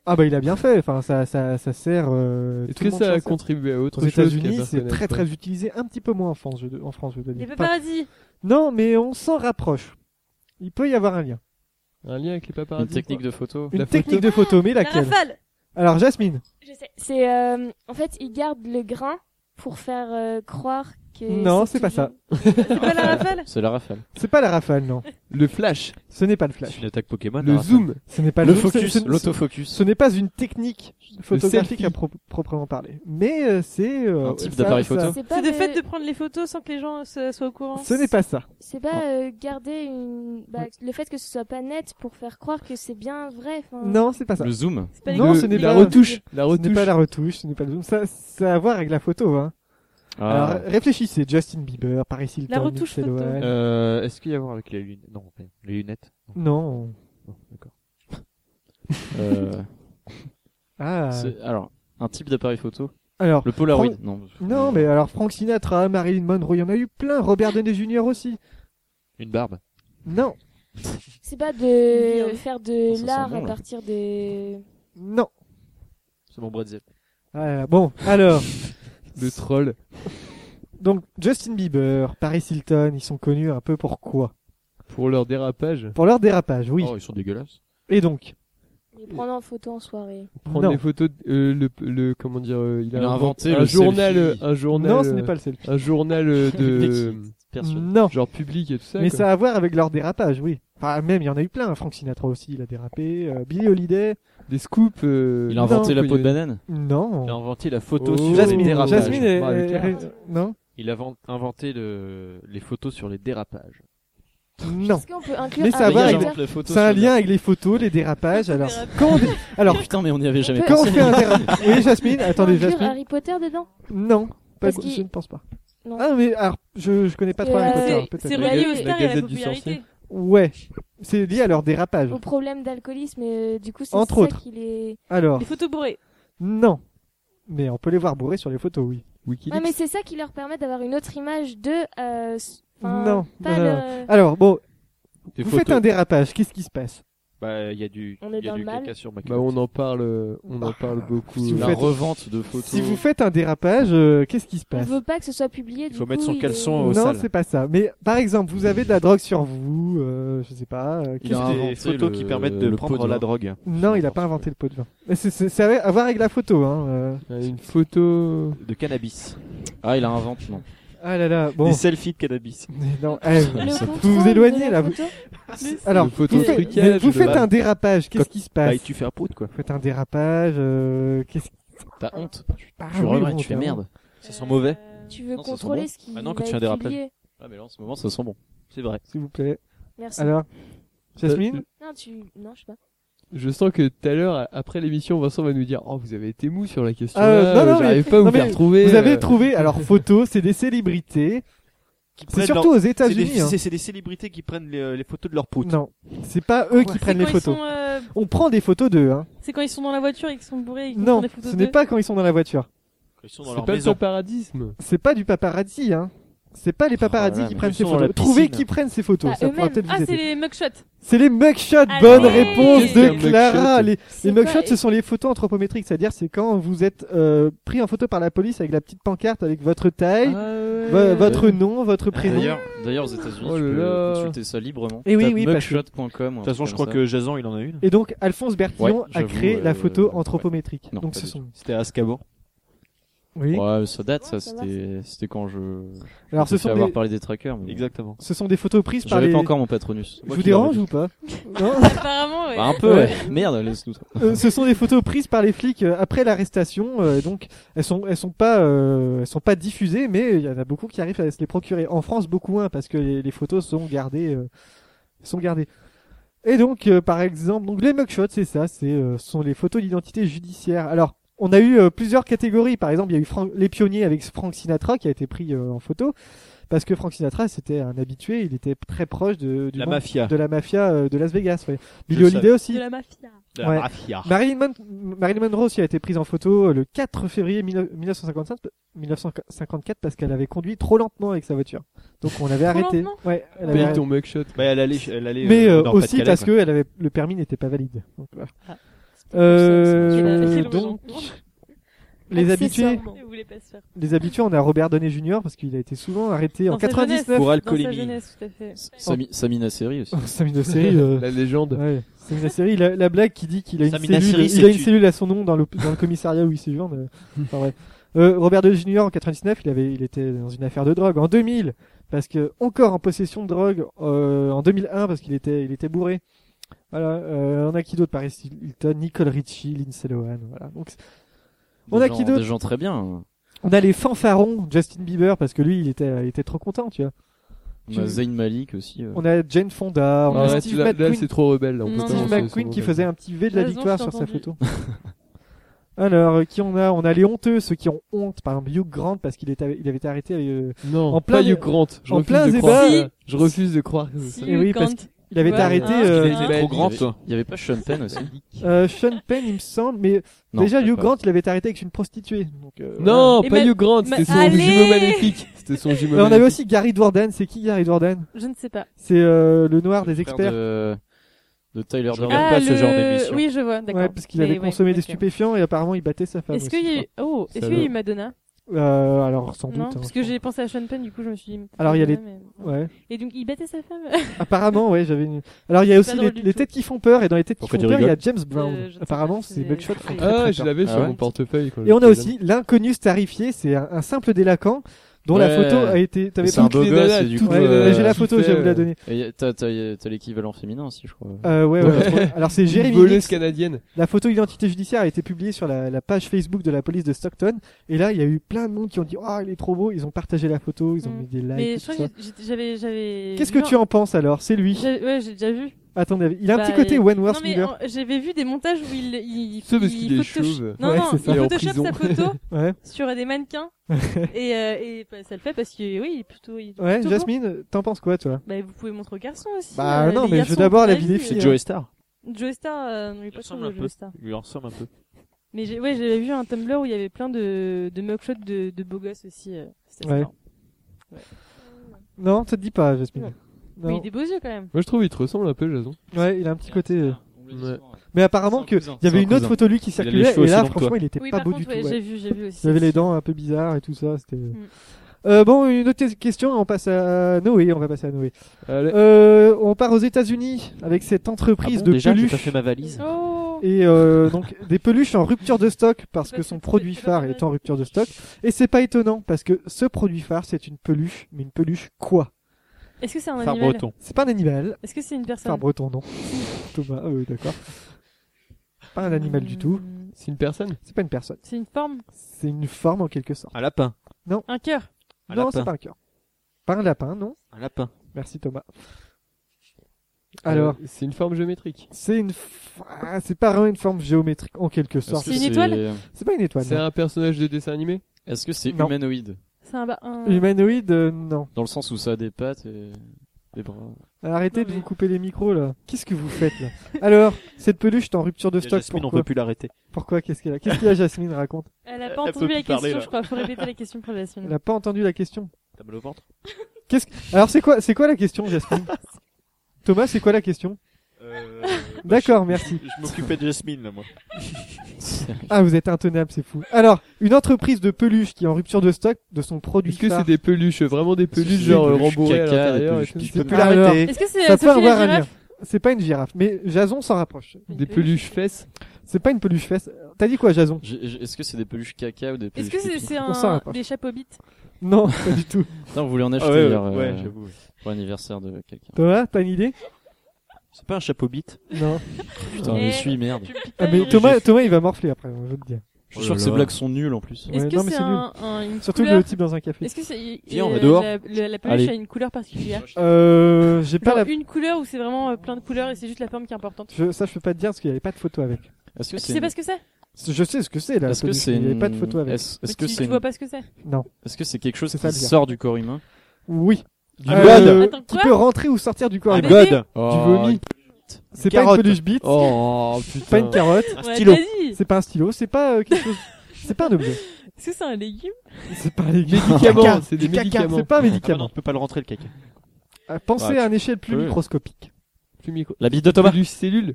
Speaker 1: Ah bah il a bien fait. Enfin ça, ça, ça sert. euh,
Speaker 2: Est-ce
Speaker 1: tout le
Speaker 2: que
Speaker 1: monde
Speaker 2: ça
Speaker 1: s'en
Speaker 2: a
Speaker 1: sert.
Speaker 2: contribué à autre
Speaker 1: Aux
Speaker 2: chose qu'à
Speaker 1: États-Unis,
Speaker 2: faire
Speaker 1: c'est
Speaker 2: connaître,
Speaker 1: très
Speaker 2: ouais.
Speaker 1: très utilisé, un petit peu moins en France, je, en France, je dois
Speaker 5: Les
Speaker 1: dire. Pas-
Speaker 5: paparazzi.
Speaker 1: Non, mais on s'en rapproche. Il peut y avoir un lien.
Speaker 2: Un lien avec les paparazzi.
Speaker 4: Une technique
Speaker 2: quoi.
Speaker 4: de photo.
Speaker 1: Une
Speaker 2: La
Speaker 1: technique
Speaker 2: photo.
Speaker 1: de photo, mais laquelle
Speaker 5: rafale.
Speaker 1: Alors Jasmine.
Speaker 6: Je sais. C'est euh, en fait, ils gardent le grain pour faire euh, croire que.
Speaker 1: Non, c'est pas
Speaker 6: toujours-
Speaker 1: ça.
Speaker 5: C'est pas la rafale
Speaker 4: C'est la rafale.
Speaker 1: C'est pas la rafale, non.
Speaker 2: Le flash.
Speaker 1: Ce n'est pas le flash.
Speaker 9: C'est une attaque Pokémon.
Speaker 2: Le
Speaker 9: la rafale.
Speaker 2: zoom.
Speaker 1: Ce n'est pas
Speaker 4: Le
Speaker 1: le zoom, ce-
Speaker 4: focus,
Speaker 1: ce- ce-
Speaker 4: l'autofocus.
Speaker 1: Ce n'est pas une technique photographique
Speaker 2: selfie.
Speaker 1: à pro- proprement parler, mais euh, c'est euh,
Speaker 4: Un type
Speaker 1: ça-
Speaker 4: d'appareil
Speaker 1: ça-
Speaker 4: photo.
Speaker 6: C'est pas
Speaker 5: C'est le
Speaker 6: le-
Speaker 5: fait de prendre les photos sans que les gens se- soient au courant.
Speaker 1: Ce n'est pas ça.
Speaker 6: C'est pas euh, garder une. Bah, le fait que ce soit pas net pour faire croire que c'est bien vrai. enfin.
Speaker 1: Non, c'est pas ça.
Speaker 4: Le zoom.
Speaker 5: C'est pas les
Speaker 1: Non,
Speaker 5: gros-
Speaker 1: ce n'est
Speaker 5: les
Speaker 1: pas-
Speaker 5: gros-
Speaker 2: retouche.
Speaker 1: Ce n'est
Speaker 2: La retouche.
Speaker 1: pas la retouche, ce n'est pas le zoom. Ça, ça a à voir avec la photo. Hein.
Speaker 4: Ah.
Speaker 1: Alors réfléchissez, Justin Bieber, Paris Hilton,
Speaker 5: La retouche
Speaker 1: Lindsay
Speaker 5: photo.
Speaker 1: Lohan.
Speaker 9: Euh, Est-ce qu'il y a à voir avec les lunettes Non, rien. les lunettes.
Speaker 1: Non.
Speaker 9: Non, d'accord.
Speaker 4: Euh,
Speaker 1: Ah.
Speaker 4: c'est- Alors, un type d'appareil photo.
Speaker 1: Alors.
Speaker 4: Le Polaroid.
Speaker 1: Frank-
Speaker 4: Non.
Speaker 1: Non, mais alors Frank Sinatra, Marilyn Monroe, il y en a eu plein. Robert Downey Jr. aussi.
Speaker 9: Une barbe.
Speaker 1: Non,
Speaker 6: C'est pas de
Speaker 5: Viande.
Speaker 4: Ça
Speaker 6: faire de
Speaker 4: sent
Speaker 6: l'art
Speaker 4: bon,
Speaker 6: à
Speaker 4: là.
Speaker 6: partir de.
Speaker 1: non.
Speaker 9: C'est mon bretzel.
Speaker 1: Ah, bon, alors.
Speaker 2: Le troll.
Speaker 1: Donc Justin Bieber, Paris Hilton, ils sont connus un peu pour quoi
Speaker 2: Pour leur dérapage.
Speaker 1: Pour leur dérapage, oui.
Speaker 9: Oh, ils sont dégueulasses.
Speaker 1: Et donc
Speaker 6: Les prendre en photo en soirée.
Speaker 2: Prendre
Speaker 1: Non.
Speaker 2: des photos. de- euh, le, le- Comment dire. euh, il, a
Speaker 4: Il a inventé
Speaker 2: un
Speaker 4: le
Speaker 2: journal.
Speaker 4: selfie.
Speaker 2: Un journal.
Speaker 1: Non, ce n'est
Speaker 2: euh,
Speaker 1: pas le selfie.
Speaker 2: Un journal euh, de.
Speaker 4: Personne.
Speaker 1: Non.
Speaker 2: genre public et tout ça.
Speaker 1: Mais
Speaker 2: quoi.
Speaker 1: ça a à voir avec leur dérapage, oui. Enfin, même, il y en a eu plein. Frank Sinatra aussi, il a dérapé. Euh, Billy Holiday.
Speaker 2: Des scoops. euh,
Speaker 4: Il a inventé
Speaker 2: non,
Speaker 4: la peau de
Speaker 2: il y a-
Speaker 4: banane.
Speaker 1: Non.
Speaker 9: Il a inventé la photo
Speaker 2: Oh.
Speaker 9: sur les
Speaker 1: Jasmine,
Speaker 9: dérapages.
Speaker 1: Jasmine est-
Speaker 2: Bah,
Speaker 1: est-
Speaker 2: Lucas.
Speaker 1: est- Non
Speaker 9: Il a van- inventé le... les photos sur les dérapages.
Speaker 1: Non.
Speaker 6: Est-ce qu'on peut inclure
Speaker 1: Mais
Speaker 6: un
Speaker 1: ça a à voir
Speaker 6: regard
Speaker 1: avec-
Speaker 4: la photo.
Speaker 1: C'est un
Speaker 4: sur-
Speaker 1: lien avec les photos, les dérapages. Alors, quand on, dé- alors,
Speaker 4: Putain, mais on n'y avait jamais
Speaker 1: quand on
Speaker 4: pensé.
Speaker 1: fait un dérapage. Oui, Jasmine,
Speaker 6: On peut
Speaker 1: attendez,
Speaker 6: inclure
Speaker 1: Jasmine.
Speaker 6: Harry Potter dedans
Speaker 1: Non. Pas-
Speaker 6: Parce qu'il-
Speaker 1: je ne pense pas.
Speaker 6: Non.
Speaker 1: Ah, mais alors, je, je connais pas
Speaker 6: Euh,
Speaker 1: trop Harry
Speaker 6: c'est-
Speaker 1: Potter,
Speaker 5: C'est
Speaker 1: peut-être.
Speaker 9: La
Speaker 5: relié
Speaker 9: ga-
Speaker 5: aux
Speaker 9: la
Speaker 5: stars et à la
Speaker 9: Gazette du
Speaker 5: popularité.
Speaker 9: Sorcier.
Speaker 1: Ouais. C'est lié à leur dérapage.
Speaker 6: Au problème d'alcoolisme, euh, du coup, c'est
Speaker 1: Entre
Speaker 6: ça
Speaker 1: autres.
Speaker 6: qu'il est.
Speaker 1: Alors,
Speaker 5: Les photos bourrées.
Speaker 1: non. Mais on peut les voir bourrés sur les photos, oui.
Speaker 6: Ouais,
Speaker 2: Wikileaks.
Speaker 6: Ah, mais c'est ça qui leur permet d'avoir une autre image de. euh, s- enfin,
Speaker 1: Non,
Speaker 6: pas
Speaker 1: non,
Speaker 6: le-
Speaker 1: Alors, bon,
Speaker 9: Des
Speaker 1: vous
Speaker 9: photos.
Speaker 1: faites un dérapage, qu'est-ce qui se passe
Speaker 9: Bah, il y a du,
Speaker 6: On est
Speaker 9: il y a
Speaker 6: dans
Speaker 9: du
Speaker 6: le mal.
Speaker 9: caca sur ma
Speaker 2: Bah, on en parle. euh, On en parle beaucoup.
Speaker 1: Bah, Si vous
Speaker 4: La
Speaker 1: faites-
Speaker 4: revente de photos.
Speaker 1: Si vous faites un dérapage, euh, qu'est-ce qui se
Speaker 6: On
Speaker 1: passe
Speaker 6: veut pas que ce soit publié.
Speaker 9: Il faut mettre
Speaker 6: euh.
Speaker 9: son caleçon au
Speaker 1: Non,
Speaker 9: sale.
Speaker 1: c'est pas ça. Mais par exemple, vous avez de la drogue sur vous, euh, je sais pas. euh,
Speaker 4: Il a
Speaker 9: Juste des
Speaker 4: inventé
Speaker 9: photos
Speaker 4: le-
Speaker 9: qui permettent de
Speaker 4: le pot
Speaker 9: prendre
Speaker 4: de
Speaker 9: la
Speaker 4: vin.
Speaker 9: drogue.
Speaker 1: Non, il a pas inventé le pot de vin. Mais c'est- C'est c'est à voir avec la photo. Hein. euh.
Speaker 2: Il y a Une photo.
Speaker 9: De cannabis.
Speaker 4: Ah, il a inventé. Non.
Speaker 1: Ah là là, bon.
Speaker 4: Des selfies de cannabis.
Speaker 1: Non, eh, vous vous éloignez là. vous- Alors,
Speaker 4: Le photo
Speaker 1: vous, faites-
Speaker 4: trucage,
Speaker 1: vous
Speaker 4: de
Speaker 1: faites
Speaker 4: la-
Speaker 1: un dérapage. Qu'est-ce qui se passe
Speaker 4: Bah, tu fais un prout, quoi.
Speaker 1: Vous faites un dérapage. euh, qu'est-ce
Speaker 4: T'as honte. Tu,
Speaker 1: Ah
Speaker 4: tu
Speaker 1: oui,
Speaker 4: regrettes,
Speaker 1: bon,
Speaker 4: tu fais
Speaker 1: t'as
Speaker 4: merde.
Speaker 1: honte.
Speaker 4: Ça sent mauvais.
Speaker 6: Euh, Tu veux
Speaker 4: Non, ça sent
Speaker 6: contrôler
Speaker 4: bon.
Speaker 6: ce qui
Speaker 4: Maintenant, quand
Speaker 6: va
Speaker 4: tu fais un
Speaker 6: être
Speaker 4: dérapage.
Speaker 6: publié.
Speaker 4: Ah, mais là, en ce moment, ça sent bon. C'est vrai.
Speaker 1: S'il vous plaît.
Speaker 6: Merci.
Speaker 1: Alors,
Speaker 2: Euh,
Speaker 9: Euh,
Speaker 1: Jasmine
Speaker 6: Non, tu... Non, je sais pas.
Speaker 2: Je sens que tout à l'heure, a- après l'émission, Vincent va nous dire Oh, vous avez été mou sur la question.
Speaker 1: Ah, non, non, mais-
Speaker 2: J'arrive pas à
Speaker 1: non,
Speaker 2: vous faire
Speaker 1: mais
Speaker 2: trouver.
Speaker 1: Vous
Speaker 2: euh.
Speaker 1: avez trouvé, alors photo, c'est des célébrités. C'est
Speaker 4: prennent
Speaker 1: surtout
Speaker 4: leur-
Speaker 1: aux
Speaker 4: c'est des-
Speaker 1: États-Unis. hein.
Speaker 4: C'est c'est des célébrités qui prennent les, les photos de leur prout.
Speaker 1: Non, c'est pas eux qui
Speaker 4: C'est
Speaker 1: prennent les
Speaker 5: quand ils
Speaker 1: photos.
Speaker 5: sont, euh,
Speaker 1: On prend des photos d'eux. Hein.
Speaker 5: C'est quand ils sont dans la voiture et qu'ils sont bourrés et qu'ils font
Speaker 1: Non,
Speaker 5: des photos
Speaker 1: ce n'est
Speaker 5: d'eux.
Speaker 1: pas quand ils sont dans la voiture.
Speaker 4: Ils sont
Speaker 2: dans leur maison. paradisme.
Speaker 1: C'est pas du paparazzi, hein. C'est pas les paparazzi
Speaker 2: là là,
Speaker 1: qui
Speaker 2: mais
Speaker 1: prennent
Speaker 2: ils
Speaker 1: ces
Speaker 2: sont dans la
Speaker 1: photos. Trouvez
Speaker 2: piscine.
Speaker 1: qui prennent ces photos.
Speaker 6: Bah,
Speaker 5: Ah,
Speaker 1: ça pourra
Speaker 5: eux-mêmes.
Speaker 1: peut-être vous
Speaker 5: Ah, c'est
Speaker 1: aider.
Speaker 5: les mugshots.
Speaker 1: C'est les mugshots.
Speaker 5: Allez
Speaker 1: Bonne réponse
Speaker 5: Qu'est-ce qu'un
Speaker 1: de
Speaker 5: mugshot
Speaker 1: Clara. Les, les
Speaker 5: quoi,
Speaker 1: mugshots,
Speaker 5: et-
Speaker 1: ce sont les photos anthropométriques, c'est-à-dire c'est quand vous êtes euh, pris en photo par la police avec la petite pancarte avec votre taille, vo- votre nom, votre prénom.
Speaker 4: Ah, D'ailleurs, d'ailleurs, aux États-Unis,
Speaker 1: Oh
Speaker 4: tu
Speaker 1: là
Speaker 4: peux
Speaker 1: là.
Speaker 4: consulter ça librement.
Speaker 1: Et oui,
Speaker 4: Tape
Speaker 1: oui, parce que-
Speaker 4: mugshot.com,
Speaker 9: De toute façon, je crois que Jason, il en a une.
Speaker 1: Et donc Alphonse Bertillon
Speaker 9: Ouais,
Speaker 1: a
Speaker 9: j'avoue,
Speaker 1: créé la
Speaker 9: euh,
Speaker 1: photo
Speaker 9: ouais.
Speaker 1: anthropométrique.
Speaker 4: Non,
Speaker 1: donc
Speaker 4: pas
Speaker 1: ce
Speaker 4: du
Speaker 1: sont
Speaker 4: tout. C'était à Azkaban.
Speaker 1: Oui.
Speaker 4: Ouais, ça date, ça. C'était, c'était quand je. je
Speaker 1: Alors,
Speaker 4: me
Speaker 1: ce
Speaker 4: suis
Speaker 1: sont
Speaker 4: fait avoir
Speaker 1: des-
Speaker 4: parlé des trackers. mais bon.
Speaker 9: Exactement.
Speaker 1: Ce sont des photos prises par
Speaker 4: J'avais
Speaker 1: les-
Speaker 4: pas encore mon patronus.
Speaker 1: Je vous dérange ou pas Non
Speaker 5: Apparemment, ouais.
Speaker 4: Bah, un peu, ouais. Merde, laisse-nous.
Speaker 1: Euh, ce sont des photos prises par les flics euh, après l'arrestation, euh, donc elles sont elles sont pas euh, elles sont pas diffusées, mais il y en a beaucoup qui arrivent à se les procurer. En France, beaucoup moins parce que les, les photos sont gardées euh, sont gardées. Et donc euh, par exemple, donc les mugshots, c'est ça, c'est euh, ce sont les photos d'identité judiciaire. Alors on a eu euh, plusieurs catégories. Par exemple, il y a eu Fran- les pionniers avec Frank Sinatra qui a été pris euh, en photo parce que Frank Sinatra c'était un habitué, il était très proche de du
Speaker 9: La
Speaker 1: monde-
Speaker 9: mafia.
Speaker 1: de la mafia euh, de Las Vegas. Ouais.
Speaker 9: Je
Speaker 1: Billy
Speaker 9: le
Speaker 1: Holiday
Speaker 9: savais.
Speaker 1: aussi.
Speaker 5: De la mafia.
Speaker 9: De la mafia.
Speaker 1: Marilyn, Mon- Marilyn Monroe aussi a été prise en photo euh, le 4 février 19- 1955 1954 parce qu'elle avait conduit trop lentement avec sa voiture. Donc on l'avait
Speaker 2: Trop
Speaker 1: arrêtée.
Speaker 2: lentement
Speaker 1: Ouais, elle
Speaker 2: Paye
Speaker 1: avait-
Speaker 2: ton mugshot.
Speaker 9: Bah, elle allait, elle allait.
Speaker 1: Mais
Speaker 9: euh,
Speaker 1: euh,
Speaker 9: dans le
Speaker 1: aussi
Speaker 9: Pas-de-Calais,
Speaker 1: parce
Speaker 9: quoi.
Speaker 1: que elle avait le permis n'était pas valide. Donc, voilà.
Speaker 5: Ah,
Speaker 1: Euh,
Speaker 5: C'est
Speaker 1: donc
Speaker 5: long.
Speaker 1: les habitués
Speaker 5: Accessoirement. Elle voulait pas se faire.
Speaker 1: les habitués, on a Robert Downey Jr. parce qu'il a été souvent arrêté en
Speaker 5: Dans sa
Speaker 1: 99
Speaker 5: jeunesse,
Speaker 4: Pour
Speaker 5: Dans sa
Speaker 4: alcoolémie.
Speaker 5: jeunesse, tout à fait.
Speaker 4: Sami, Sami Nasseri aussi.
Speaker 1: Sami Nasseri, euh,
Speaker 2: La légende.
Speaker 1: Ouais, Sami Nasseri, la, la blague qui dit qu'il a une
Speaker 4: Sami
Speaker 1: cellule,
Speaker 4: Nasseri,
Speaker 1: il a
Speaker 4: c'est
Speaker 1: une
Speaker 4: tu-
Speaker 1: cellule à son nom dans le, dans le commissariat où il séjourne. euh, enfin, bref. Euh, Robert De Junior en 99, il avait, il était dans une affaire de drogue. En 2000, parce que encore en possession de drogue. euh, en 2001, parce qu'il était, il était bourré. Voilà. Euh, on a qui d'autre Paris Hilton, Nicole Richie, Lindsay Lohan. Voilà. Donc, c'est-
Speaker 4: Des
Speaker 1: on a
Speaker 4: gens-
Speaker 1: qui d'autre
Speaker 4: Des gens très bien.
Speaker 1: On a les fanfarons, Justin Bieber, parce que lui, il était, il était trop content, tu vois.
Speaker 4: On a
Speaker 1: Tu-
Speaker 4: Bah, Zayn Malik aussi. euh.
Speaker 1: on a Jane Fonda, on
Speaker 2: Ah
Speaker 1: a
Speaker 2: ouais,
Speaker 1: Steve
Speaker 2: là- là,
Speaker 1: McQueen.
Speaker 2: c'est trop rebelle, là, on peut
Speaker 1: Steve
Speaker 2: pas lancer
Speaker 1: McQueen
Speaker 2: son
Speaker 1: qui
Speaker 2: rebelle.
Speaker 1: faisait un petit V de la
Speaker 5: Raison,
Speaker 1: victoire
Speaker 5: je t'ai
Speaker 1: sur sa
Speaker 5: entendu.
Speaker 1: photo. Alors, euh, qui on a On a les honteux, ceux qui ont honte. Par exemple, Hugh Grant parce qu'il était, il avait été arrêté euh,
Speaker 2: Non,
Speaker 1: en plein
Speaker 2: pas Hugh Grant. Je
Speaker 1: en
Speaker 2: refuse
Speaker 1: plein
Speaker 2: de
Speaker 1: débat. euh,
Speaker 2: croire. Si. Je refuse de croire que c'est Si, ça.
Speaker 1: Eh oui,
Speaker 2: Hugh
Speaker 1: parce
Speaker 2: Grant.
Speaker 1: qu'il avait été
Speaker 2: Ouais,
Speaker 1: arrêté.
Speaker 2: hein.
Speaker 1: euh,
Speaker 2: Il était trop grand,
Speaker 4: Il y avait-
Speaker 2: toi.
Speaker 4: Il y avait pas Sean Penn aussi.
Speaker 1: euh, Sean Penn, il me semble, mais
Speaker 4: Non,
Speaker 1: déjà
Speaker 4: je sais
Speaker 1: Hugh
Speaker 4: pas.
Speaker 1: Grant, il avait été arrêté avec une prostituée. Donc, euh,
Speaker 2: Non,
Speaker 1: voilà.
Speaker 2: pas Hugh Grant, c'était son jumeau magnifique. C'était son jumeau
Speaker 1: Et on avait
Speaker 2: magnifique.
Speaker 1: aussi Gary Dwarden. C'est qui Gary Dwarden
Speaker 5: Je ne sais pas.
Speaker 1: C'est euh, le noir des
Speaker 4: frère
Speaker 1: experts.
Speaker 4: de, de Tyler Durden.
Speaker 5: regarde Ah, pas ce le- genre d'émission. oui, je vois, d'accord.
Speaker 1: Ouais, parce qu'il
Speaker 5: Mais
Speaker 1: avait
Speaker 5: ouais,
Speaker 1: consommé des
Speaker 5: ok.
Speaker 1: stupéfiants et apparemment il battait sa femme.
Speaker 5: Est-ce qu'il y a eu, oh, est-ce
Speaker 1: Ça
Speaker 5: qu'il y a
Speaker 1: doit-
Speaker 5: eu Madonna?
Speaker 1: Euh, alors sans doute.
Speaker 5: non,
Speaker 1: hein,
Speaker 5: parce
Speaker 1: je
Speaker 5: que j'ai pensé à Sean Penn, du coup, je me suis dit.
Speaker 1: Alors, il y a les-
Speaker 5: mais-
Speaker 1: Ouais.
Speaker 5: Et donc, il battait sa femme.
Speaker 1: Apparemment, ouais, j'avais une. Alors, il y a
Speaker 5: C'est
Speaker 1: aussi
Speaker 5: pas
Speaker 1: les,
Speaker 5: drôle du
Speaker 1: les têtes qui font peur, et dans les têtes
Speaker 2: Pourquoi
Speaker 1: qui font
Speaker 2: tu
Speaker 1: peur, il y a
Speaker 2: rigoles
Speaker 1: James Brown.
Speaker 5: Euh, je sais
Speaker 1: Apparemment,
Speaker 5: pas,
Speaker 1: c'est
Speaker 5: c'est-
Speaker 1: Buckshot qui font très,
Speaker 2: Ah,
Speaker 1: très
Speaker 2: je
Speaker 1: peur.
Speaker 2: l'avais
Speaker 4: Ah
Speaker 2: sur
Speaker 4: ouais
Speaker 2: mon portefeuille. quand
Speaker 1: Et on
Speaker 2: j'étais
Speaker 1: a aussi
Speaker 2: jeune.
Speaker 1: l'inconnu starifié, c'est un, un simple délaquant dont la
Speaker 4: Ouais.
Speaker 1: photo a été. T'avais
Speaker 4: C'est un
Speaker 1: pas-
Speaker 4: beau
Speaker 1: les
Speaker 4: gosse,
Speaker 1: nanas,
Speaker 4: et du
Speaker 1: tout-
Speaker 4: coup.
Speaker 1: ouais,
Speaker 4: euh,
Speaker 1: J'ai la
Speaker 4: qui
Speaker 1: photo,
Speaker 4: fait,
Speaker 1: je vais vous la
Speaker 4: euh,
Speaker 1: donner.
Speaker 4: et T'as t'as- t'as l'équivalent féminin aussi, je crois.
Speaker 1: Euh, ouais, ouais, on trouve- Alors c'est
Speaker 2: Une
Speaker 1: Jérémy
Speaker 2: voleuse
Speaker 1: Nix.
Speaker 2: canadienne.
Speaker 1: La photo identité judiciaire a été publiée sur la, la page Facebook de la police de Stockton. Et là, il y a eu plein de monde qui ont dit Ah, il est trop beau. Ils ont partagé la photo, ils ont mis des likes.
Speaker 5: Mm. mais
Speaker 1: et
Speaker 5: je
Speaker 1: tout
Speaker 5: crois
Speaker 1: ça.
Speaker 5: que j'ai- j'avais, j'avais.
Speaker 1: Qu'est-ce
Speaker 5: vu
Speaker 1: que tu en penses alors C'est lui.
Speaker 5: J'ai- Ouais, j'ai déjà vu.
Speaker 1: Attendez, il a un
Speaker 5: Bah,
Speaker 1: petit côté
Speaker 5: euh,
Speaker 1: Wentworth
Speaker 5: non, mais
Speaker 1: Miller.
Speaker 5: en- J'avais vu des montages où il. il
Speaker 2: C'est parce
Speaker 5: il
Speaker 2: qu'il est
Speaker 5: photosh-
Speaker 2: chauve.
Speaker 5: Non,
Speaker 1: Ouais,
Speaker 5: non,
Speaker 1: c'est
Speaker 5: il
Speaker 1: ça. Il est en
Speaker 5: photoshop sa
Speaker 2: prison.
Speaker 5: photo
Speaker 1: Ouais.
Speaker 5: sur des mannequins. et euh, et bah, ça le fait parce que, oui, il est plutôt. il est
Speaker 1: Ouais,
Speaker 5: plutôt beau.
Speaker 1: Jasmine, t'en penses quoi, toi
Speaker 5: Bah, vous pouvez montrer aux garçons aussi.
Speaker 1: Bah,
Speaker 5: euh,
Speaker 1: non,
Speaker 5: les
Speaker 1: mais je veux
Speaker 5: garçons,
Speaker 1: d'abord la
Speaker 5: vas-y,
Speaker 1: vie des
Speaker 5: euh,
Speaker 1: filles. C'est
Speaker 9: Joey Star.
Speaker 5: Joey Star, euh, on est pas trop
Speaker 9: ressemble un peu.
Speaker 5: Joey Star.
Speaker 9: Il lui ressemble un peu.
Speaker 5: Mais j'ai- ouais, j'avais vu un Tumblr où il y avait plein de, de mugshots de, de beaux gosses aussi. euh, c'était
Speaker 1: Ouais.
Speaker 5: marrant. Ouais.
Speaker 1: Non, ça te dit pas, Jasmine.
Speaker 5: Mais il a des beaux yeux quand même.
Speaker 2: Moi, je trouve il te ressemble un peu, Jason.
Speaker 1: Ouais, il a un petit côté. euh,
Speaker 2: Ouais.
Speaker 1: Mais apparemment que il y avait
Speaker 2: c'est un
Speaker 1: une autre
Speaker 2: cousin.
Speaker 1: photo de lui qui
Speaker 2: Il a les
Speaker 1: circulait
Speaker 2: cheveux
Speaker 1: et là
Speaker 2: aussi longs que
Speaker 1: franchement
Speaker 2: toi.
Speaker 1: il était
Speaker 5: Oui,
Speaker 1: pas
Speaker 5: par
Speaker 1: beau
Speaker 5: contre,
Speaker 1: du tout.
Speaker 5: ouais,
Speaker 1: ouais.
Speaker 5: j'ai vu- j'ai vu aussi Mm.
Speaker 1: Il avait
Speaker 5: cette
Speaker 1: les dents un peu bizarres et tout ça. C'était. Euh, bon, une autre question. On passe à Noé. On va passer à Noé. Euh, on part aux États-Unis avec cette entreprise
Speaker 9: bon,
Speaker 1: de
Speaker 2: Ah
Speaker 9: déjà, j'ai
Speaker 1: peluche.
Speaker 9: pas fait ma valise.
Speaker 5: Oh
Speaker 1: Et euh, donc des peluches en rupture de stock parce que son produit phare est en rupture de stock. Et c'est pas étonnant parce que ce produit phare c'est une peluche, mais une peluche quoi
Speaker 5: Est-ce que c'est un animal
Speaker 1: C'est pas un animal.
Speaker 5: Est-ce que c'est une personne
Speaker 1: Phare breton non. Thomas, ah oui d'accord. Pas un animal du tout.
Speaker 2: C'est une personne
Speaker 1: C'est pas une personne.
Speaker 5: C'est une forme
Speaker 1: C'est une forme en quelque sorte.
Speaker 9: Un lapin.
Speaker 1: Non.
Speaker 5: Un cœur
Speaker 2: Un
Speaker 1: Non,
Speaker 2: lapin.
Speaker 1: c'est pas un cœur. Pas un lapin, non.
Speaker 9: Un lapin.
Speaker 1: Merci Thomas. Alors,
Speaker 2: Euh, c'est une forme géométrique.
Speaker 1: C'est une, f- ah, c'est pas vraiment une forme géométrique en quelque sorte. C'est pas une étoile. hein.
Speaker 2: C'est
Speaker 1: non.
Speaker 2: un personnage de dessin animé
Speaker 4: Est-ce que c'est
Speaker 1: Non.
Speaker 4: humanoïde
Speaker 5: C'est un, ba- un-
Speaker 1: Humanoïde, euh, non.
Speaker 4: Dans le sens où ça a des pattes et des bras.
Speaker 1: Arrêtez de vous couper les micros là. Qu'est-ce que vous faites là Alors, cette peluche est en rupture de
Speaker 9: Il y a
Speaker 1: stock.
Speaker 9: Jasmine, on
Speaker 1: pourquoi
Speaker 9: peut plus l'arrêter.
Speaker 1: Pourquoi Qu'est-ce qu'elle a Qu'est-ce qu'il a Jasmine raconte
Speaker 5: Elle a pas
Speaker 9: Elle peut
Speaker 5: entendu
Speaker 9: plus
Speaker 5: la question,
Speaker 9: parler, là.
Speaker 5: je crois. Faut répéter la question pour la
Speaker 1: Elle a pas entendu Euh, la question.
Speaker 9: T'as mal au ventre
Speaker 1: Qu'est-ce que- Alors c'est quoi c'est quoi la question Jasmine Thomas, c'est quoi la question D'accord, merci.
Speaker 9: Euh, Je m'occupais de Jasmine, là, moi.
Speaker 1: Ah, vous êtes intenable, c'est fou. Alors, une entreprise de peluches qui est en rupture de stock de son produit.
Speaker 2: Est-ce que
Speaker 1: phare.
Speaker 2: c'est des peluches, euh, vraiment des peluches genre
Speaker 1: peluches
Speaker 2: rembourrées à
Speaker 1: caca, des
Speaker 2: l'intérieur et
Speaker 1: peluches
Speaker 2: tout
Speaker 1: pipi.
Speaker 2: c'est-
Speaker 1: Peux l'arrêter.
Speaker 5: Est-ce que c'est euh,
Speaker 1: ça
Speaker 5: Sophie
Speaker 1: peut avoir
Speaker 5: la
Speaker 1: un
Speaker 5: girafe
Speaker 1: lien. C'est pas une girafe, mais Jason s'en rapproche.
Speaker 2: Des peluches fesses
Speaker 1: C'est pas une peluche fesse. T'as dit quoi, Jason
Speaker 4: J'ai- j'ai- Est-ce que c'est des peluches caca ou des peluches
Speaker 5: Est-ce que c'est
Speaker 4: pipi
Speaker 5: c'est
Speaker 1: On s'en
Speaker 5: un...
Speaker 1: rapproche.
Speaker 5: des chapeaux bites
Speaker 1: Non, pas du tout.
Speaker 4: Putain, vous voulez en acheter
Speaker 9: Ah ouais, ouais,
Speaker 4: hier euh,
Speaker 9: ouais, j'avoue, ouais.
Speaker 4: pour l'anniversaire de quelqu'un.
Speaker 1: Thomas, t'as une idée
Speaker 9: C'est pas un chapeau bite
Speaker 1: Non.
Speaker 4: Putain, mais suis merde.
Speaker 1: Ah, mais Thomas, Thomas, il va morfler après, je veux te dire.
Speaker 4: Je suis sûr que ces blagues sont nulles en plus.
Speaker 5: Est-ce
Speaker 1: Ouais,
Speaker 5: que
Speaker 1: non, mais
Speaker 5: c'est
Speaker 1: c'est
Speaker 5: un,
Speaker 1: nul.
Speaker 5: un- une
Speaker 1: Surtout
Speaker 5: couleur
Speaker 1: le type dans un café.
Speaker 5: Est-ce que c'est
Speaker 1: Viens,
Speaker 5: euh,
Speaker 1: on va dehors.
Speaker 5: La, le- la peluche
Speaker 1: Allez.
Speaker 5: a une couleur particulière
Speaker 1: Euh, j'ai pas
Speaker 5: Genre
Speaker 1: la.
Speaker 5: Une couleur ou c'est vraiment euh, plein de couleurs et c'est juste la forme qui est importante
Speaker 1: Je, ça, je peux pas te dire parce qu'il y avait pas de photo avec.
Speaker 4: Est-ce
Speaker 5: Ah, Tu sais pas ce que c'est
Speaker 1: Je sais ce que c'est là.
Speaker 4: Est-ce que
Speaker 1: peluche,
Speaker 4: c'est
Speaker 1: mais Il y avait
Speaker 4: une-
Speaker 1: pas de photo avec.
Speaker 4: Est-ce est-ce
Speaker 5: tu,
Speaker 4: que
Speaker 5: tu
Speaker 4: c'est
Speaker 5: vois
Speaker 4: une-
Speaker 5: pas ce que c'est
Speaker 1: Non.
Speaker 4: Est-ce que c'est quelque chose
Speaker 1: C'est
Speaker 4: qui
Speaker 1: ça, le lien.
Speaker 4: sort du corps humain
Speaker 1: Oui.
Speaker 4: Du
Speaker 1: Euh,
Speaker 4: god. Attends,
Speaker 1: qui
Speaker 4: quoi
Speaker 1: peut rentrer ou sortir du corps
Speaker 4: Un
Speaker 1: humain.
Speaker 4: god.
Speaker 1: Du
Speaker 4: Oh,
Speaker 1: vomi.
Speaker 4: une
Speaker 1: C'est pas
Speaker 4: carotte.
Speaker 1: une peluche bite.
Speaker 2: Oh,
Speaker 1: C'est pas une carotte.
Speaker 5: Un Ouais, stylo. vas-y.
Speaker 1: C'est pas un stylo. C'est pas euh, quelque chose. C'est pas un objet.
Speaker 5: Est-ce que c'est un légume
Speaker 1: C'est pas les
Speaker 2: Médicaments,
Speaker 1: Caca,
Speaker 2: c'est des
Speaker 1: du caca,
Speaker 2: médicaments.
Speaker 1: C'est pas un
Speaker 2: Ah bah
Speaker 1: médicament.
Speaker 9: On peut pas le rentrer, le caca.
Speaker 1: Euh, Pensez
Speaker 2: Ouais,
Speaker 1: à
Speaker 2: Ah, tu
Speaker 1: une échelle plus
Speaker 2: peux.
Speaker 1: microscopique.
Speaker 2: Plus micro-
Speaker 4: Ah, La bite de Thomas.
Speaker 2: Peluche cellule.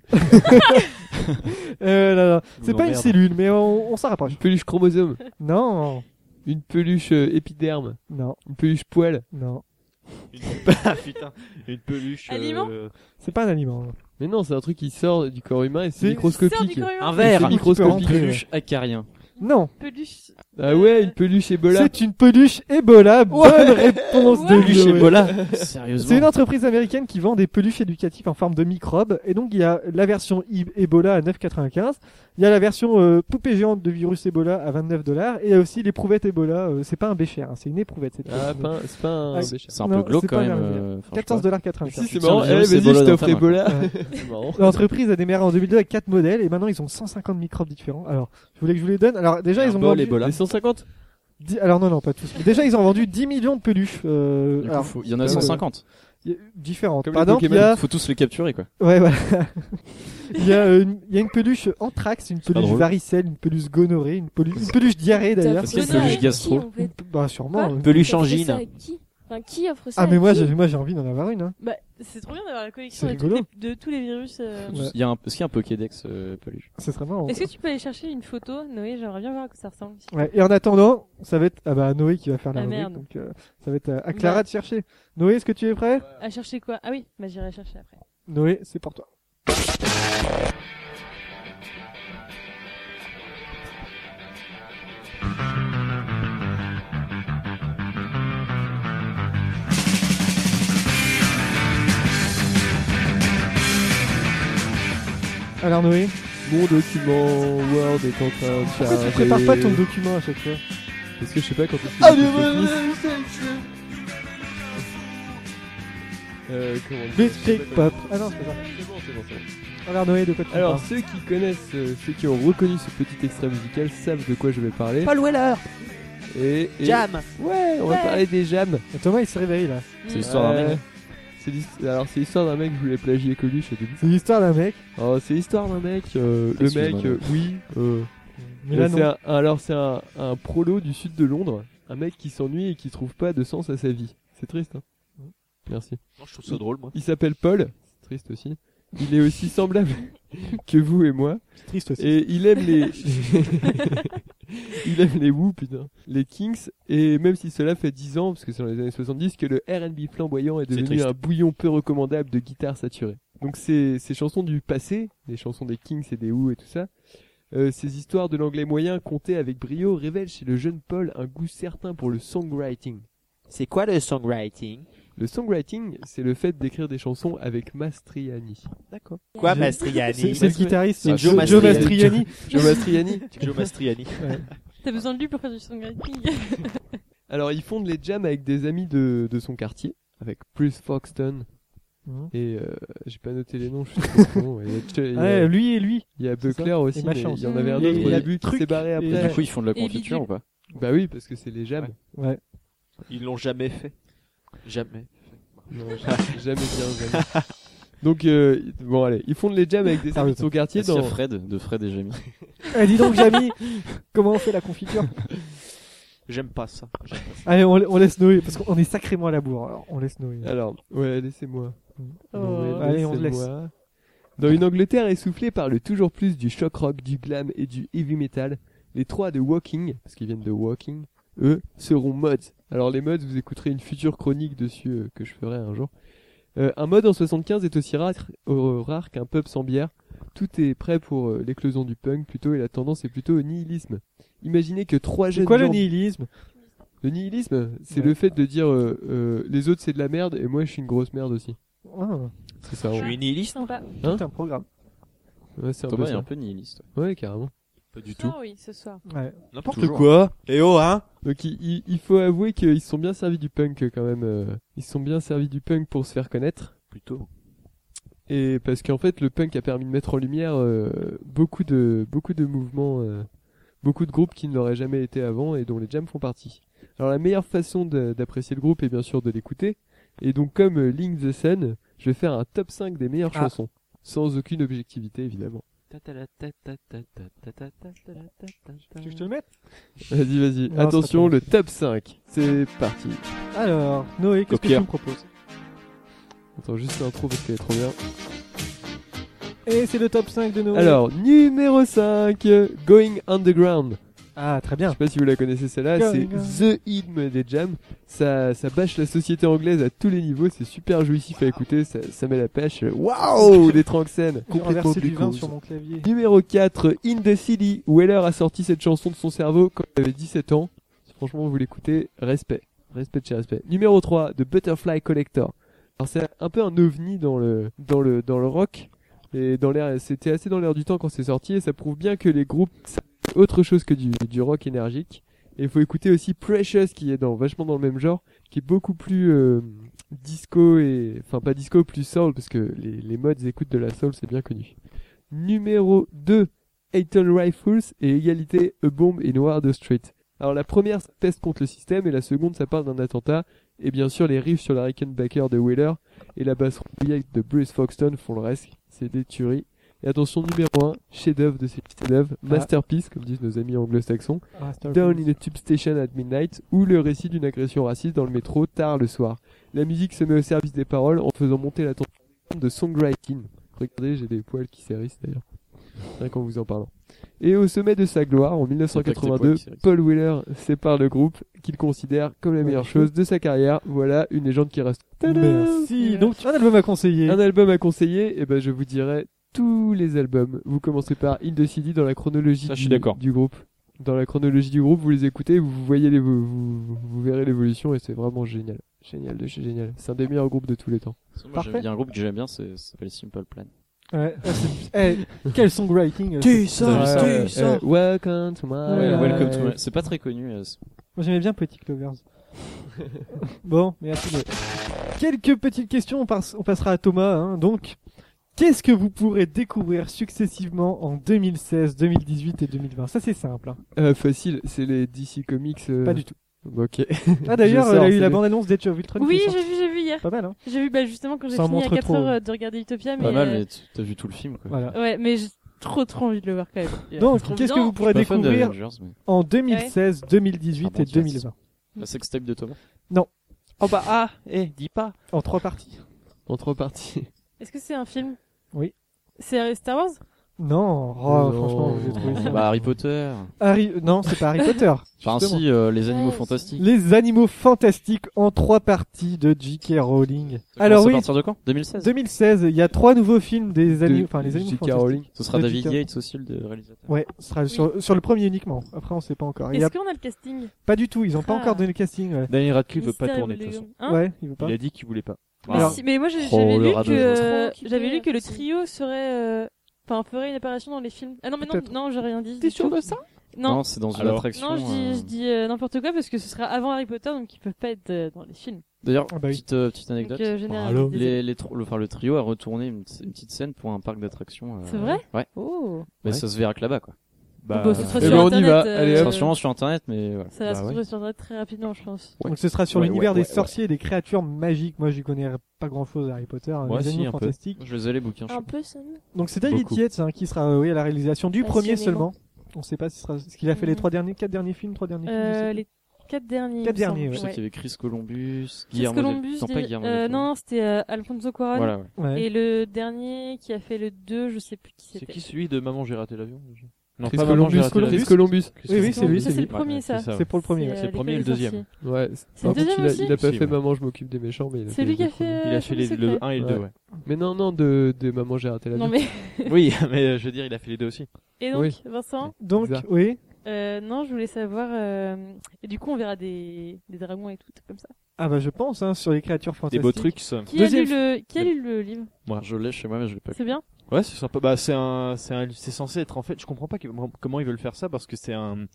Speaker 1: Euh, là, là. C'est pas une
Speaker 2: emmerde.
Speaker 1: cellule, mais on, on s'en rapproche.
Speaker 2: Une peluche chromosome.
Speaker 1: Non.
Speaker 2: Une peluche euh, épiderme.
Speaker 1: Non.
Speaker 2: Une peluche poil.
Speaker 1: Non.
Speaker 9: Ah putain, une peluche. euh,
Speaker 5: Aliment
Speaker 1: C'est pas un aliment.
Speaker 2: Mais non, c'est un truc qui sort du corps humain et c'est
Speaker 1: C'est-
Speaker 5: Sort du
Speaker 2: microscopique.
Speaker 5: corps humain.
Speaker 4: Un verre.
Speaker 2: C'est
Speaker 4: Un petit peu
Speaker 2: microscopique.
Speaker 4: rentré, Peluche acariens.
Speaker 1: Non.
Speaker 5: Peluche.
Speaker 2: Ah ouais, une peluche Ebola.
Speaker 1: C'est une peluche Ebola. Bonne réponse de
Speaker 2: Peluche
Speaker 1: Chloé.
Speaker 2: Ebola.
Speaker 1: C'est
Speaker 4: Sérieusement.
Speaker 1: une entreprise américaine qui vend des peluches éducatives en forme de microbes. Et donc, il y a la version I- Ebola à 9,95. Il y a la version euh, poupée géante de virus Ebola à 29 dollars. Et il y a aussi l'éprouvette Ebola. euh, c'est pas un bécher, hein, c'est une éprouvette. cette
Speaker 2: Ah,
Speaker 1: chose.
Speaker 2: pas un- c'est pas un.
Speaker 1: Ah,
Speaker 2: bécher.
Speaker 4: C'est un
Speaker 1: Non,
Speaker 4: peu glauque
Speaker 1: c'est
Speaker 4: quand
Speaker 1: pas
Speaker 4: même.
Speaker 1: merveilleux.
Speaker 4: euh, enfin, je sais pas.
Speaker 1: 14,95.
Speaker 2: Si, c'est
Speaker 4: Putain,
Speaker 2: marrant.
Speaker 4: le
Speaker 2: Eh,
Speaker 4: virus
Speaker 2: vas-y,
Speaker 4: Ebola
Speaker 2: je
Speaker 4: dans
Speaker 2: t'offre
Speaker 4: ta main.
Speaker 2: Ebola.
Speaker 1: Ouais.
Speaker 2: C'est marrant.
Speaker 1: L'entreprise a démarré en 2002 avec 4 modèles et maintenant ils ont 150 microbes différents. Alors, je voulais que je vous les donne. Alors, déjà, ils ont vendu.
Speaker 2: Les 150
Speaker 1: dix- Alors, non, non, pas tous. Mais déjà, ils ont vendu 10 millions de peluches. euh,
Speaker 4: Du coup,
Speaker 1: alors,
Speaker 4: faut- il y en a
Speaker 1: euh,
Speaker 4: 150.
Speaker 1: y a- différentes.
Speaker 4: Comme
Speaker 1: Par
Speaker 4: les
Speaker 1: exemple, il y
Speaker 4: Pokémon,
Speaker 1: a.
Speaker 4: faut tous les capturer quoi.
Speaker 1: Ouais, voilà. il, y a, euh, une- il y a une peluche anthrax, une
Speaker 4: pas
Speaker 1: peluche
Speaker 4: drôle.
Speaker 1: varicelle, une peluche gonorrhée, une peluche, une peluche diarrhée d'ailleurs.
Speaker 4: Parce qu'il y a une peluche gastro.
Speaker 1: Une pe- Bah, sûrement.
Speaker 6: Quoi
Speaker 1: une-
Speaker 4: Peluche
Speaker 6: Offrez
Speaker 4: angine.
Speaker 6: Ah, ça à qui Enfin, qui offre ça
Speaker 1: Ah, mais
Speaker 6: à
Speaker 1: moi,
Speaker 6: qui
Speaker 1: j'ai, moi, j'ai envie d'en avoir une, hein.
Speaker 5: Bah, c'est trop bien d'avoir la collection
Speaker 1: C'est
Speaker 5: de, toutes
Speaker 1: rigolo.
Speaker 5: les- de tous les virus. euh.
Speaker 1: Ouais.
Speaker 4: Il y a un- Est-ce qu'il y a un Pokédex euh, peluche
Speaker 1: Ce serait marrant.
Speaker 5: Est-ce que tu peux aller chercher une photo, Noé J'aimerais bien voir à quoi ça ressemble.
Speaker 1: Ouais, et en attendant, ça va être ah bah Noé qui va faire la
Speaker 5: Ah,
Speaker 1: rubrique,
Speaker 5: merde. Bah.
Speaker 1: donc euh, ça va être à, à Clara
Speaker 5: Merde.
Speaker 1: de chercher. Noé, est-ce que tu es prêt
Speaker 5: À chercher quoi Ah oui, bah j'irai chercher après.
Speaker 1: Noé, c'est pour toi. Alors Noé,
Speaker 2: Mon document Word est en train de
Speaker 1: pourquoi tu prépares pas ton document à chaque fois
Speaker 2: Parce que je sais pas quand est-ce que
Speaker 1: Ah,
Speaker 2: j'ai
Speaker 1: mais
Speaker 2: fait
Speaker 1: ouais,
Speaker 2: le
Speaker 1: ouais,
Speaker 2: tennis. Euh, comment on dit
Speaker 1: Big
Speaker 2: Je sais
Speaker 1: Big
Speaker 2: pas
Speaker 1: Pop.
Speaker 2: comment-
Speaker 1: Ah non, c'est pas.
Speaker 2: C'est bon, c'est bon, c'est bon.
Speaker 1: Alors Noé, de quoi tu
Speaker 2: Alors,
Speaker 1: parles
Speaker 2: ceux qui connaissent, euh, ceux qui ont reconnu ce petit extrait musical savent de quoi je vais parler.
Speaker 1: Paul Weller
Speaker 2: Et, et-
Speaker 1: Jam.
Speaker 2: Ouais, on va
Speaker 1: Ouais.
Speaker 2: parler des jams.
Speaker 1: Thomas, il se réveille là.
Speaker 4: C'est l'histoire d'un
Speaker 2: Ouais.
Speaker 4: mec.
Speaker 2: C'est l'his- Alors, c'est l'histoire d'un mec, je voulais plagier Coluche au début.
Speaker 1: C'est l'histoire d'un mec.
Speaker 2: Alors, c'est l'histoire d'un mec, euh, le
Speaker 4: Excuse-moi,
Speaker 2: mec, euh,
Speaker 4: non.
Speaker 2: oui, euh,
Speaker 1: Mais là,
Speaker 2: c'est
Speaker 1: non.
Speaker 2: un- alors c'est un, un prolo du sud de Londres, un mec qui s'ennuie et qui trouve pas de sens à sa vie. C'est triste, hein Merci.
Speaker 9: Non, je trouve ça drôle, moi.
Speaker 2: Il s'appelle Paul, c'est triste aussi. Il est aussi semblable que vous et moi.
Speaker 1: C'est triste aussi.
Speaker 2: Et il aime les... il aime les Who, putain. Les Kings. Et même si cela fait 10 ans, parce que c'est dans les années 70, que le R&B flamboyant est devenu
Speaker 9: triste.
Speaker 2: un bouillon peu recommandable de guitare saturée. Donc ces, ces chansons du passé, les chansons des Kings et des Who et tout ça, euh, ces histoires de l'anglais moyen comptées avec brio révèlent chez le jeune Paul un goût certain pour le songwriting. C'est quoi le songwriting Le songwriting, c'est le fait d'écrire des chansons avec Mastriani. D'accord.
Speaker 4: Quoi, Mastriani
Speaker 1: C'est- c'est le guitariste,
Speaker 4: C'est
Speaker 1: Joe- Joe Mastriani.
Speaker 2: Joe Mastriani.
Speaker 4: Joe Mastriani.
Speaker 2: Ouais.
Speaker 5: T'as besoin de lui pour faire du songwriting.
Speaker 2: Alors, ils fondent les jams avec des amis de, de son quartier, avec Bruce Foxton.
Speaker 1: Mhm.
Speaker 2: Et euh, j'ai pas noté les noms, je suis trop con. Il y a Ch- il y a-
Speaker 1: Ouais, lui et lui.
Speaker 2: Il y a
Speaker 1: C'est ça.
Speaker 2: Buckler aussi,
Speaker 1: Et
Speaker 2: mais
Speaker 1: machin
Speaker 2: il y en
Speaker 1: aussi.
Speaker 2: avait un
Speaker 1: Et-
Speaker 2: autre au
Speaker 1: et la
Speaker 2: début qui
Speaker 1: truc.
Speaker 2: s'est barré
Speaker 1: Et-
Speaker 2: après.
Speaker 1: Du coup, ils font de la Et confiture
Speaker 4: ou pas
Speaker 2: Bah oui, parce que c'est les jams.
Speaker 1: Ouais.
Speaker 9: Ils l'ont jamais fait. Jamais.
Speaker 2: Non, jamais bien, jamais. Donc, euh, bon, allez, ils fondent les jams avec
Speaker 1: Ah,
Speaker 2: des amis de son quartier
Speaker 4: Est-ce qu'il y a
Speaker 2: dans.
Speaker 4: Fred, de Fred et Jamie.
Speaker 1: Eh, dis donc, Jamy, comment on fait la confiture
Speaker 9: J'aime pas ça.
Speaker 1: Allez, on, on laisse Noé, parce qu'on est sacrément à la bourre. Alors, on laisse Noé.
Speaker 2: Alors, ouais, laissez-moi.
Speaker 1: Oh.
Speaker 2: Ouais,
Speaker 1: Allez, on se laisse.
Speaker 2: laissez-moi. Dans une Angleterre essoufflée par le toujours plus du shock rock, du glam et du heavy metal, les trois de Walking, parce qu'ils viennent de Walking, eux, seront mods. Alors les mods, vous écouterez une future chronique dessus euh, que je ferai un jour. Euh, un mod en 75 est aussi rare, euh, rare qu'un pub sans bière. Tout est prêt pour euh, l'éclosion du punk plutôt et la tendance est plutôt au nihilisme. Imaginez que trois
Speaker 1: C'est
Speaker 2: jeunes
Speaker 1: quoi le
Speaker 2: gens-
Speaker 1: nihilisme
Speaker 2: le nihilisme, c'est
Speaker 1: Ouais.
Speaker 2: le fait de dire euh, euh, les autres c'est de la merde et moi je suis une grosse merde aussi.
Speaker 1: Ah.
Speaker 2: C'est ça.
Speaker 1: Je
Speaker 2: ouais.
Speaker 1: suis
Speaker 9: nihiliste.
Speaker 5: Sympa.
Speaker 2: Hein
Speaker 1: Tout un programme.
Speaker 2: Ouais, c'est un
Speaker 4: Thomas
Speaker 2: peu
Speaker 4: est
Speaker 2: ça.
Speaker 4: un peu nihiliste.
Speaker 2: Ouais, carrément.
Speaker 9: Pas
Speaker 5: du tout. oui, ce soir.
Speaker 1: Ouais.
Speaker 9: N'importe
Speaker 2: Toujours.
Speaker 9: quoi. Et oh, hein.
Speaker 2: Donc il, il- il faut avouer qu'ils se sont bien servis du punk euh, quand même. euh, Ils se sont bien servis du punk pour se faire connaître.
Speaker 9: Plutôt.
Speaker 2: Et parce qu'en fait le punk a permis de mettre en lumière euh, beaucoup de beaucoup de mouvements, euh, beaucoup de groupes qui ne l'auraient jamais été avant et dont les jams font partie. Alors la meilleure façon de- d'apprécier le groupe est bien sûr de l'écouter. Et donc comme euh, Link the Sun, je vais faire un top 5 des meilleures
Speaker 9: Ah.
Speaker 2: chansons, sans aucune objectivité évidemment.
Speaker 1: Tu veux que je te le mette
Speaker 2: Vas-y, vas-y.
Speaker 1: Non,
Speaker 2: Attention,
Speaker 1: c'est
Speaker 2: le top 5. C'est parti.
Speaker 1: Alors, Noé, qu'est-ce que tu
Speaker 2: Copieur.
Speaker 1: me proposes
Speaker 2: Attends, juste l'intro parce qu'elle est trop bien.
Speaker 1: Et c'est le top 5 de Noé.
Speaker 2: Alors, numéro 5, Going Underground.
Speaker 1: Ah, très bien.
Speaker 2: Je sais pas si vous la connaissez celle-là, c'est
Speaker 1: Going
Speaker 2: The Hymn des Jams. Ça, ça bâche la société anglaise à tous les niveaux, c'est super jouissif à écouter, ça, ça met la pêche. Waouh, les Tranxen.
Speaker 1: J'ai renversé du vin
Speaker 2: glucose.
Speaker 1: sur mon clavier.
Speaker 2: Numéro 4, In the City, où Heller a sorti cette chanson de son cerveau quand il avait 17 ans. Si franchement vous l'écoutez, respect. Respect de chez respect. Numéro 3, The Butterfly Collector. Alors c'est un peu un ovni dans le, dans le, dans le rock. Et dans l'air, c'était assez dans l'air du temps quand c'est sorti et ça prouve bien que les groupes, c'est autre chose que du, du rock énergique. Et il faut écouter aussi Precious qui est dans, vachement dans le même genre, qui est beaucoup plus, euh, disco et, enfin pas disco, plus soul parce que les, les mods écoutent de la soul, c'est bien connu. Numéro 2, Eighton Rifles et égalité A Bomb in Ward Street. Alors la première ça peste contre le système et la seconde ça parle d'un attentat et bien sûr les riffs sur la Rickenbacker de Wheeler et la basse rouillée de Bruce Foxton font le reste, c'est des tueries. Et attention numéro 1, chef-d'œuvre de ces chefs-d'œuvre, masterpiece comme disent nos amis anglo-saxons,
Speaker 1: Masterpiece.
Speaker 2: Down in a Tube Station at Midnight ou le récit d'une agression raciste dans le métro tard le soir. La musique se met au service des paroles en faisant monter la tension de songwriting. Regardez, j'ai des poils qui s'hérissent d'ailleurs. Rien qu'en vous en parlant. Et au sommet de sa gloire, en 1982,
Speaker 4: s'hérissent.
Speaker 2: Paul Wheeler sépare le groupe qu'il considère comme la meilleure chose de sa carrière. Voilà une légende qui reste. Tadam
Speaker 1: Merci. Donc, un album à conseiller.
Speaker 2: un album à conseiller, et ben je vous dirais tous les albums. Vous commencez par In the City dans la chronologie
Speaker 9: Ça, je
Speaker 2: du,
Speaker 9: suis d'accord.
Speaker 2: du groupe. Dans la chronologie du groupe, vous les écoutez, vous voyez les, vous, vous- vous verrez l'évolution et c'est vraiment génial. Génial de chez génial. C'est un des meilleurs groupes de tous les temps.
Speaker 4: Moi, j'aime
Speaker 1: Parfait.
Speaker 4: bien un groupe que j'aime bien, c'est- ça s'appelle Simple Plan.
Speaker 1: Ouais. Ah, c'est- eh, quel songwriting euh,
Speaker 4: Tu
Speaker 1: c'est-
Speaker 4: sors,
Speaker 1: Ouais,
Speaker 4: tu
Speaker 1: ouais.
Speaker 4: sors.
Speaker 1: Euh,
Speaker 2: Welcome to my
Speaker 1: Ouais,
Speaker 4: Welcome to
Speaker 1: ouais.
Speaker 4: my- C'est pas très connu. euh, c'est-
Speaker 1: Moi j'aimais bien Poetic Lovers. bon, merci. Noé. Quelques petites questions, on, passe- on passera à Thomas. hein. Donc, qu'est-ce que vous pourrez découvrir successivement en 2016, 2018 et 2020 Ça c'est simple. hein.
Speaker 2: Euh, facile, c'est les DC Comics. euh,
Speaker 1: Pas du tout.
Speaker 2: Ok.
Speaker 1: Ah d'ailleurs,
Speaker 2: Je
Speaker 1: il
Speaker 2: sors,
Speaker 1: a eu
Speaker 2: c'est
Speaker 1: la
Speaker 2: les-
Speaker 1: bande-annonce d'Edge of Ultron. qui
Speaker 5: Oui,
Speaker 1: est sortie.
Speaker 5: j'ai vu, j'ai vu hier.
Speaker 1: Pas mal, hein
Speaker 5: J'ai vu bah, justement quand j'ai
Speaker 1: Ça en
Speaker 5: fini à
Speaker 1: montre
Speaker 5: 4
Speaker 1: trop.
Speaker 5: heures euh, de regarder Utopia. Mais,
Speaker 4: Pas mal,
Speaker 5: euh,
Speaker 4: mais tu- t'as vu tout le film quoi.
Speaker 1: Voilà.
Speaker 5: Ouais, mais j'ai trop trop envie de le voir quand même. Trop
Speaker 1: Donc, qu'est-ce que
Speaker 5: bien.
Speaker 1: vous pourrez
Speaker 4: Je suis pas fan de
Speaker 1: découvrir
Speaker 4: Avengers, mais-
Speaker 1: en 2016, 2018
Speaker 4: Ah bon,
Speaker 1: et
Speaker 4: tiens,
Speaker 1: 2020
Speaker 4: La sextape de Thomas.
Speaker 1: Non,
Speaker 4: Oh bah ah, eh, dis pas.
Speaker 1: en trois parties.
Speaker 2: En trois parties.
Speaker 5: Est-ce que c'est un film
Speaker 1: Oui.
Speaker 5: C'est Star Wars
Speaker 1: Non, oh, franchement, vous avez trouvé ça.
Speaker 4: Bah, Harry Potter.
Speaker 1: Harry- non, c'est pas Harry Potter. justement.
Speaker 4: Enfin, si, euh, les animaux fantastiques.
Speaker 1: Les animaux fantastiques en trois parties de J.K. Rowling.
Speaker 4: Ça
Speaker 1: Alors
Speaker 4: commence à
Speaker 1: oui.
Speaker 4: partir de quand 2016
Speaker 1: 2016, il y a trois nouveaux films des animaux, enfin les animaux
Speaker 4: J.K.
Speaker 1: fantastiques.
Speaker 4: Rowling. Ce sera
Speaker 1: de
Speaker 4: David
Speaker 1: J.K..
Speaker 4: Yates aussi, le réalisateur.
Speaker 1: Ouais, ce sera sur, sur le premier uniquement. Après, on sait pas encore. Il y
Speaker 5: Est-ce
Speaker 1: a-
Speaker 5: qu'on a le casting
Speaker 1: Pas du tout, ils ont pas
Speaker 5: Ah.
Speaker 1: encore donné le casting. ouais.
Speaker 9: Daniel Radcliffe veut pas
Speaker 5: Mystère et
Speaker 9: tourner de toute
Speaker 5: William.
Speaker 9: façon.
Speaker 5: Hein
Speaker 1: Ouais, il veut pas.
Speaker 9: Il a dit qu'il voulait pas.
Speaker 5: Mais,
Speaker 9: Voilà.
Speaker 5: si- mais moi j'ai-
Speaker 9: Oh,
Speaker 5: j'avais
Speaker 9: le
Speaker 5: lu
Speaker 9: radeau.
Speaker 5: que Euh, j'avais lu que le trio serait euh, enfin ferait une apparition dans les films. Ah non mais non
Speaker 1: Peut-être.
Speaker 5: non j'ai rien dit. T'es sûr de ça Non,
Speaker 4: Non, c'est dans une
Speaker 9: Alors
Speaker 4: attraction.
Speaker 5: Non je dis
Speaker 4: euh,
Speaker 5: je dis euh, n'importe quoi parce que ce sera avant Harry Potter donc ils peuvent pas être euh, dans les films.
Speaker 4: D'ailleurs,
Speaker 9: Ah bah
Speaker 4: petite, euh, petite anecdote.
Speaker 5: euh, général,
Speaker 4: Allô
Speaker 5: désolé.
Speaker 4: les, les tro- le, enfin, le trio a retourné une, petite- une petite scène pour un parc d'attractions. euh,
Speaker 5: C'est vrai
Speaker 4: Ouais.
Speaker 5: Oh.
Speaker 4: Mais
Speaker 5: Ouais.
Speaker 4: ça se verra que là-bas, quoi.
Speaker 5: Bah, Bah, ce sera
Speaker 4: Eh
Speaker 5: sur
Speaker 4: ben,
Speaker 5: Internet, euh,
Speaker 4: Allez,
Speaker 5: euh,
Speaker 4: sera sûrement sur internet, mais voilà.
Speaker 5: Ça va se
Speaker 4: Bah, ouais.
Speaker 5: ressortir très rapidement je pense.
Speaker 1: Donc ce sera sur
Speaker 4: Ouais,
Speaker 1: l'univers
Speaker 4: ouais,
Speaker 1: des
Speaker 4: ouais,
Speaker 1: sorciers et des créatures magiques. Moi, j'y connais pas grand-chose à Harry Potter. hein,
Speaker 4: Moi,
Speaker 1: les
Speaker 4: si,
Speaker 1: animaux
Speaker 4: un peu.
Speaker 1: fantastiques.
Speaker 4: Je les ai les bouquins. je
Speaker 6: Un peu seulement.
Speaker 1: Donc c'est David
Speaker 4: Beaucoup.
Speaker 1: Yates hein, qui sera euh, oui à la réalisation du premier
Speaker 6: Passionnément.
Speaker 1: seulement. On sait pas si ce sera ce qu'il a fait les trois derniers, quatre derniers films, trois derniers films. je sais
Speaker 5: Mhm. Euh,
Speaker 1: pas.
Speaker 5: les quatre derniers.
Speaker 1: Quatre
Speaker 5: il me semble.
Speaker 1: derniers,
Speaker 4: Je sais
Speaker 5: Ouais.
Speaker 4: qu'il y avait Chris Columbus,
Speaker 5: Chris
Speaker 4: Guillermo del-
Speaker 5: Columbus,
Speaker 4: Non, pas
Speaker 5: dis-
Speaker 4: Guillermo
Speaker 5: euh,
Speaker 4: del-
Speaker 5: non, c'était euh, Alfonso Cuarón.
Speaker 4: Voilà, ouais.
Speaker 1: Ouais.
Speaker 5: Et le dernier qui a fait le 2, je sais plus qui
Speaker 9: C'est
Speaker 5: c'était.
Speaker 9: qui celui de Maman j'ai raté l'avion déjà Non,
Speaker 2: Chris
Speaker 9: pas Maman, j'ai
Speaker 2: Columbus,
Speaker 9: raté l'avion.
Speaker 2: Chris Columbus.
Speaker 1: Oui, oui, c'est lui,
Speaker 5: Ça, c'est le premier, ça.
Speaker 1: C'est pour le premier,
Speaker 5: C'est,
Speaker 9: C'est
Speaker 5: euh,
Speaker 9: le premier et le
Speaker 5: l'école des
Speaker 9: deuxième.
Speaker 5: sorciers.
Speaker 2: Ouais,
Speaker 5: C'est
Speaker 2: par
Speaker 5: le
Speaker 2: contre,
Speaker 5: deuxième
Speaker 2: il a,
Speaker 5: aussi
Speaker 2: il a pas
Speaker 9: Si,
Speaker 2: fait
Speaker 9: ouais.
Speaker 2: Maman, je m'occupe des méchants, mais il a
Speaker 5: C'est
Speaker 2: fait
Speaker 5: lui
Speaker 2: les
Speaker 5: qui a
Speaker 2: deux
Speaker 5: fait,
Speaker 2: premiers.
Speaker 5: euh, Il a fait les- Chambre secrète.
Speaker 9: le un et le deux, ouais.
Speaker 2: Mais non, non, de, de Maman, j'ai raté la
Speaker 5: Non,
Speaker 2: vie.
Speaker 5: mais-
Speaker 9: Oui, mais euh, je veux dire, il a fait les deux aussi.
Speaker 5: Et donc,
Speaker 2: Oui.
Speaker 5: Vincent
Speaker 1: Donc
Speaker 2: Bizarre.
Speaker 1: oui.
Speaker 5: euh, Non, je voulais savoir. euh, Et du coup, on verra des, des dragons et tout, comme ça.
Speaker 1: Ah bah je pense hein, sur les créatures fantastiques.
Speaker 9: beaux trucs, ça.
Speaker 5: Qui,
Speaker 1: Deuxième
Speaker 5: a, lu le... qui a lu le livre
Speaker 9: Moi, je l'ai chez moi, mais je l'ai pas.
Speaker 5: C'est bien
Speaker 9: Ouais, c'est sympa. Bah, c'est un, c'est un, c'est censé être en fait. Je comprends pas qu'ils- comment ils veulent faire ça parce que c'est un,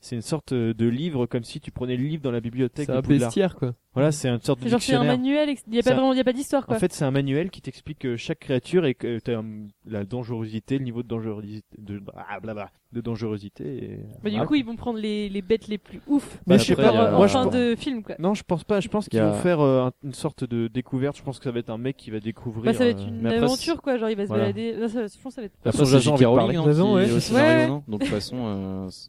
Speaker 9: c'est une sorte euh, de livre comme si tu prenais le livre dans la bibliothèque.
Speaker 2: C'est
Speaker 9: de
Speaker 2: un
Speaker 9: Poudlard.
Speaker 2: bestiaire, quoi.
Speaker 9: Voilà, c'est une sorte de
Speaker 5: Genre, c'est un
Speaker 9: dictionnaire.
Speaker 5: manuel, ex- il n'y a
Speaker 9: C'est
Speaker 5: pas
Speaker 9: un-
Speaker 5: vraiment, il y a pas d'histoire, quoi.
Speaker 9: En fait, c'est un manuel qui t'explique euh, chaque créature et que t'as euh, la dangerosité, le niveau de dangerosité, de, ah, blabla, de dangerosité. Et...
Speaker 5: Mais Bah, du
Speaker 9: Ah.
Speaker 5: coup, ils vont prendre les, les bêtes les plus ouf.
Speaker 9: Mais je sais
Speaker 5: Pour,
Speaker 9: pas,
Speaker 5: euh,
Speaker 9: moi,
Speaker 5: en
Speaker 9: je
Speaker 5: fin
Speaker 9: pense-
Speaker 5: de film, quoi.
Speaker 9: Non, je pense pas. Je pense
Speaker 4: Il y
Speaker 9: qu'ils
Speaker 4: a-
Speaker 9: vont faire euh, un- une sorte de découverte. Je pense que ça va être un mec qui va découvrir.
Speaker 5: Bah, ça va être
Speaker 9: euh,
Speaker 5: une
Speaker 9: mais après,
Speaker 5: aventure, quoi. Genre, il va se
Speaker 9: voilà.
Speaker 5: balader. Non, ça, je pense que ça va être.
Speaker 9: Après,
Speaker 4: Après,
Speaker 9: c'est
Speaker 4: Jason
Speaker 9: J.K.
Speaker 4: Rowling,
Speaker 9: Rowling,
Speaker 4: hein,
Speaker 9: Jason,
Speaker 4: qui
Speaker 9: ouais.
Speaker 4: est au scénario,
Speaker 5: Ouais.
Speaker 4: non Donc, de toute façon, euh, c'est-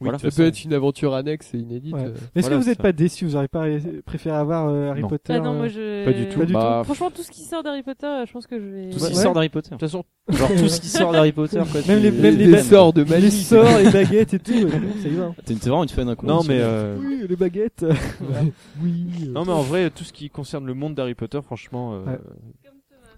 Speaker 9: Oui,
Speaker 4: voilà.
Speaker 9: de
Speaker 2: Ça
Speaker 9: toute façon.
Speaker 2: peut être une aventure annexe et inédite.
Speaker 1: Ouais.
Speaker 2: euh.
Speaker 1: Mais Est-ce
Speaker 2: Voilà,
Speaker 1: que vous n'êtes
Speaker 2: ça.
Speaker 1: pas déçu Vous auriez pas euh, préféré avoir euh, Harry
Speaker 9: Non.
Speaker 1: Potter
Speaker 5: Ah non, moi
Speaker 1: euh,
Speaker 5: je.
Speaker 9: Pas du tout. Bah,
Speaker 5: Franchement, tout ce qui sort d'Harry Potter, euh, je pense que je vais.
Speaker 4: Tout ce qui
Speaker 1: Ouais.
Speaker 4: sort d'Harry Potter. De
Speaker 9: toute façon,
Speaker 4: genre tout ce qui sort d'Harry Potter, quoi.
Speaker 1: Même
Speaker 4: tu-
Speaker 1: les, même les,
Speaker 2: les
Speaker 1: baguettes.
Speaker 2: sorts de magie,
Speaker 1: les
Speaker 2: c'est-
Speaker 1: sorts, les baguettes et tout. ouais, Ça y va.
Speaker 4: T'es t'es vraiment une fan
Speaker 9: Non, mais
Speaker 4: inconditionnelle.
Speaker 9: euh,
Speaker 1: Oui, les baguettes. Voilà. oui. euh.
Speaker 9: non, mais en vrai, tout ce qui concerne le monde d'Harry Potter, franchement, euh,
Speaker 1: Ouais.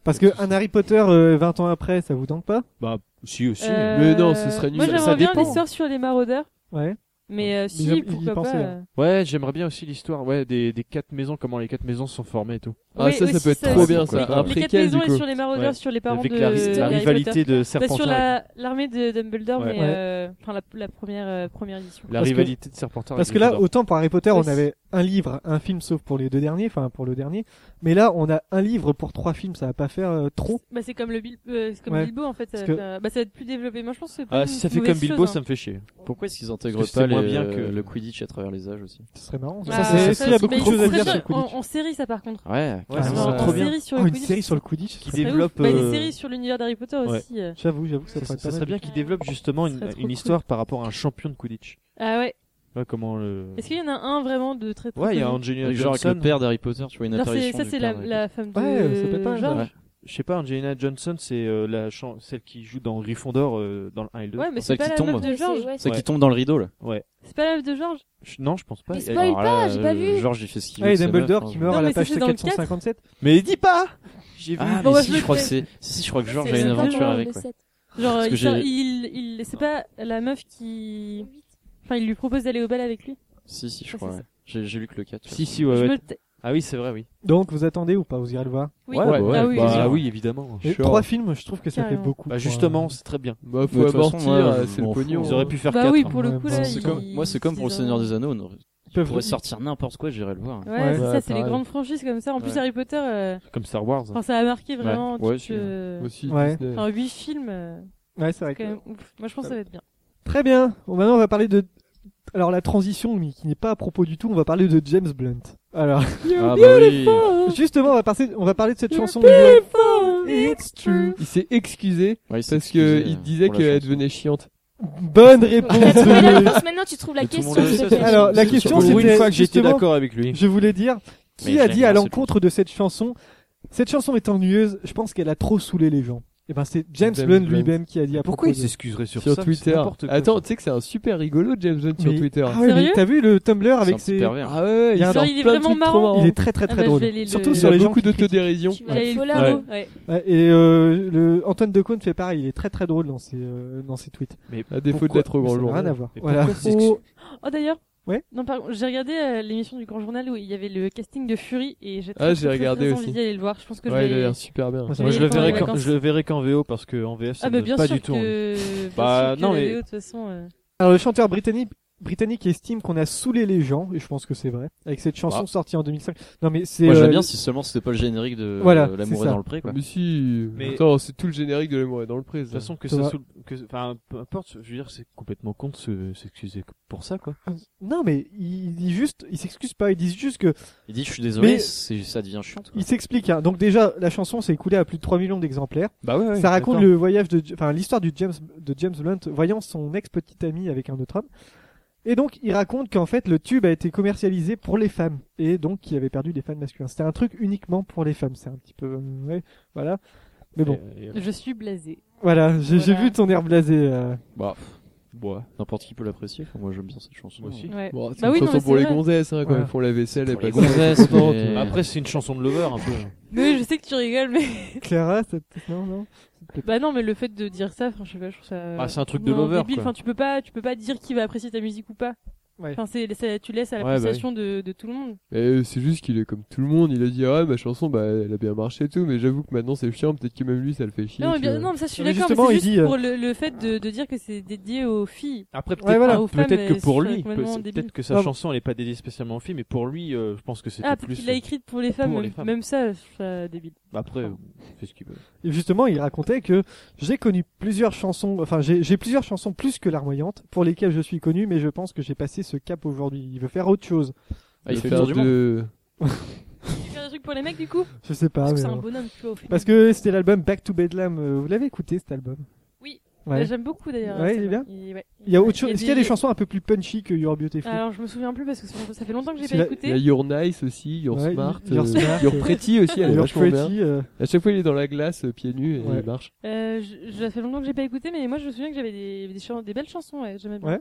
Speaker 1: Parce que un Harry Potter euh, 20 ans après, ça vous tente pas
Speaker 9: bah si aussi.
Speaker 5: Euh,
Speaker 2: Mais non, ce serait nul.
Speaker 5: Moi,
Speaker 9: Ça-
Speaker 5: j'aimerais
Speaker 9: ça
Speaker 5: bien
Speaker 9: dépend.
Speaker 5: l'histoire sur les maraudeurs.
Speaker 1: Ouais.
Speaker 5: Mais euh,
Speaker 1: ils
Speaker 5: si,
Speaker 1: y
Speaker 5: pourquoi
Speaker 1: pensaient, hein.
Speaker 5: pas.
Speaker 1: là.
Speaker 5: euh,
Speaker 9: Ouais, j'aimerais bien aussi l'histoire, ouais, des, des quatre maisons, comment les quatre maisons se sont formées et tout.
Speaker 2: Ah, ça, ça peut être trop bien, ça. Un
Speaker 5: Les quatre
Speaker 2: préquel, du
Speaker 5: maisons et
Speaker 2: coup.
Speaker 5: sur les maraudeurs,
Speaker 9: Ouais.
Speaker 5: sur les parents
Speaker 9: Avec
Speaker 5: de
Speaker 9: la ri- la
Speaker 5: d'Harry
Speaker 9: rivalité
Speaker 5: Potter.
Speaker 9: de
Speaker 5: Bah,
Speaker 9: Serpentin
Speaker 5: sur
Speaker 9: et-
Speaker 5: la- l'armée de Dumbledore,
Speaker 9: Ouais.
Speaker 5: mais
Speaker 1: Ouais.
Speaker 5: euh, enfin la, la première euh, première édition.
Speaker 9: La
Speaker 1: Parce que-
Speaker 9: rivalité de Serpentard.
Speaker 1: Parce
Speaker 9: et
Speaker 1: que là,
Speaker 9: Gryffondor.
Speaker 1: autant pour Harry Potter, on
Speaker 5: Oui.
Speaker 1: avait un livre, un film, sauf pour les deux derniers, enfin pour le dernier. Mais là, on a un livre pour trois films, ça va pas faire euh, trop.
Speaker 5: Bah, c'est comme le Bil- euh, c'est comme
Speaker 1: Ouais.
Speaker 5: Bilbo en fait. Ça,
Speaker 1: Parce
Speaker 5: va
Speaker 1: que-
Speaker 5: faire- bah, ça va être plus développé. Moi, je pense que c'est pas
Speaker 9: Ah,
Speaker 5: une
Speaker 9: si ça fait
Speaker 5: mauvaise
Speaker 9: comme Bilbo,
Speaker 5: chose,
Speaker 9: ça
Speaker 5: hein.
Speaker 9: me fait chier.
Speaker 4: Pourquoi est-ce qu'ils intègrent
Speaker 9: Parce que
Speaker 4: pas
Speaker 9: c'est moins
Speaker 4: les- euh,
Speaker 9: bien que-
Speaker 4: le Quidditch à travers les âges aussi
Speaker 1: Ce serait marrant.
Speaker 5: Ah,
Speaker 1: Ça, c'est- c'est- il y a beaucoup
Speaker 5: mais
Speaker 1: de choses à
Speaker 5: faut
Speaker 1: dire
Speaker 5: faire
Speaker 1: sur le Quidditch.
Speaker 5: En, en série, ça par contre.
Speaker 4: Ouais.
Speaker 1: Ah,
Speaker 9: ça
Speaker 1: non,
Speaker 9: serait
Speaker 1: en
Speaker 9: trop bien.
Speaker 5: série sur
Speaker 1: Oh,
Speaker 5: le
Speaker 1: une
Speaker 5: Quidditch.
Speaker 1: série sur le Quidditch.
Speaker 9: Qui
Speaker 1: ça serait ouf.
Speaker 9: développe.
Speaker 5: Bah,
Speaker 9: euh,
Speaker 5: des séries sur l'univers d'Harry Potter
Speaker 9: ouais.
Speaker 5: aussi. euh.
Speaker 1: J'avoue, j'avoue que ça pourrait
Speaker 9: Ça, ça
Speaker 1: être pas
Speaker 9: serait
Speaker 1: mal.
Speaker 9: bien qu'il développe justement
Speaker 5: Ça serait
Speaker 9: une,
Speaker 5: trop
Speaker 9: une
Speaker 5: cool.
Speaker 9: histoire par rapport à un champion de Quidditch.
Speaker 5: Ah ouais. Bah,
Speaker 9: Ouais, comment le.
Speaker 5: Est-ce qu'il y en a un vraiment de très très
Speaker 9: Ouais, il y a
Speaker 5: connu
Speaker 9: Angelina
Speaker 4: Avec, Genre avec
Speaker 9: Johnson.
Speaker 4: le père d'Harry Potter, tu vois une
Speaker 5: Alors, c'est-
Speaker 4: apparition
Speaker 5: ça
Speaker 4: du
Speaker 5: c'est
Speaker 4: père
Speaker 5: la,
Speaker 4: d'Harry
Speaker 5: la femme
Speaker 9: Ah,
Speaker 5: de
Speaker 1: Ouais, ça peut être pas mal.
Speaker 5: Euh, George.
Speaker 4: Ouais.
Speaker 9: Je sais pas, Angelina Johnson, c'est euh, la chan- celle qui joue dans Gryffondor euh, dans le 1 et le 2.
Speaker 5: Ouais, mais
Speaker 4: Celle
Speaker 5: c'est pas
Speaker 4: qui
Speaker 5: la
Speaker 4: tombe.
Speaker 5: meuf de
Speaker 6: Ouais,
Speaker 5: George.
Speaker 6: c'est- ouais,
Speaker 4: Potter. Celle
Speaker 9: Ouais.
Speaker 4: qui tombe dans le rideau là.
Speaker 9: Ouais.
Speaker 5: C'est pas la meuf de George.
Speaker 9: Je- Non, je pense pas.
Speaker 6: Mais
Speaker 9: Et-
Speaker 6: spoil pas,
Speaker 4: là,
Speaker 6: j'ai
Speaker 4: euh,
Speaker 6: pas vu.
Speaker 4: George il fait ce qu'il
Speaker 1: Ah,
Speaker 4: veut.
Speaker 1: et
Speaker 4: de sa meuf,
Speaker 1: Dumbledore
Speaker 4: hein,
Speaker 1: qui
Speaker 4: je-
Speaker 1: meurt
Speaker 5: Non,
Speaker 1: à la
Speaker 5: mais
Speaker 1: page
Speaker 5: c'est dans le quatre.
Speaker 1: 457.
Speaker 9: Mais dis pas J'ai vu.
Speaker 4: Ah,
Speaker 5: Bon,
Speaker 4: mais
Speaker 5: bah,
Speaker 4: si,
Speaker 5: je le
Speaker 4: je crois que
Speaker 5: connais.
Speaker 4: c'est. Si, si, je crois que George
Speaker 5: C'est
Speaker 4: a une
Speaker 5: vraiment
Speaker 4: aventure
Speaker 5: le
Speaker 4: avec. ouais.
Speaker 6: sept.
Speaker 5: Genre,
Speaker 4: Parce que
Speaker 5: il, sort-
Speaker 4: j'ai-
Speaker 5: il, il- c'est pas la meuf qui. Enfin, il lui propose d'aller au bal avec lui.
Speaker 4: Si, si, je
Speaker 5: Ouais,
Speaker 4: crois.
Speaker 5: c'est
Speaker 4: ouais. J'ai j'ai lu que le 4.
Speaker 9: Si, si,
Speaker 5: Je
Speaker 9: ouais,
Speaker 5: me
Speaker 9: ouais.
Speaker 5: t-
Speaker 9: Ah oui, c'est vrai, oui.
Speaker 1: Donc, vous attendez ou pas Vous irez le voir
Speaker 5: Oui.
Speaker 9: bah,
Speaker 5: Ah oui,
Speaker 9: bah,
Speaker 5: oui.
Speaker 9: oui, évidemment.
Speaker 1: Et
Speaker 2: Sure.
Speaker 1: Trois films, je trouve que ça fait
Speaker 5: Carrément.
Speaker 1: beaucoup.
Speaker 9: Bah,
Speaker 1: pour,
Speaker 9: justement, c'est très bien.
Speaker 2: Bah,
Speaker 4: Mais
Speaker 2: faut
Speaker 4: de toute façon,
Speaker 2: amortir,
Speaker 4: moi,
Speaker 2: euh,
Speaker 4: je
Speaker 2: c'est
Speaker 4: m'en
Speaker 2: le
Speaker 4: fous.
Speaker 2: pognon.
Speaker 9: Ils auraient pu faire
Speaker 5: Bah
Speaker 9: 4.
Speaker 5: oui, pour le
Speaker 1: Ouais,
Speaker 5: coup
Speaker 1: bah,
Speaker 5: là.
Speaker 1: c'est
Speaker 5: ils-
Speaker 4: Comme- Moi, c'est comme pour le
Speaker 5: ils
Speaker 4: Seigneur
Speaker 5: ont-
Speaker 4: des Anneaux. on aurait-
Speaker 1: euh, ils
Speaker 4: Je
Speaker 1: peuvent-
Speaker 4: pourrais sortir n'importe quoi, j'irai le voir.
Speaker 5: Ouais,
Speaker 1: Ouais.
Speaker 5: c'est
Speaker 2: Ouais,
Speaker 5: ça, c'est les
Speaker 2: pareil.
Speaker 5: grandes franchises comme ça. En plus,
Speaker 4: Ouais.
Speaker 5: Harry Potter, euh,
Speaker 9: Comme Star Wars.
Speaker 5: enfin, ça a marqué vraiment.
Speaker 4: Ouais,
Speaker 5: toute,
Speaker 4: c'est-
Speaker 5: euh,
Speaker 2: Aussi,
Speaker 1: Ouais.
Speaker 2: Disney.
Speaker 5: Enfin, 8 films, euh,
Speaker 1: Ouais, c'est vrai.
Speaker 5: quand
Speaker 1: que-
Speaker 5: même ouf. Moi, je pense que ça va être bien.
Speaker 1: Très bien. Bon, maintenant, on va parler de. Alors, la transition, mais qui n'est pas à propos du tout, on va parler de James Blunt. Alors,
Speaker 4: Ah bah oui.
Speaker 1: justement, on va, passer... on va parler de cette chanson. It's true.
Speaker 2: Il s'est excusé
Speaker 4: Ouais, il s'est
Speaker 2: parce
Speaker 4: excusé,
Speaker 2: que
Speaker 4: euh,
Speaker 2: il disait
Speaker 4: pour la
Speaker 2: qu'elle
Speaker 4: chanson.
Speaker 2: devenait chiante.
Speaker 1: Bonne réponse.
Speaker 6: T'as trouvé la
Speaker 1: de-
Speaker 6: réponse, maintenant tu trouves la
Speaker 4: Mais tout le
Speaker 6: question.
Speaker 4: monde le
Speaker 6: s'il te
Speaker 4: sait,
Speaker 6: plaît.
Speaker 1: Alors, la
Speaker 4: Surtout
Speaker 1: question,
Speaker 9: Pour une
Speaker 1: c'était.
Speaker 9: fois que j'étais
Speaker 1: justement-
Speaker 9: d'accord avec lui.
Speaker 1: Je voulais dire,
Speaker 4: Mais
Speaker 1: qui
Speaker 4: je
Speaker 1: a
Speaker 4: l'aime
Speaker 1: dit
Speaker 4: bien,
Speaker 1: à
Speaker 4: cette
Speaker 1: l'encontre de cette chanson, cette chanson est ennuyeuse, je pense qu'elle a trop saoulé les gens. Et ben c'est James
Speaker 2: James
Speaker 1: Blunt
Speaker 2: Blunt.
Speaker 1: lui-même qui a dit à
Speaker 9: Pourquoi il
Speaker 1: propos de-
Speaker 9: s'excuserait sur,
Speaker 2: sur
Speaker 9: ça
Speaker 2: Twitter. Attends, tu sais que c'est un super rigolo James Blunt sur
Speaker 1: Mais-
Speaker 2: Twitter. hein.
Speaker 1: Ah ouais, mais t'as vu le Tumblr avec ses.
Speaker 2: Ah ouais,
Speaker 1: Il y a un-
Speaker 5: Genre, il est vraiment
Speaker 2: trucs trop
Speaker 5: marrant.
Speaker 2: marrants.
Speaker 1: Il est très très
Speaker 5: Ah
Speaker 1: très
Speaker 5: bah,
Speaker 1: drôle.
Speaker 5: je vais aller le-
Speaker 1: Surtout
Speaker 5: Il
Speaker 1: sur
Speaker 5: a
Speaker 1: les gens
Speaker 2: beaucoup
Speaker 1: qui critiquent.
Speaker 2: d'autodérision.
Speaker 5: Tu vas aller le follow, ouais.
Speaker 1: Ouais, Et euh, le Antoine de Caunes fait pareil, il est très très drôle dans ses, euh, dans ses tweets.
Speaker 9: Mais
Speaker 2: à défaut
Speaker 1: pourquoi-
Speaker 2: de l'être au grand
Speaker 1: ça n'a
Speaker 2: jour.
Speaker 1: Rien à voir.
Speaker 2: Mais
Speaker 1: Voilà.
Speaker 2: pourquoi c'est-
Speaker 1: Oh,
Speaker 5: Oh d'ailleurs.
Speaker 1: Ouais.
Speaker 5: Non, par contre, j'ai regardé euh, l'émission du Grand Journal où il y avait le casting de Fury et j'ai très,
Speaker 2: Ah,
Speaker 5: très,
Speaker 2: j'ai
Speaker 5: très,
Speaker 2: regardé
Speaker 5: très
Speaker 2: aussi.
Speaker 5: envie d'aller le voir. Je pense que
Speaker 2: Ouais,
Speaker 5: je
Speaker 2: il
Speaker 5: vais.
Speaker 2: a l'air super bien.
Speaker 5: vais
Speaker 9: Moi, je
Speaker 5: y
Speaker 9: le
Speaker 5: aller pendant
Speaker 9: verrai
Speaker 5: les
Speaker 9: quand,
Speaker 5: vacances.
Speaker 9: je le verrai qu'en VO parce que en VF ça
Speaker 5: Ah
Speaker 9: me
Speaker 5: bah
Speaker 9: donne
Speaker 5: bien
Speaker 9: pas
Speaker 5: sûr
Speaker 9: du tout. envie.
Speaker 5: que. bien
Speaker 9: Bah
Speaker 5: sûr que
Speaker 9: non
Speaker 5: la
Speaker 9: mais
Speaker 5: VO, de toute façon. euh,
Speaker 1: Alors, le chanteur britannique, britannique estime qu'on a saoulé les gens, et je pense que c'est vrai, avec cette chanson
Speaker 4: Bah.
Speaker 1: sortie en 2005. Non mais c'est.
Speaker 4: Moi j'aime
Speaker 1: euh,
Speaker 4: bien si seulement c'était pas le générique de
Speaker 1: Voilà,
Speaker 4: euh, L'amour
Speaker 1: c'est
Speaker 4: est
Speaker 1: ça.
Speaker 4: dans le pré quoi.
Speaker 2: Mais si.
Speaker 9: Mais-
Speaker 2: Attends, c'est tout le générique de l'amour est dans le pré.
Speaker 9: De toute façon que
Speaker 1: Ça
Speaker 9: ça
Speaker 1: va.
Speaker 9: sous que enfin peu importe, je veux dire c'est complètement con de se- s'excuser pour ça quoi.
Speaker 1: Non mais il dit juste, il s'excuse pas, il dit juste que
Speaker 4: Il dit je suis désolé,
Speaker 1: Mais-
Speaker 4: c'est- ça devient chiant. quoi.
Speaker 1: Il s'explique. Hein. Donc déjà, la chanson s'est écoulée à plus de 3 millions d'exemplaires.
Speaker 9: Bah ouais, ouais,
Speaker 1: ça raconte
Speaker 9: d'accord.
Speaker 1: le voyage de, enfin l'histoire du James de James Blunt voyant son ex petit ami avec un autre homme. Et donc il raconte qu'en fait le tube a été commercialisé pour les femmes et donc qu'il avait perdu des fans masculins. C'était un truc uniquement pour les femmes. C'est un petit peu, euh, ouais, voilà. Mais bon,
Speaker 5: Je suis blasé.
Speaker 1: voilà. J'ai j'ai
Speaker 5: Voilà.
Speaker 1: vu ton air blasé. euh.
Speaker 4: Bah, ouais. N'importe qui peut l'apprécier. Enfin, moi, j'aime bien cette chanson.
Speaker 9: Moi aussi.
Speaker 5: Ouais.
Speaker 2: Bon, c'est
Speaker 5: Bah
Speaker 2: une
Speaker 5: oui, non,
Speaker 2: chanson
Speaker 5: mais
Speaker 2: pour
Speaker 5: c'est
Speaker 2: les
Speaker 5: vrai.
Speaker 2: gonzesses, hein, quand
Speaker 1: Ouais.
Speaker 2: même, pour la vaisselle,
Speaker 4: Pour
Speaker 2: elle
Speaker 4: les
Speaker 2: passe
Speaker 4: gonzesses,
Speaker 2: contente.
Speaker 4: mais-
Speaker 9: Après c'est une chanson de lover un peu.
Speaker 5: Mais je sais que tu rigoles, mais.
Speaker 1: Clara, ça te- non non.
Speaker 5: Bah non, mais le fait de dire ça, franchement, je sais pas, je trouve ça.
Speaker 9: Ah, c'est un truc de
Speaker 5: non,
Speaker 9: lover,
Speaker 5: débile.
Speaker 9: quoi.
Speaker 5: Enfin, tu peux pas, tu peux pas dire qui va apprécier ta musique ou pas.
Speaker 1: Ouais.
Speaker 5: Enfin, c'est, ça- tu laisses à
Speaker 9: Ouais, bah oui.
Speaker 5: l'appréciation de, de tout le monde.
Speaker 2: Et euh, c'est juste qu'il est comme tout le monde, il a dit ah ma chanson bah elle a bien marché et tout, mais j'avoue que maintenant c'est chiant, peut-être que même lui ça le fait chier.
Speaker 5: Non, mais
Speaker 2: tu
Speaker 5: bien,
Speaker 2: vois.
Speaker 5: non, mais ça, je suis
Speaker 1: Mais
Speaker 5: d'accord,
Speaker 1: justement,
Speaker 5: mais
Speaker 1: il
Speaker 5: c'est juste
Speaker 1: dit, euh,
Speaker 5: pour le, le fait de, de dire que c'est dédié aux filles.
Speaker 9: Après peut-être
Speaker 1: Ouais, voilà.
Speaker 5: aux femmes,
Speaker 9: peut-être
Speaker 5: euh,
Speaker 9: que pour
Speaker 5: je trouve
Speaker 9: lui,
Speaker 5: ça
Speaker 9: peut-
Speaker 5: complètement débile.
Speaker 9: peut-être que sa
Speaker 1: Ah,
Speaker 9: chanson elle est pas dédiée spécialement aux filles, mais pour lui euh, je pense que c'était
Speaker 5: Ah, peut-être
Speaker 9: plus.
Speaker 5: qu'il l'a écrite pour les femmes,
Speaker 9: pour
Speaker 5: même,
Speaker 9: les femmes.
Speaker 5: même ça, je trouve ça débile.
Speaker 9: Après euh, il fait ce qu'il veut.
Speaker 1: Et justement, il racontait que j'ai connu plusieurs chansons, enfin j'ai j'ai plusieurs chansons plus que larmoyantes pour lesquelles je suis connu, mais je pense que j'ai passé ce cap aujourd'hui. Il veut faire autre chose.
Speaker 4: Ah, il fait le tour
Speaker 2: faire
Speaker 4: du monde.
Speaker 2: de...
Speaker 5: Tu fais un truc pour les mecs, du coup?
Speaker 1: Je sais pas.
Speaker 5: Parce que
Speaker 1: mais
Speaker 5: c'est un
Speaker 1: bon.
Speaker 5: bonhomme, tu vois, au fait.
Speaker 1: Parce que c'était l'album Back to Bedlam. euh, Vous l'avez écouté cet album
Speaker 5: Oui.
Speaker 1: Ouais.
Speaker 5: Bah, J'aime beaucoup d'ailleurs.
Speaker 1: Ouais,
Speaker 5: cet
Speaker 1: il est
Speaker 5: album. ouais.
Speaker 1: Il y a autre chose. Est-ce qu'il y a des
Speaker 5: des-
Speaker 1: chansons un peu plus punchy que Your Beautiful
Speaker 5: Alors, je me souviens plus parce que ça ça fait longtemps que j'ai
Speaker 1: C'est
Speaker 5: pas
Speaker 1: la-
Speaker 2: Il y a
Speaker 5: écouté.
Speaker 2: Your Nice aussi, Your
Speaker 1: Ouais,
Speaker 2: Smart,
Speaker 1: Your
Speaker 2: euh,
Speaker 1: Smart,
Speaker 2: Your
Speaker 1: euh,
Speaker 2: Pretty aussi, elle est
Speaker 1: Your
Speaker 2: vachement bien.
Speaker 1: Pretty. euh,
Speaker 2: À chaque fois il est dans la glace euh, pieds nus et
Speaker 1: Ouais.
Speaker 2: il marche.
Speaker 5: Euh, je- je- ça fait longtemps que j'ai pas écouté, mais moi je me souviens que j'avais des, des, chan- des belles chansons, ouais, j'aimais bien.
Speaker 1: Ouais.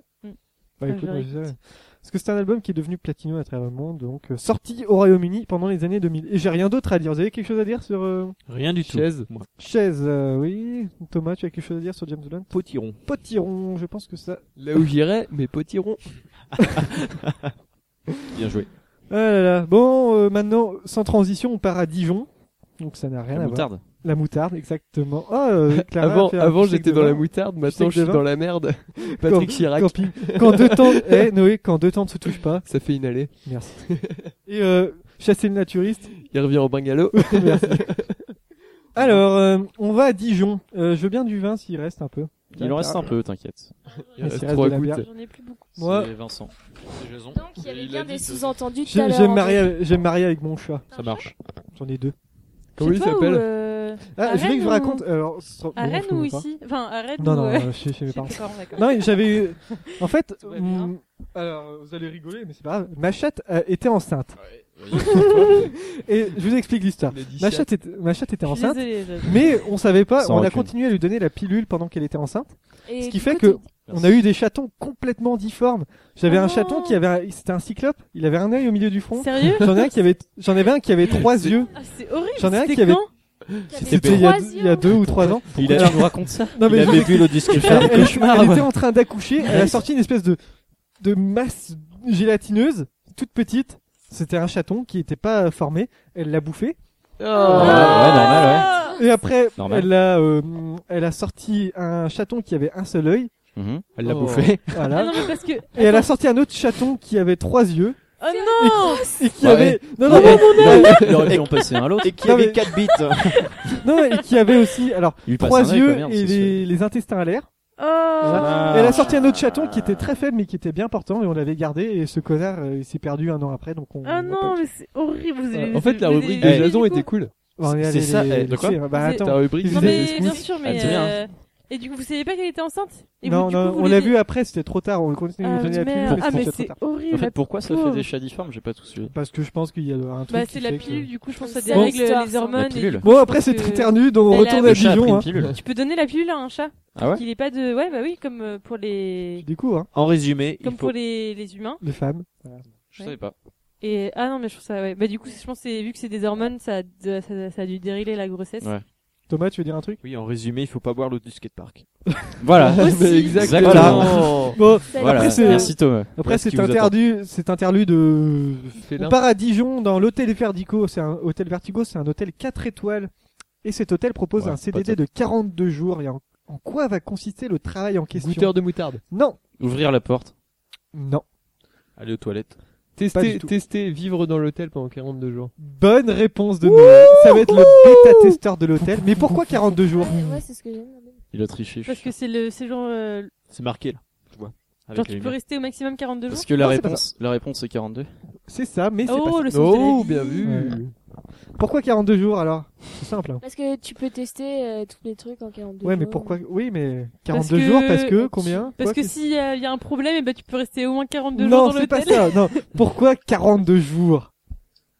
Speaker 1: Bah,
Speaker 5: Ah,
Speaker 1: écoute,
Speaker 5: je
Speaker 1: moi, je
Speaker 5: l'écoute.
Speaker 1: sais. Parce que c'est un album qui est devenu platino à travers le monde, donc euh, sorti au Royaume-Uni pendant les années 2000. Et j'ai rien d'autre à dire. Vous avez quelque chose à dire sur euh,
Speaker 9: Rien du tout.
Speaker 2: Chaise.
Speaker 9: Moi.
Speaker 1: Chaise euh, Oui. Thomas, tu as quelque chose à dire sur James Blunt
Speaker 9: Potiron.
Speaker 1: Potiron, je pense que ça.
Speaker 2: Là où j'irai, mes potirons.
Speaker 4: Bien joué.
Speaker 1: Ah là là. Bon, euh, maintenant, sans transition, on part à Dijon. Donc ça n'a rien
Speaker 4: La
Speaker 1: à voir.
Speaker 4: moutarde.
Speaker 1: La moutarde, exactement. Ah, euh, Clara
Speaker 2: avant
Speaker 1: a fait un
Speaker 2: avant
Speaker 1: petit
Speaker 2: j'étais
Speaker 1: steak
Speaker 2: dans
Speaker 1: de
Speaker 2: la
Speaker 1: vin.
Speaker 2: moutarde,
Speaker 1: steak
Speaker 2: maintenant
Speaker 1: de
Speaker 2: je suis
Speaker 1: vin.
Speaker 2: dans la merde. Patrick Chirac,
Speaker 1: Camping. Quand deux temps, eh, Noé, quand deux temps ne se touchent pas.
Speaker 2: ça fait une allée.
Speaker 1: Merci. Et euh, chasser le naturiste.
Speaker 2: Il revient au bungalow.
Speaker 1: Merci. Alors, euh, on va à Dijon. Euh, je veux bien du vin s'il reste un peu.
Speaker 4: Il en reste un peu, t'inquiète.
Speaker 1: Mais
Speaker 2: Il reste
Speaker 1: s'il reste
Speaker 2: trois
Speaker 1: de la bière.
Speaker 2: gouttes.
Speaker 5: J'en ai plus beaucoup.
Speaker 1: Moi,
Speaker 4: C'est Vincent.
Speaker 6: Donc il y avait bien des sous-entendus tout à
Speaker 1: j'ai-
Speaker 6: l'heure. euh,
Speaker 1: j'aime
Speaker 6: en fait.
Speaker 1: marier, j'aime marier avec mon chat.
Speaker 9: Ça marche.
Speaker 1: J'en ai deux.
Speaker 2: Comment
Speaker 5: Chez
Speaker 2: il
Speaker 5: toi
Speaker 2: s'appelle
Speaker 5: ou, euh,
Speaker 1: Ah,
Speaker 5: à
Speaker 1: je voulais que je vous
Speaker 5: Rennes ou-
Speaker 1: raconte. Alors, ce sera-
Speaker 5: À
Speaker 1: bon,
Speaker 5: Rennes
Speaker 1: je
Speaker 5: ou
Speaker 1: peux pas.
Speaker 5: ici Enfin, à Rennes
Speaker 1: Non,
Speaker 5: ou.
Speaker 1: non,
Speaker 5: euh,
Speaker 1: euh, chez, chez mes
Speaker 5: chez
Speaker 1: parents.
Speaker 5: tes parents, d'accord.
Speaker 1: Non, mais j'avais. En fait,
Speaker 5: Tout va bien.
Speaker 1: mm, alors vous allez rigoler, mais c'est pas grave. Ma chatte euh, était enceinte. Et je vous explique l'histoire.
Speaker 2: Il a dit
Speaker 1: Ma
Speaker 2: chat.
Speaker 1: chatte, était, ma chatte était
Speaker 5: Je suis
Speaker 1: enceinte,
Speaker 5: désolée, je-
Speaker 1: mais on savait pas.
Speaker 4: Sans
Speaker 1: on a
Speaker 4: rancune.
Speaker 1: continué à lui donner la pilule pendant qu'elle était enceinte.
Speaker 6: Et
Speaker 1: Ce qui
Speaker 6: du
Speaker 1: fait
Speaker 6: coup,
Speaker 1: que on
Speaker 4: Merci.
Speaker 1: a eu des chatons complètement difformes. J'avais
Speaker 5: Oh
Speaker 1: un
Speaker 5: non.
Speaker 1: chaton qui avait, un- c'était un cyclope. Il avait un œil au milieu du front.
Speaker 5: Sérieux
Speaker 1: J'en ai un qui avait, j'en avais un qui avait trois yeux.
Speaker 5: Ah, C'est horrible.
Speaker 1: J'en ai un
Speaker 5: c'était
Speaker 1: qui avait-
Speaker 5: quand
Speaker 6: t'avais
Speaker 1: C'était il y, a,
Speaker 6: trois
Speaker 1: il y a deux ou trois ans.
Speaker 4: Il a nous raconte ça.
Speaker 1: Non
Speaker 4: Il
Speaker 1: mais
Speaker 4: avait vu le disque faire
Speaker 1: elle,
Speaker 4: des
Speaker 1: elle- elle
Speaker 4: cauchemars.
Speaker 1: était en train d'accoucher. Elle a sorti une espèce de de masse gélatineuse, toute petite. C'était un chaton qui n'était pas formé. Elle l'a bouffé.
Speaker 9: Oh.
Speaker 4: Ah, ouais, normal,
Speaker 1: Et après,
Speaker 4: Normal.
Speaker 1: elle a, euh, elle a sorti un chaton qui avait un seul œil.
Speaker 4: ouais. Mhm.
Speaker 9: Elle l'a
Speaker 2: Oh.
Speaker 9: bouffé.
Speaker 1: Voilà.
Speaker 5: Ah non, mais parce que.
Speaker 1: Et elle a sorti un autre chaton qui avait trois yeux
Speaker 5: Oh non
Speaker 1: et qui
Speaker 4: Ouais.
Speaker 1: avait non non non,
Speaker 4: Il aurait- il aurait pu- il aurait pu en passer un à l'autre. Et
Speaker 1: qui Non, avait mais-
Speaker 4: 4 bits.
Speaker 1: non, et qui avait aussi alors
Speaker 4: Il lui passe
Speaker 1: trois
Speaker 4: un œil,
Speaker 1: yeux
Speaker 4: quoi, merde,
Speaker 1: et
Speaker 4: c'est
Speaker 1: les, les intestins à l'air.
Speaker 5: Oh
Speaker 1: Et elle a sorti un autre chaton qui était très faible mais qui était bien portant et on l'avait gardé et ce connard euh, il s'est perdu un an après donc on.
Speaker 5: Ah non, mais c'est horrible. vous
Speaker 1: Euh,
Speaker 5: avez-
Speaker 2: En fait, la
Speaker 5: vous
Speaker 2: rubrique
Speaker 5: avez-
Speaker 2: de Jason
Speaker 5: du coup.
Speaker 2: était cool.
Speaker 1: on est allé
Speaker 4: c'est ça,
Speaker 1: les-
Speaker 4: eh,
Speaker 1: les
Speaker 4: de quoi
Speaker 1: tirer. Bah
Speaker 5: C'est-
Speaker 1: attends.
Speaker 2: Ta rubrique
Speaker 1: Ils
Speaker 5: Non
Speaker 1: faisaient
Speaker 5: mais
Speaker 1: des
Speaker 5: bien
Speaker 1: squeeze.
Speaker 5: sûr, mais
Speaker 4: Elle dit rien.
Speaker 5: euh, Et du coup, vous saviez pas qu'elle était enceinte Et vous,
Speaker 1: non,
Speaker 5: du
Speaker 1: non,
Speaker 5: coup, vous
Speaker 1: on l'a
Speaker 5: l'avez-
Speaker 1: vu après, c'était trop tard. On continue
Speaker 5: Ah,
Speaker 1: on continue la
Speaker 5: merde.
Speaker 1: pilule,
Speaker 5: Ah, mais
Speaker 1: c'était trop
Speaker 5: c'est
Speaker 1: tard.
Speaker 5: horrible,
Speaker 4: En fait,
Speaker 5: la
Speaker 4: pourquoi ça
Speaker 5: pauvre.
Speaker 4: fait des chats difformes J'ai pas tout suivi.
Speaker 1: Parce que je pense qu'il y a un truc.
Speaker 5: Bah,
Speaker 1: qui
Speaker 5: c'est la
Speaker 1: fait
Speaker 5: pilule,
Speaker 1: que-
Speaker 5: du coup, je pense que ça
Speaker 1: Bon.
Speaker 5: dérègle les
Speaker 1: La
Speaker 5: hormones. et
Speaker 1: pilule.
Speaker 5: du coup,
Speaker 1: Bon,
Speaker 5: je
Speaker 1: après,
Speaker 5: pense
Speaker 1: c'est
Speaker 5: que-
Speaker 1: très ternu, donc on
Speaker 5: Elle a-
Speaker 1: retourne à Le chat a Dijon, pris une hein. pilule.
Speaker 5: Tu peux donner la pilule à un chat.
Speaker 1: Ah ouais
Speaker 5: Qu'il est pas de. Ouais, bah oui, comme euh, pour les.
Speaker 1: Du coup, hein.
Speaker 9: En résumé, il
Speaker 5: Comme
Speaker 9: faut...
Speaker 5: pour les, les humains.
Speaker 1: Les femmes.
Speaker 9: Je savais pas.
Speaker 5: Et ah non mais je trouve ça ouais. Bah du coup je pense que c'est- vu que c'est des hormones ça a, de- ça, ça a dû dériler la grossesse.
Speaker 9: Ouais.
Speaker 1: Thomas, tu veux dire un truc
Speaker 9: Oui, en résumé, il faut pas boire l'eau du skatepark.
Speaker 4: Voilà.
Speaker 1: Aussi.
Speaker 4: Bah, exactement.
Speaker 1: Voilà. Bon,
Speaker 4: Voilà.
Speaker 1: après, c'est-
Speaker 4: Merci, Thomas.
Speaker 1: Après
Speaker 4: Voilà ce
Speaker 1: c'est
Speaker 4: qui vous
Speaker 1: interdu, c'est interlude. euh,
Speaker 4: Félin.
Speaker 1: On part à Dijon dans l'hôtel Vertigo. C'est un hôtel Vertigo, c'est un hôtel 4 étoiles. Et cet hôtel propose
Speaker 2: Ouais,
Speaker 1: un
Speaker 2: pas
Speaker 1: CDD
Speaker 2: top.
Speaker 1: de 42 jours. Et en, en quoi va consister le travail en question
Speaker 2: Goûteur de moutarde.
Speaker 1: Non,
Speaker 4: Ouvrir la porte.
Speaker 1: non.
Speaker 9: Aller aux toilettes.
Speaker 1: Pas du
Speaker 2: Tester,
Speaker 1: tout.
Speaker 2: tester, vivre dans l'hôtel pendant 42 jours.
Speaker 1: Bonne réponse de Noël. Ça va être le bêta testeur de l'hôtel. Mais pourquoi 42 jours
Speaker 6: Ouais, c'est ce que j'aime.
Speaker 9: Il a triché.
Speaker 5: Parce que c'est le séjour. euh,
Speaker 9: C'est marqué là. Tu vois. Avec
Speaker 5: genre
Speaker 9: les
Speaker 5: tu peux
Speaker 9: lumières.
Speaker 5: rester au maximum 42 jours.
Speaker 4: Parce que la réponse, la réponse c'est 42.
Speaker 1: C'est ça, mais c'est
Speaker 5: Oh,
Speaker 1: pas ça.
Speaker 5: le sens de la vie.
Speaker 1: Ouais. Pourquoi 42 jours alors C'est simple. hein.
Speaker 6: Parce que tu peux tester euh, tous les trucs en 42
Speaker 1: Ouais, mais
Speaker 6: jours.
Speaker 1: pourquoi Oui, mais
Speaker 5: Parce
Speaker 1: 42 jours parce que combien
Speaker 5: Parce
Speaker 1: Quoi,
Speaker 5: que
Speaker 1: qu'est-ce-
Speaker 5: s'il y, a- il y a un problème, et ben tu peux rester au moins 42
Speaker 1: Non,
Speaker 5: jours dans
Speaker 1: c'est pas
Speaker 5: l'hôtel.
Speaker 1: ça. Non. Pourquoi 42 jours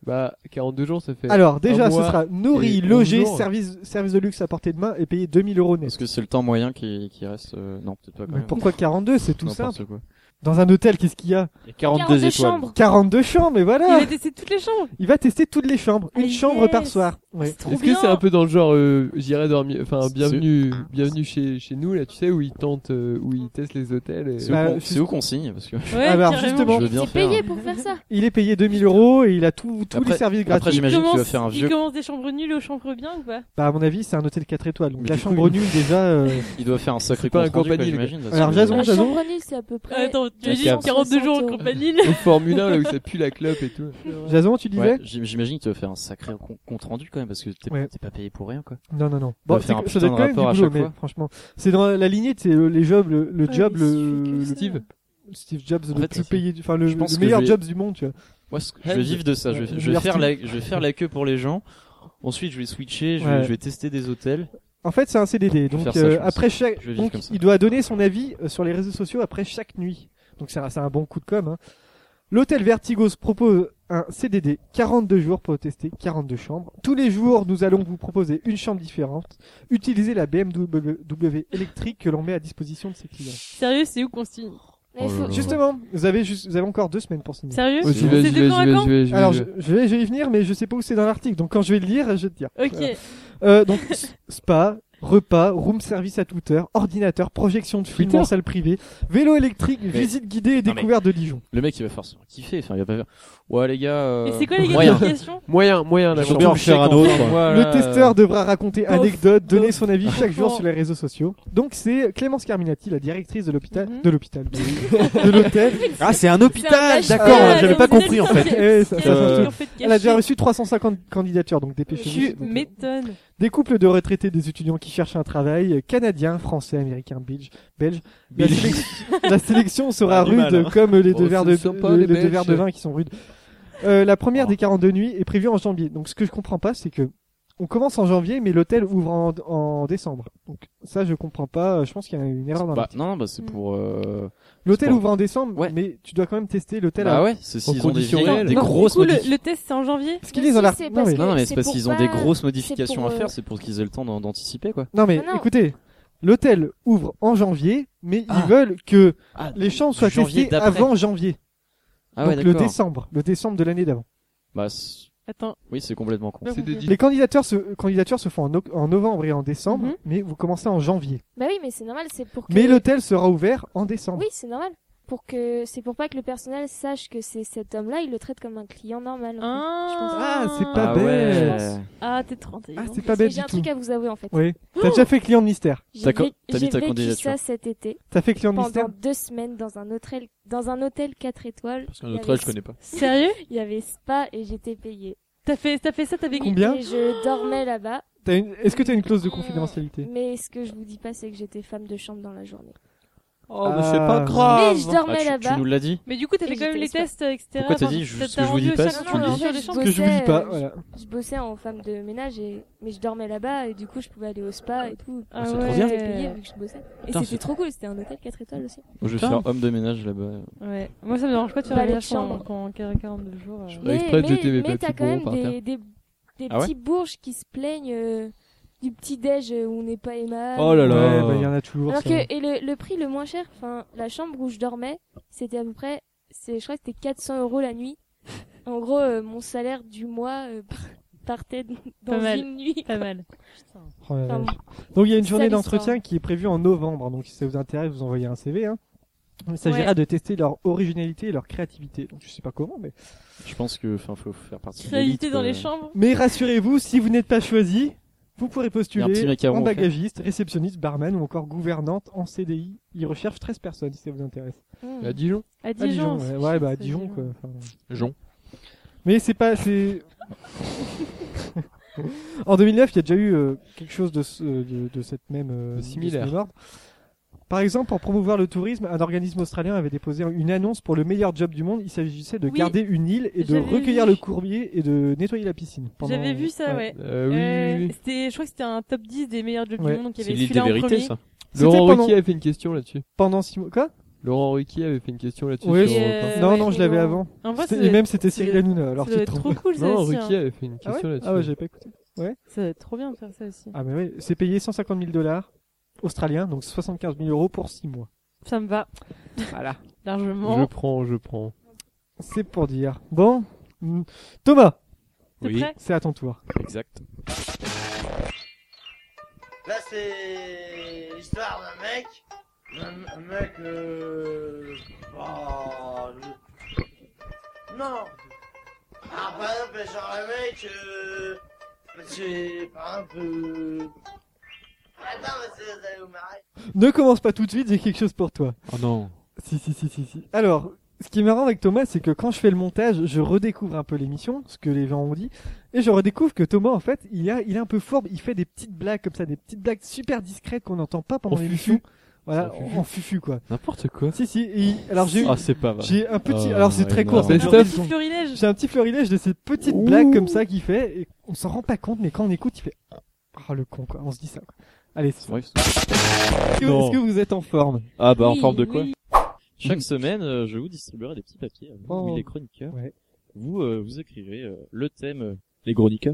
Speaker 2: Bah, 42 jours, ça fait.
Speaker 1: Alors
Speaker 2: un
Speaker 1: déjà, ce
Speaker 2: mois
Speaker 1: sera nourri,
Speaker 2: et onze
Speaker 1: logé,
Speaker 2: jours.
Speaker 1: service, service de luxe à portée de main et payé 2000 euros net.
Speaker 4: Parce que c'est le temps moyen qui, qui reste. euh, Non, peut-être pas quand
Speaker 1: Mais
Speaker 4: même.
Speaker 1: pourquoi 42 C'est tout
Speaker 4: N'importe
Speaker 1: simple.
Speaker 4: quoi.
Speaker 1: Dans un hôtel, qu'est-ce qu'il y a
Speaker 4: Il y a 42 42 étoiles. chambres.
Speaker 1: 42 chambres, et voilà.
Speaker 5: Il va tester toutes les chambres.
Speaker 1: Il va tester toutes les chambres, une chambre par soir. Ouais.
Speaker 2: Est-ce que c'est un peu dans le genre, euh, j'irai dormir, enfin, bienvenue, bienvenue chez, chez nous, là, tu sais, où ils tentent, euh, où ils testent les hôtels. et-
Speaker 4: C'est où qu'on- c'est où qu'on signe parce que.
Speaker 1: Ouais, Ah bah, alors, carrément. justement.
Speaker 4: je veux bien
Speaker 1: C'est
Speaker 4: faire.
Speaker 1: payé.
Speaker 6: Pour faire ça.
Speaker 1: Il est payé 2000 euros et il a tout- tous les
Speaker 4: Après-
Speaker 1: services
Speaker 4: après,
Speaker 1: gratuits.
Speaker 4: j'imagine que tu vas
Speaker 5: Commence-
Speaker 4: faire un
Speaker 5: il
Speaker 4: vieux-
Speaker 5: commence des chambres nulles aux chambres bien ou pas
Speaker 1: Bah à mon avis, c'est un hôtel 4 étoiles. Donc
Speaker 4: Mais
Speaker 1: la
Speaker 4: du coup,
Speaker 1: chambre
Speaker 4: il-
Speaker 1: nulle déjà. euh,
Speaker 4: Il doit faire un sacré
Speaker 1: C'est pas un
Speaker 4: compte rendu, quoi,
Speaker 1: campanile, quoi.
Speaker 4: j'imagine, parce
Speaker 1: Alors,
Speaker 4: que-
Speaker 1: Jason,
Speaker 6: La
Speaker 1: Jason.
Speaker 6: chambre en île, c'est à peu près.
Speaker 5: Attends, tu
Speaker 4: La
Speaker 5: imagines
Speaker 4: cave. hein,
Speaker 5: 42 jours en compagnie
Speaker 2: Au Formule 1, là, où ça pue la clope et tout.
Speaker 1: Jason, tu disais
Speaker 4: Ouais, j'im- J'imagine que tu vas faire un sacré com- compte rendu quand même parce que t'es
Speaker 1: Ouais.
Speaker 4: t'es pas payé pour rien quoi.
Speaker 1: Non, non, non.
Speaker 4: Tu dois
Speaker 1: Bon, c'est
Speaker 4: faire un
Speaker 1: ça
Speaker 4: putain
Speaker 1: doit
Speaker 4: de
Speaker 1: être quand même du
Speaker 4: rapport à
Speaker 1: boulot,
Speaker 4: chaque
Speaker 1: mais
Speaker 4: fois.
Speaker 1: franchement. C'est dans la lignée, c'est euh, les jobs, le, le
Speaker 4: Ouais,
Speaker 1: job,
Speaker 4: mais
Speaker 1: le,
Speaker 4: il suffit que
Speaker 1: le-
Speaker 4: Steve.
Speaker 1: Steve Jobs,
Speaker 4: En
Speaker 1: le
Speaker 4: fait,
Speaker 1: plus
Speaker 4: c'est-
Speaker 1: payé, du- enfin le,
Speaker 4: je pense
Speaker 1: le
Speaker 4: que
Speaker 1: meilleur
Speaker 4: je vais-
Speaker 1: job du monde, tu vois.
Speaker 4: Moi, ce que- je vais vivre de ça. Je
Speaker 1: Ouais,
Speaker 4: vais, je vais
Speaker 1: meilleur
Speaker 4: faire
Speaker 1: Steve.
Speaker 4: la, je vais faire la queue pour les gens. Ensuite, je vais switcher. Je, vais-
Speaker 1: Ouais.
Speaker 4: je vais tester des hôtels.
Speaker 1: En fait, c'est un CDD.
Speaker 4: Je vais
Speaker 1: Donc
Speaker 4: faire ça, je
Speaker 1: euh,
Speaker 4: pense.
Speaker 1: après chaque,
Speaker 4: Je vais vivre
Speaker 1: donc,
Speaker 4: comme ça.
Speaker 1: il doit donner son avis euh, sur les réseaux sociaux après chaque nuit. Donc c'est un, c'est un bon coup de com. Hein. L'hôtel Vertigos propose un CDD 42 jours pour tester 42 chambres. Tous les jours, nous allons vous proposer une chambre différente. Utilisez la BMW électrique que l'on met à disposition de ses clients.
Speaker 5: Sérieux, c'est où qu'on se signe
Speaker 6: Oh
Speaker 1: Mais
Speaker 4: Oh
Speaker 1: faut- Justement, vous avez, juste, vous avez encore deux semaines pour signer.
Speaker 5: Sérieux Vas-y, C'est vas-y, de vas-y, quand à vas-y, quand vas-y, vas-y.
Speaker 1: Alors, je, je vais, je vais y venir, mais je sais pas où c'est dans l'article. Donc, quand je vais le lire, je vais te dire.
Speaker 5: Ok.
Speaker 1: Voilà. Euh, donc, s- spa, repas, room service à toute heure, ordinateur, projection de films
Speaker 4: Twitter
Speaker 1: en salle privée, vélo électrique,
Speaker 4: Mais-
Speaker 1: visite guidée et
Speaker 4: Non, mais-
Speaker 1: découverte de Dijon.
Speaker 4: Le mec, il va forcément kiffer. Enfin, il va pas faire. Ouais, les gars. euh,
Speaker 1: Et c'est quoi, les gars,
Speaker 4: moyen.
Speaker 1: les applications
Speaker 2: Moyen, moyen, là,
Speaker 4: J'aimerais bien en faire un autre.
Speaker 1: Le testeur devra raconter
Speaker 2: Pauvre,
Speaker 1: anecdotes, donner son avis
Speaker 2: pauvre
Speaker 1: chaque jour
Speaker 2: enfant.
Speaker 1: sur les réseaux sociaux. Donc c'est Clémence Carminati, la directrice de l'hôpital, de l'hôpital, de l'hôtel.
Speaker 3: Ah, Mhm. c'est un hôpital, C'est un d'accord, vache- j'avais pas
Speaker 1: Euh,
Speaker 3: compris, en fait.
Speaker 1: Eh, ça- ça
Speaker 3: Euh,
Speaker 1: change tout.
Speaker 3: en fait,
Speaker 1: Elle a déjà
Speaker 3: caché.
Speaker 1: reçu 350 candidatures, donc dépêchez-vous.
Speaker 5: Tu m'étonnes.
Speaker 1: Des couples de retraités, des étudiants qui cherchent un travail, euh, canadiens, français, américains, belges, belges. La,
Speaker 2: Belges.
Speaker 1: sélec- la sélection sera
Speaker 2: Ah, du
Speaker 1: rude,
Speaker 2: mal, hein.
Speaker 1: comme les
Speaker 2: Bon,
Speaker 1: deux verres
Speaker 2: c'est
Speaker 1: de,
Speaker 2: sympa,
Speaker 1: le-
Speaker 2: les
Speaker 1: les deux
Speaker 2: Belges.
Speaker 1: verres de vin qui sont rudes. Euh, la
Speaker 4: Oh.
Speaker 1: première des 42 nuits est prévue en janvier. Donc ce que je comprends pas, c'est que on commence en janvier, mais l'hôtel ouvre en, en décembre. Donc ça, je comprends pas. Euh, Je pense qu'il y a une erreur dans
Speaker 4: Bah,
Speaker 1: la
Speaker 4: non, non, bah,
Speaker 1: Mm.
Speaker 4: c'est pour. euh,
Speaker 1: L'hôtel
Speaker 4: pour-
Speaker 1: ouvre en décembre, mais tu dois quand même tester l'hôtel.
Speaker 4: Bah
Speaker 1: à-
Speaker 4: ouais, c'est s'ils ont des vieilles- des grosses
Speaker 5: Du coup, le,
Speaker 4: modifications.
Speaker 5: le test c'est en janvier
Speaker 1: Ce qu'il est dans la-
Speaker 5: c'est
Speaker 1: non,
Speaker 5: parce
Speaker 1: mais-
Speaker 5: que
Speaker 4: Non, non, mais c'est
Speaker 5: c'est
Speaker 4: parce
Speaker 5: pour
Speaker 4: qu'ils ont des
Speaker 5: pas-
Speaker 4: grosses
Speaker 5: c'est
Speaker 4: modifications
Speaker 5: pour,
Speaker 4: à
Speaker 5: euh,
Speaker 4: faire. C'est pour qu'ils aient le temps d'en- d'anticiper quoi. Bah,
Speaker 1: Non mais écoutez, l'hôtel ouvre en janvier, mais ils veulent que les chambres soient
Speaker 4: Ah. janvier
Speaker 1: testées
Speaker 4: d'après.
Speaker 1: avant janvier.
Speaker 4: Ah ouais,
Speaker 1: Donc le
Speaker 4: d'accord.
Speaker 1: décembre, le décembre de l'année d'avant.
Speaker 4: Bah, c'est-
Speaker 5: Attends.
Speaker 4: Oui, c'est complètement con.
Speaker 1: Les candidatures se, candidatures se font en, oc- en novembre et en décembre, mais vous commencez en janvier.
Speaker 6: Bah oui, mais c'est normal, c'est pour que.
Speaker 1: Mais l'hôtel sera ouvert en décembre.
Speaker 6: Oui, c'est normal. Pour que c'est pour pas que le personnel sache que c'est cet homme-là, il le traite comme un client normal. en fait. Je pense.
Speaker 1: Ah, c'est pas
Speaker 4: Ah
Speaker 1: bête.
Speaker 4: ouais.
Speaker 5: Ah, t'es trop intelligent.
Speaker 1: Ah, c'est pas
Speaker 6: Parce que
Speaker 1: bête
Speaker 6: J'ai
Speaker 1: du
Speaker 6: un
Speaker 1: tout.
Speaker 6: truc à vous avouer en fait.
Speaker 1: Oui. T'as déjà fait client de mystère.
Speaker 6: J'ai
Speaker 4: T'as co-
Speaker 6: vé-
Speaker 4: t'as mis
Speaker 6: j'ai
Speaker 4: ta
Speaker 6: vécu
Speaker 4: candidature.
Speaker 6: ça cet été.
Speaker 1: T'as fait client de
Speaker 6: pendant
Speaker 1: mystère
Speaker 6: deux semaines dans un hôtel, dans un hôtel 4 étoiles. Parce
Speaker 9: qu'un
Speaker 4: hôtel, je connais pas.
Speaker 5: Sérieux
Speaker 6: Il y avait spa et j'étais payée.
Speaker 5: T'as fait, t'as fait ça, t'avais
Speaker 1: Combien
Speaker 6: Et je dormais là-bas.
Speaker 1: T'as une- Est-ce que t'as une clause de confidentialité
Speaker 6: Mais ce que je vous dis pas, c'est que j'étais femme de chambre dans la journée.
Speaker 9: Oh, mais c'est pas grave.
Speaker 5: Mais je dormais
Speaker 4: Ah, tu-
Speaker 5: là-bas.
Speaker 4: Tu nous l'as dit.
Speaker 5: Mais du coup, t'avais
Speaker 6: Et
Speaker 5: quand même les
Speaker 6: j'étais
Speaker 5: tests, etc.
Speaker 4: Pourquoi t'as
Speaker 5: Enfin,
Speaker 4: dit je-
Speaker 5: t'as
Speaker 4: ce que je vous dis
Speaker 5: rendu
Speaker 4: pas,
Speaker 5: au
Speaker 4: si
Speaker 5: salon,
Speaker 4: tu le
Speaker 5: alors,
Speaker 4: dis
Speaker 5: sur les
Speaker 6: je
Speaker 5: champs.
Speaker 6: bossais,
Speaker 1: Que je vous dis pas,
Speaker 6: euh,
Speaker 1: voilà.
Speaker 6: je, je bossais en femme de ménage et mais je dormais là-bas et du coup je pouvais aller au spa et tout.
Speaker 5: Ah
Speaker 6: Je
Speaker 5: ouais.
Speaker 6: me faisais payer vu que je bossais. Et
Speaker 4: Putain,
Speaker 6: c'était
Speaker 4: c'est-
Speaker 6: trop cool, c'était un hôtel 4 étoiles aussi.
Speaker 4: Moi, je vais
Speaker 2: Putain.
Speaker 4: faire homme de ménage là-bas.
Speaker 5: Ouais. Moi, ça me dérange pas de faire
Speaker 6: Bah,
Speaker 5: la
Speaker 6: les
Speaker 5: tâche en
Speaker 6: chambres.
Speaker 5: en 42 jours. euh.
Speaker 2: ferais exprès de jeter mes
Speaker 6: mais
Speaker 2: papiers
Speaker 6: t'as quand même
Speaker 2: pour- par
Speaker 6: des,
Speaker 2: terre.
Speaker 6: des, des
Speaker 2: Ah ouais
Speaker 6: petits bourges qui se plaignent euh, du petit déj où on n'est pas aimable.
Speaker 2: Oh là là.
Speaker 1: Ouais, bah, il y en a toujours.
Speaker 6: Alors
Speaker 1: ça.
Speaker 6: que et le, le prix le moins cher, enfin la chambre où je dormais, c'était à peu près, c'est je crois que c'était 400 euros la nuit. En gros, euh, mon salaire du mois euh, partait dans
Speaker 5: Pas mal.
Speaker 6: une nuit.
Speaker 5: Pas mal.
Speaker 1: Oh la
Speaker 6: Enfin,
Speaker 1: vache. Donc il y a une
Speaker 6: sale
Speaker 1: journée
Speaker 6: histoire.
Speaker 1: d'entretien qui est prévue en novembre. Donc si ça vous intéresse, vous envoyez un CV. Hein. Il s'agira
Speaker 5: Ouais.
Speaker 1: de tester leur originalité et leur créativité. Donc je sais pas comment, mais.
Speaker 4: Je pense que, enfin, faut faire partie. de
Speaker 5: Réalité
Speaker 4: l'élite,
Speaker 5: dans
Speaker 4: quoi.
Speaker 5: les chambres.
Speaker 1: Mais rassurez-vous, si vous n'êtes pas choisi, vous pourrez
Speaker 4: Il y a un petit
Speaker 1: postuler
Speaker 4: mec à
Speaker 1: en
Speaker 4: Rouen, en fait.
Speaker 1: bagagiste, réceptionniste, barman ou encore gouvernante en CDI. Ils recherchent 13 personnes si ça vous intéresse.
Speaker 2: Et à Dijon
Speaker 5: Hmm. À Dijon.
Speaker 1: ouais,
Speaker 5: c'est
Speaker 1: Ouais,
Speaker 5: chiant,
Speaker 1: bah à
Speaker 5: ça,
Speaker 1: Dijon quoi. Enfin,
Speaker 2: Jon.
Speaker 1: Mais c'est pas c'est en 2009, il y a déjà eu euh, quelque chose de, ce- de, de cette même euh, de ce
Speaker 2: Similaire.
Speaker 1: même ordre. Par exemple, pour promouvoir le tourisme, un organisme australien avait déposé une annonce pour le meilleur job du monde. Il s'agissait de
Speaker 5: Oui,
Speaker 1: garder une île et de
Speaker 5: j'avais
Speaker 1: recueillir
Speaker 5: vu.
Speaker 1: le courbier et de nettoyer la piscine. pendant-
Speaker 5: J'avais vu ça, ouais.
Speaker 1: Euh, oui,
Speaker 5: Euh,
Speaker 1: oui, oui.
Speaker 5: c'était, je crois que c'était un top 10 des meilleurs jobs
Speaker 1: Ouais.
Speaker 5: du monde. Donc il y
Speaker 1: C'est
Speaker 5: avait
Speaker 1: l'île des
Speaker 5: celui-là en
Speaker 1: vérités,
Speaker 5: premier.
Speaker 1: ça. C'était
Speaker 2: Laurent
Speaker 1: pendant-
Speaker 2: Ruquier avait fait une question là-dessus.
Speaker 1: Pendant six mois. Quoi
Speaker 2: Laurent Ruquier avait fait une question là-dessus.
Speaker 1: Oui,
Speaker 2: sur euh,
Speaker 5: euh,
Speaker 1: je-
Speaker 2: Europe un.
Speaker 1: non, non, je l'avais avant.
Speaker 5: En vrai,
Speaker 1: C'était-
Speaker 5: ça-
Speaker 1: et même c'était
Speaker 5: ça doit
Speaker 1: Cyril
Speaker 5: être-
Speaker 1: Hanouna. Alors
Speaker 5: ça doit
Speaker 1: c'est
Speaker 5: être trop cool ça
Speaker 2: Non,
Speaker 5: aussi.
Speaker 2: Ruquier
Speaker 5: hein.
Speaker 2: avait fait une
Speaker 1: Ah ouais,
Speaker 2: question là-dessus.
Speaker 1: ah ouais, j'avais pas écouté. Ouais.
Speaker 5: Ça doit être trop bien de faire ça aussi.
Speaker 1: Ah mais ouais, c'est payé 150 000 dollars australiens, donc 75 000 euros pour 6 mois.
Speaker 5: Ça me va.
Speaker 1: Voilà.
Speaker 5: Largement.
Speaker 2: Je prends, je prends.
Speaker 1: C'est pour dire. Bon, Mm. Thomas.
Speaker 2: T'es Oui. prêt
Speaker 1: C'est à ton tour.
Speaker 9: Exact.
Speaker 14: Là, c'est l'histoire d'un mec. Un, un mec. Euh... oh, je- Non Ah, par exemple, genre un mec. Euh... C'est. Par exemple. euh, Attends, monsieur, vous allez vous marrer.
Speaker 1: Ne commence pas tout de suite, j'ai quelque chose pour toi.
Speaker 2: Oh non.
Speaker 1: Si, si, si, si, si. Alors, ce qui est marrant avec Thomas, c'est que quand je fais le montage, je redécouvre un peu l'émission, ce que les gens ont dit, et je redécouvre que Thomas, en fait, il, a, il est un peu fourbe, il fait des petites blagues comme ça, des petites blagues super discrètes qu'on n'entend pas pendant
Speaker 2: En
Speaker 1: l'émission.
Speaker 2: fufu.
Speaker 1: Voilà,
Speaker 2: En fufu.
Speaker 1: en, en fufu, quoi.
Speaker 2: N'importe quoi.
Speaker 1: Si, si, et alors j'ai eu-
Speaker 2: Ah, c'est pas vrai.
Speaker 1: J'ai un petit.
Speaker 2: Ah,
Speaker 1: alors c'est très
Speaker 2: énorme.
Speaker 1: court, ça
Speaker 2: Best
Speaker 1: dure dix
Speaker 2: of.
Speaker 1: secondes.
Speaker 5: Petit florilège.
Speaker 1: J'ai un petit florilège de ces petites blagues comme ça qu'il fait, et on s'en rend pas compte, mais quand on écoute, il fait. Ah, le con, quoi. On se dit ça, quoi. Allez, c'est
Speaker 4: Ouais,
Speaker 1: Est-ce que-
Speaker 4: Non.
Speaker 1: est-ce que vous êtes en forme
Speaker 4: Ah bah en
Speaker 1: Oui,
Speaker 4: forme de quoi
Speaker 1: oui.
Speaker 4: Chaque semaine, euh, je vous distribuerai des petits papiers à vous,
Speaker 1: Oh.
Speaker 4: oui, les chroniqueurs. Vous euh, vous écrirez euh, le thème euh, les chroniqueurs.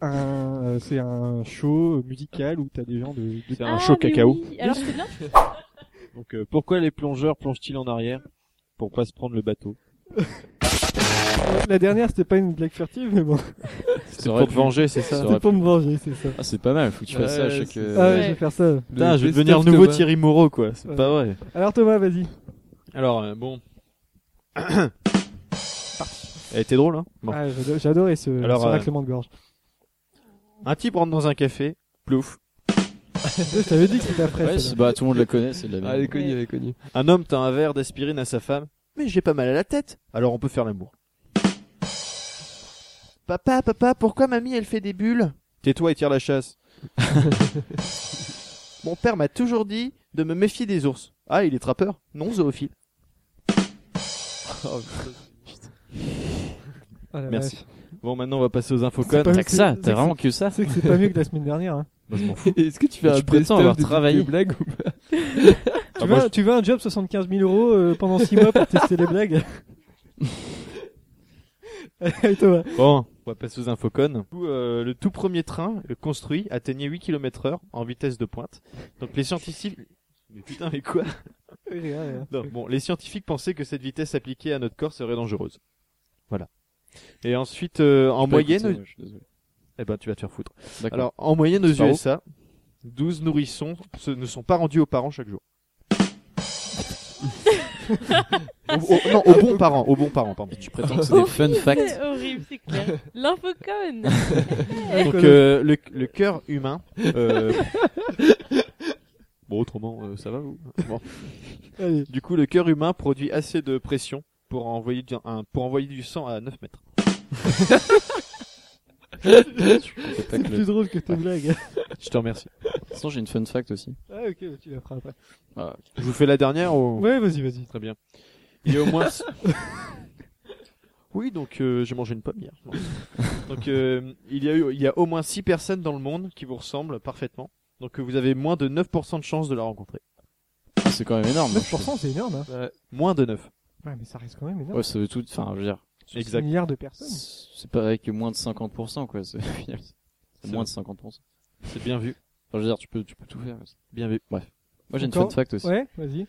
Speaker 1: un, euh, c'est un show musical où t'as des gens de, de-
Speaker 9: C'est un Ah, show mais cacao. oui.
Speaker 5: Alors c'est bien.
Speaker 9: Donc, euh, pourquoi les plongeurs plongent-ils en arrière Pour pas se prendre le bateau.
Speaker 1: La dernière, c'était pas une blague furtive, mais bon.
Speaker 9: C'est pour te venger, c'est ça
Speaker 1: C'était pour me venger, c'est ça.
Speaker 4: Ah, c'est pas mal, faut que tu fasses ça à
Speaker 9: Ouais,
Speaker 4: chaque.
Speaker 9: c'est-
Speaker 4: euh,
Speaker 1: Ah ouais, je vais faire ça.
Speaker 9: Putain, je vais devenir le nouveau Thierry Moreau, quoi. C'est
Speaker 1: Ouais.
Speaker 9: pas vrai.
Speaker 1: Alors Thomas, vas-y. Ah,
Speaker 9: Alors, euh, bon. Elle était drôle, hein Bon.
Speaker 1: Ah, j'ado- J'adorais ce,
Speaker 9: Alors,
Speaker 1: ce
Speaker 9: euh,
Speaker 1: raclement de gorge.
Speaker 9: Un type rentre dans un café, plouf.
Speaker 1: Je t'avais dit que c'était après.
Speaker 4: Ouais,
Speaker 1: celle-là.
Speaker 4: c'est- bah tout le monde la connaît, c'est de la
Speaker 2: Ah, elle est
Speaker 4: merde.
Speaker 2: connue, elle est connue.
Speaker 9: Un homme tend un verre d'aspirine à sa femme. Mais j'ai pas mal à la tête, alors on peut faire l'amour. Papa, papa, pourquoi mamie elle fait des bulles Tais-toi et tire la chasse. Mon père m'a toujours dit de me méfier des ours. Ah, il est trappeur Non, zoophile.
Speaker 1: Ah, Oh, la
Speaker 9: Merci.
Speaker 1: vache.
Speaker 9: Bon, maintenant on va passer aux infos
Speaker 1: C'est pas
Speaker 9: connes.
Speaker 1: mieux
Speaker 9: T'as que ça,
Speaker 1: c'est-
Speaker 9: t'as vraiment
Speaker 1: c'est-
Speaker 9: que ça.
Speaker 1: C'est que c'est pas mieux que la semaine dernière. hein.
Speaker 9: Bah, je m'en fous.
Speaker 2: Est-ce que tu fais
Speaker 9: Mais
Speaker 2: un
Speaker 9: tu prétends
Speaker 2: best-of
Speaker 9: avoir
Speaker 2: de toutes
Speaker 9: travaillé. Ah,
Speaker 2: tes blagues ou pas
Speaker 1: Tu,
Speaker 9: moi,
Speaker 1: veux, tu veux un job 75 000 euros euh, pendant 6 mois pour tester les blagues Allez, Thomas.
Speaker 9: Bon, on va passer aux infos connes. Où, euh, le tout premier train euh, construit atteignait 8 km heure en vitesse de pointe. Donc les scientifiques... Mais putain, mais quoi
Speaker 1: Oui, rien, rien.
Speaker 9: Non, bon, les scientifiques pensaient que cette vitesse appliquée à notre corps serait dangereuse. Voilà. Et ensuite, euh, en
Speaker 4: J'ai pas écouté,
Speaker 9: moyenne...
Speaker 4: ouais, je suis désolé.
Speaker 9: eh ben, tu vas te faire foutre.
Speaker 4: D'accord.
Speaker 9: Alors, en moyenne aux
Speaker 4: C'est pas grave.
Speaker 9: USA, 12 nourrissons se- ne sont pas rendus aux parents chaque jour. Au- au- non, aux bons parents, aux bons parents, pardon. Tu
Speaker 4: prétends que c'est des fun facts
Speaker 5: Oh, C'est horrible, c'est clair. L'infocon.
Speaker 9: Donc euh, le, le cœur humain. euh, bon, autrement, euh, ça va vous Bon.
Speaker 1: Allez.
Speaker 9: Du coup, le cœur humain produit assez de pression pour envoyer du, un- pour envoyer du sang à 9 mètres.
Speaker 1: C'est plus drôle que tes blagues.
Speaker 4: Euh,
Speaker 9: Je te remercie.
Speaker 4: Sinon, j'ai une fun fact aussi.
Speaker 1: Ah, ok, tu la feras après.
Speaker 4: Ah, ok.
Speaker 9: Je vous fais la dernière ou
Speaker 1: Ouais, vas-y, vas-y.
Speaker 9: Très bien. Il y a au moins. oui, donc euh, j'ai mangé une pomme hier. Non. donc euh, il y a eu, il y a au moins 6 personnes dans le monde qui vous ressemblent parfaitement. Donc euh, vous avez moins de 9% de chances de la rencontrer.
Speaker 4: C'est quand même énorme.
Speaker 1: 9%, c'est énorme. Hein.
Speaker 9: Euh, moins de 9.
Speaker 1: Ouais, mais ça reste quand même énorme.
Speaker 4: Ouais, ça veut tout. Enfin, je veux dire.
Speaker 1: Sur six milliards de personnes.
Speaker 4: C'est pas avec moins de 50%, quoi. C'est c'est moins de 50%.
Speaker 9: C'est bien vu.
Speaker 4: Enfin, je veux dire, tu peux, tu peux tout faire.
Speaker 9: Bien vu.
Speaker 4: Bref. Moi, j'ai une fun
Speaker 1: Encore
Speaker 4: fact aussi.
Speaker 1: Ouais, vas-y.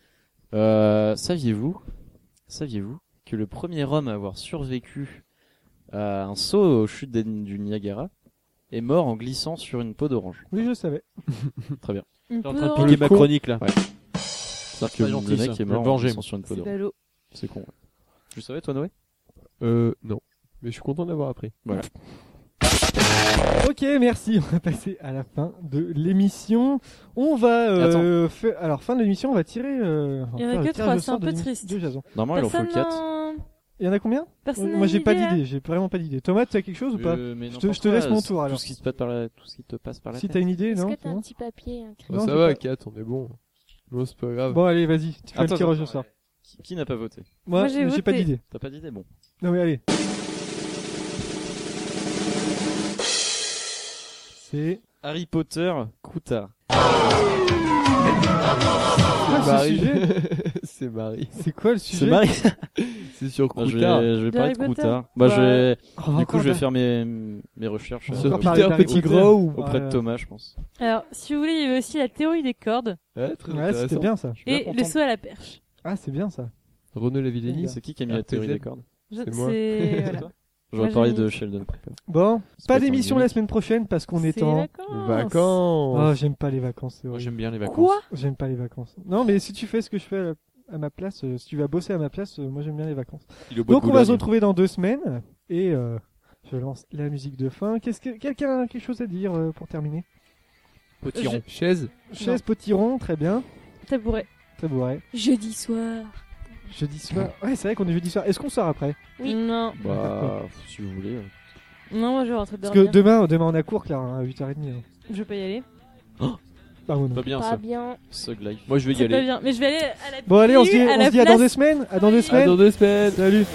Speaker 4: Euh, saviez-vous, saviez-vous que le premier homme à avoir survécu à un saut aux chutes des- du Niagara est mort en glissant sur une peau d'orange
Speaker 1: Oui, je savais.
Speaker 4: Très bien.
Speaker 1: Une
Speaker 9: T'es en train de peau piquer ma d'orange. chronique, là.
Speaker 4: Ouais. C'est-à-dire que
Speaker 9: pas gentil,
Speaker 4: le mec
Speaker 9: ça. Je
Speaker 4: est mort
Speaker 9: vais
Speaker 4: en
Speaker 9: me venger.
Speaker 4: glissant sur une peau
Speaker 5: C'est
Speaker 4: d'orange.
Speaker 5: ballot.
Speaker 4: C'est con. ouais. Tu le savais, toi, Noé
Speaker 2: Euh, non. Mais je suis content d'avoir appris.
Speaker 4: Voilà.
Speaker 1: Ok, merci. On va passer à la fin de l'émission. On va euh, fa- alors fin de l'émission, on va tirer. euh,
Speaker 5: Il y
Speaker 1: on va
Speaker 5: en
Speaker 1: faire
Speaker 5: a que
Speaker 1: le tirage
Speaker 5: trois,
Speaker 1: au
Speaker 5: Oh, c'est
Speaker 1: sort
Speaker 5: un peu
Speaker 1: de-
Speaker 5: triste.
Speaker 1: de Jason.
Speaker 4: Normalement, il en faut
Speaker 5: Personne
Speaker 4: quatre.
Speaker 5: n'en-
Speaker 1: Il y en a combien Euh,
Speaker 5: Personne
Speaker 1: Moi,
Speaker 5: n'a
Speaker 1: j'ai
Speaker 5: une
Speaker 1: pas
Speaker 5: idée, hein.
Speaker 1: d'idée. J'ai vraiment pas d'idée. Thomas, tu as quelque chose ou pas
Speaker 4: Euh, mais
Speaker 1: je, te,
Speaker 4: n'importe
Speaker 1: je te laisse
Speaker 4: quoi,
Speaker 1: mon tour
Speaker 4: tout
Speaker 1: alors.
Speaker 4: Ce qui se passe par la... Tout ce qui te passe par la
Speaker 1: Si
Speaker 4: tête.
Speaker 1: t'as une idée,
Speaker 6: Est-ce
Speaker 1: non
Speaker 6: que
Speaker 1: c'est
Speaker 6: t'as un
Speaker 1: bon
Speaker 6: petit papier un crayon
Speaker 2: Bah,
Speaker 1: Non,
Speaker 2: ça
Speaker 1: j'ai
Speaker 2: va,
Speaker 1: pas.
Speaker 2: 4, on est bon. Non, c'est pas grave.
Speaker 1: Bon, allez, vas-y. Tu fais
Speaker 4: Attends,
Speaker 1: le tirage
Speaker 4: attends,
Speaker 1: au sort.
Speaker 4: Qui, qui n'a pas voté
Speaker 1: Moi, Moi, j'ai mais j'ai pas voté. d'idée.
Speaker 4: T'as pas d'idée Bon.
Speaker 1: Non mais allez. C'est
Speaker 4: Harry Potter, Croutard.
Speaker 1: quoi ce
Speaker 2: Marie.
Speaker 1: sujet
Speaker 2: c'est Marie.
Speaker 1: C'est quoi le sujet
Speaker 4: Marie.
Speaker 2: C'est sur
Speaker 4: Bah, je
Speaker 2: Croutard.
Speaker 4: vais, je vais parler de
Speaker 1: Harry Potter.
Speaker 4: Croutard. Bah, je vais-
Speaker 1: Bah, on va
Speaker 4: du coup,
Speaker 1: encore
Speaker 4: je
Speaker 1: parler-
Speaker 4: vais faire mes, mes recherches
Speaker 2: Sur
Speaker 4: euh,
Speaker 2: Peter
Speaker 1: Harry
Speaker 2: Petit
Speaker 1: Potter.
Speaker 2: Gros ou-
Speaker 4: auprès de
Speaker 1: Ouais.
Speaker 4: Thomas, je pense.
Speaker 5: Alors, si vous voulez, il y avait aussi la théorie des cordes
Speaker 2: Ouais, très
Speaker 1: Ouais, c'était
Speaker 2: intéressant.
Speaker 1: bien ça.
Speaker 5: et le saut à la perche.
Speaker 1: Ah, c'est bien ça.
Speaker 2: Renaud Lavillenie.
Speaker 4: C'est qui qui a mis la
Speaker 2: RPZ?
Speaker 4: théorie des cordes
Speaker 5: Je-
Speaker 2: C'est moi.
Speaker 5: C'est voilà. Moi,
Speaker 4: J'aurais
Speaker 5: j'ai
Speaker 4: parlé
Speaker 5: mis-
Speaker 4: de Sheldon Cooper.
Speaker 1: Bon,
Speaker 4: C'est
Speaker 1: pas
Speaker 4: pas
Speaker 1: d'émission
Speaker 4: tant
Speaker 1: la semaine prochaine parce qu'on est
Speaker 5: C'est les
Speaker 1: en.
Speaker 5: vacances.
Speaker 1: Oh,
Speaker 2: Vacances.
Speaker 1: j'aime pas les vacances. c'est
Speaker 9: Moi,
Speaker 1: horrible.
Speaker 9: j'aime bien les vacances.
Speaker 5: Quoi
Speaker 1: J'aime pas les vacances. Non, mais si tu fais ce que je fais à la- à ma place, euh, si tu vas bosser à ma place, euh, moi j'aime bien les vacances.
Speaker 9: Il est au bois de
Speaker 1: Donc on va se
Speaker 9: Boulogne.
Speaker 1: retrouver dans deux semaines et euh, je lance la musique de fin. Qu'est-ce que quelqu'un a quelque chose à dire euh, pour terminer
Speaker 9: Potiron.
Speaker 2: Chaise.
Speaker 1: Chaise potiron, très bien.
Speaker 5: Tabouret.
Speaker 1: Tabouret.
Speaker 6: Jeudi soir.
Speaker 1: Jeudi soir. Ouais, c'est vrai qu'on est jeudi soir. Est-ce qu'on sort après
Speaker 5: Oui. Non.
Speaker 4: Bah, si vous voulez. euh.
Speaker 5: Non, moi je vais rentrer
Speaker 1: Parce
Speaker 5: dormir.
Speaker 1: que demain, demain on a cours, Claire, hein, à 8h30. hein.
Speaker 5: Je vais pas y aller.
Speaker 1: Bah, bon, non.
Speaker 9: Pas bien
Speaker 6: Pas
Speaker 9: ça.
Speaker 6: bien.
Speaker 4: Sug Life.
Speaker 9: Moi je vais y
Speaker 5: C'est pas
Speaker 9: aller.
Speaker 5: bien. Mais je vais aller à la
Speaker 1: Bon, allez, on se dit,
Speaker 5: BU,
Speaker 1: on
Speaker 5: la
Speaker 1: se dit à dans
Speaker 5: place Ah
Speaker 1: deux semaines. À dans deux
Speaker 2: À
Speaker 1: semaines.
Speaker 2: dans deux semaines.
Speaker 1: Salut.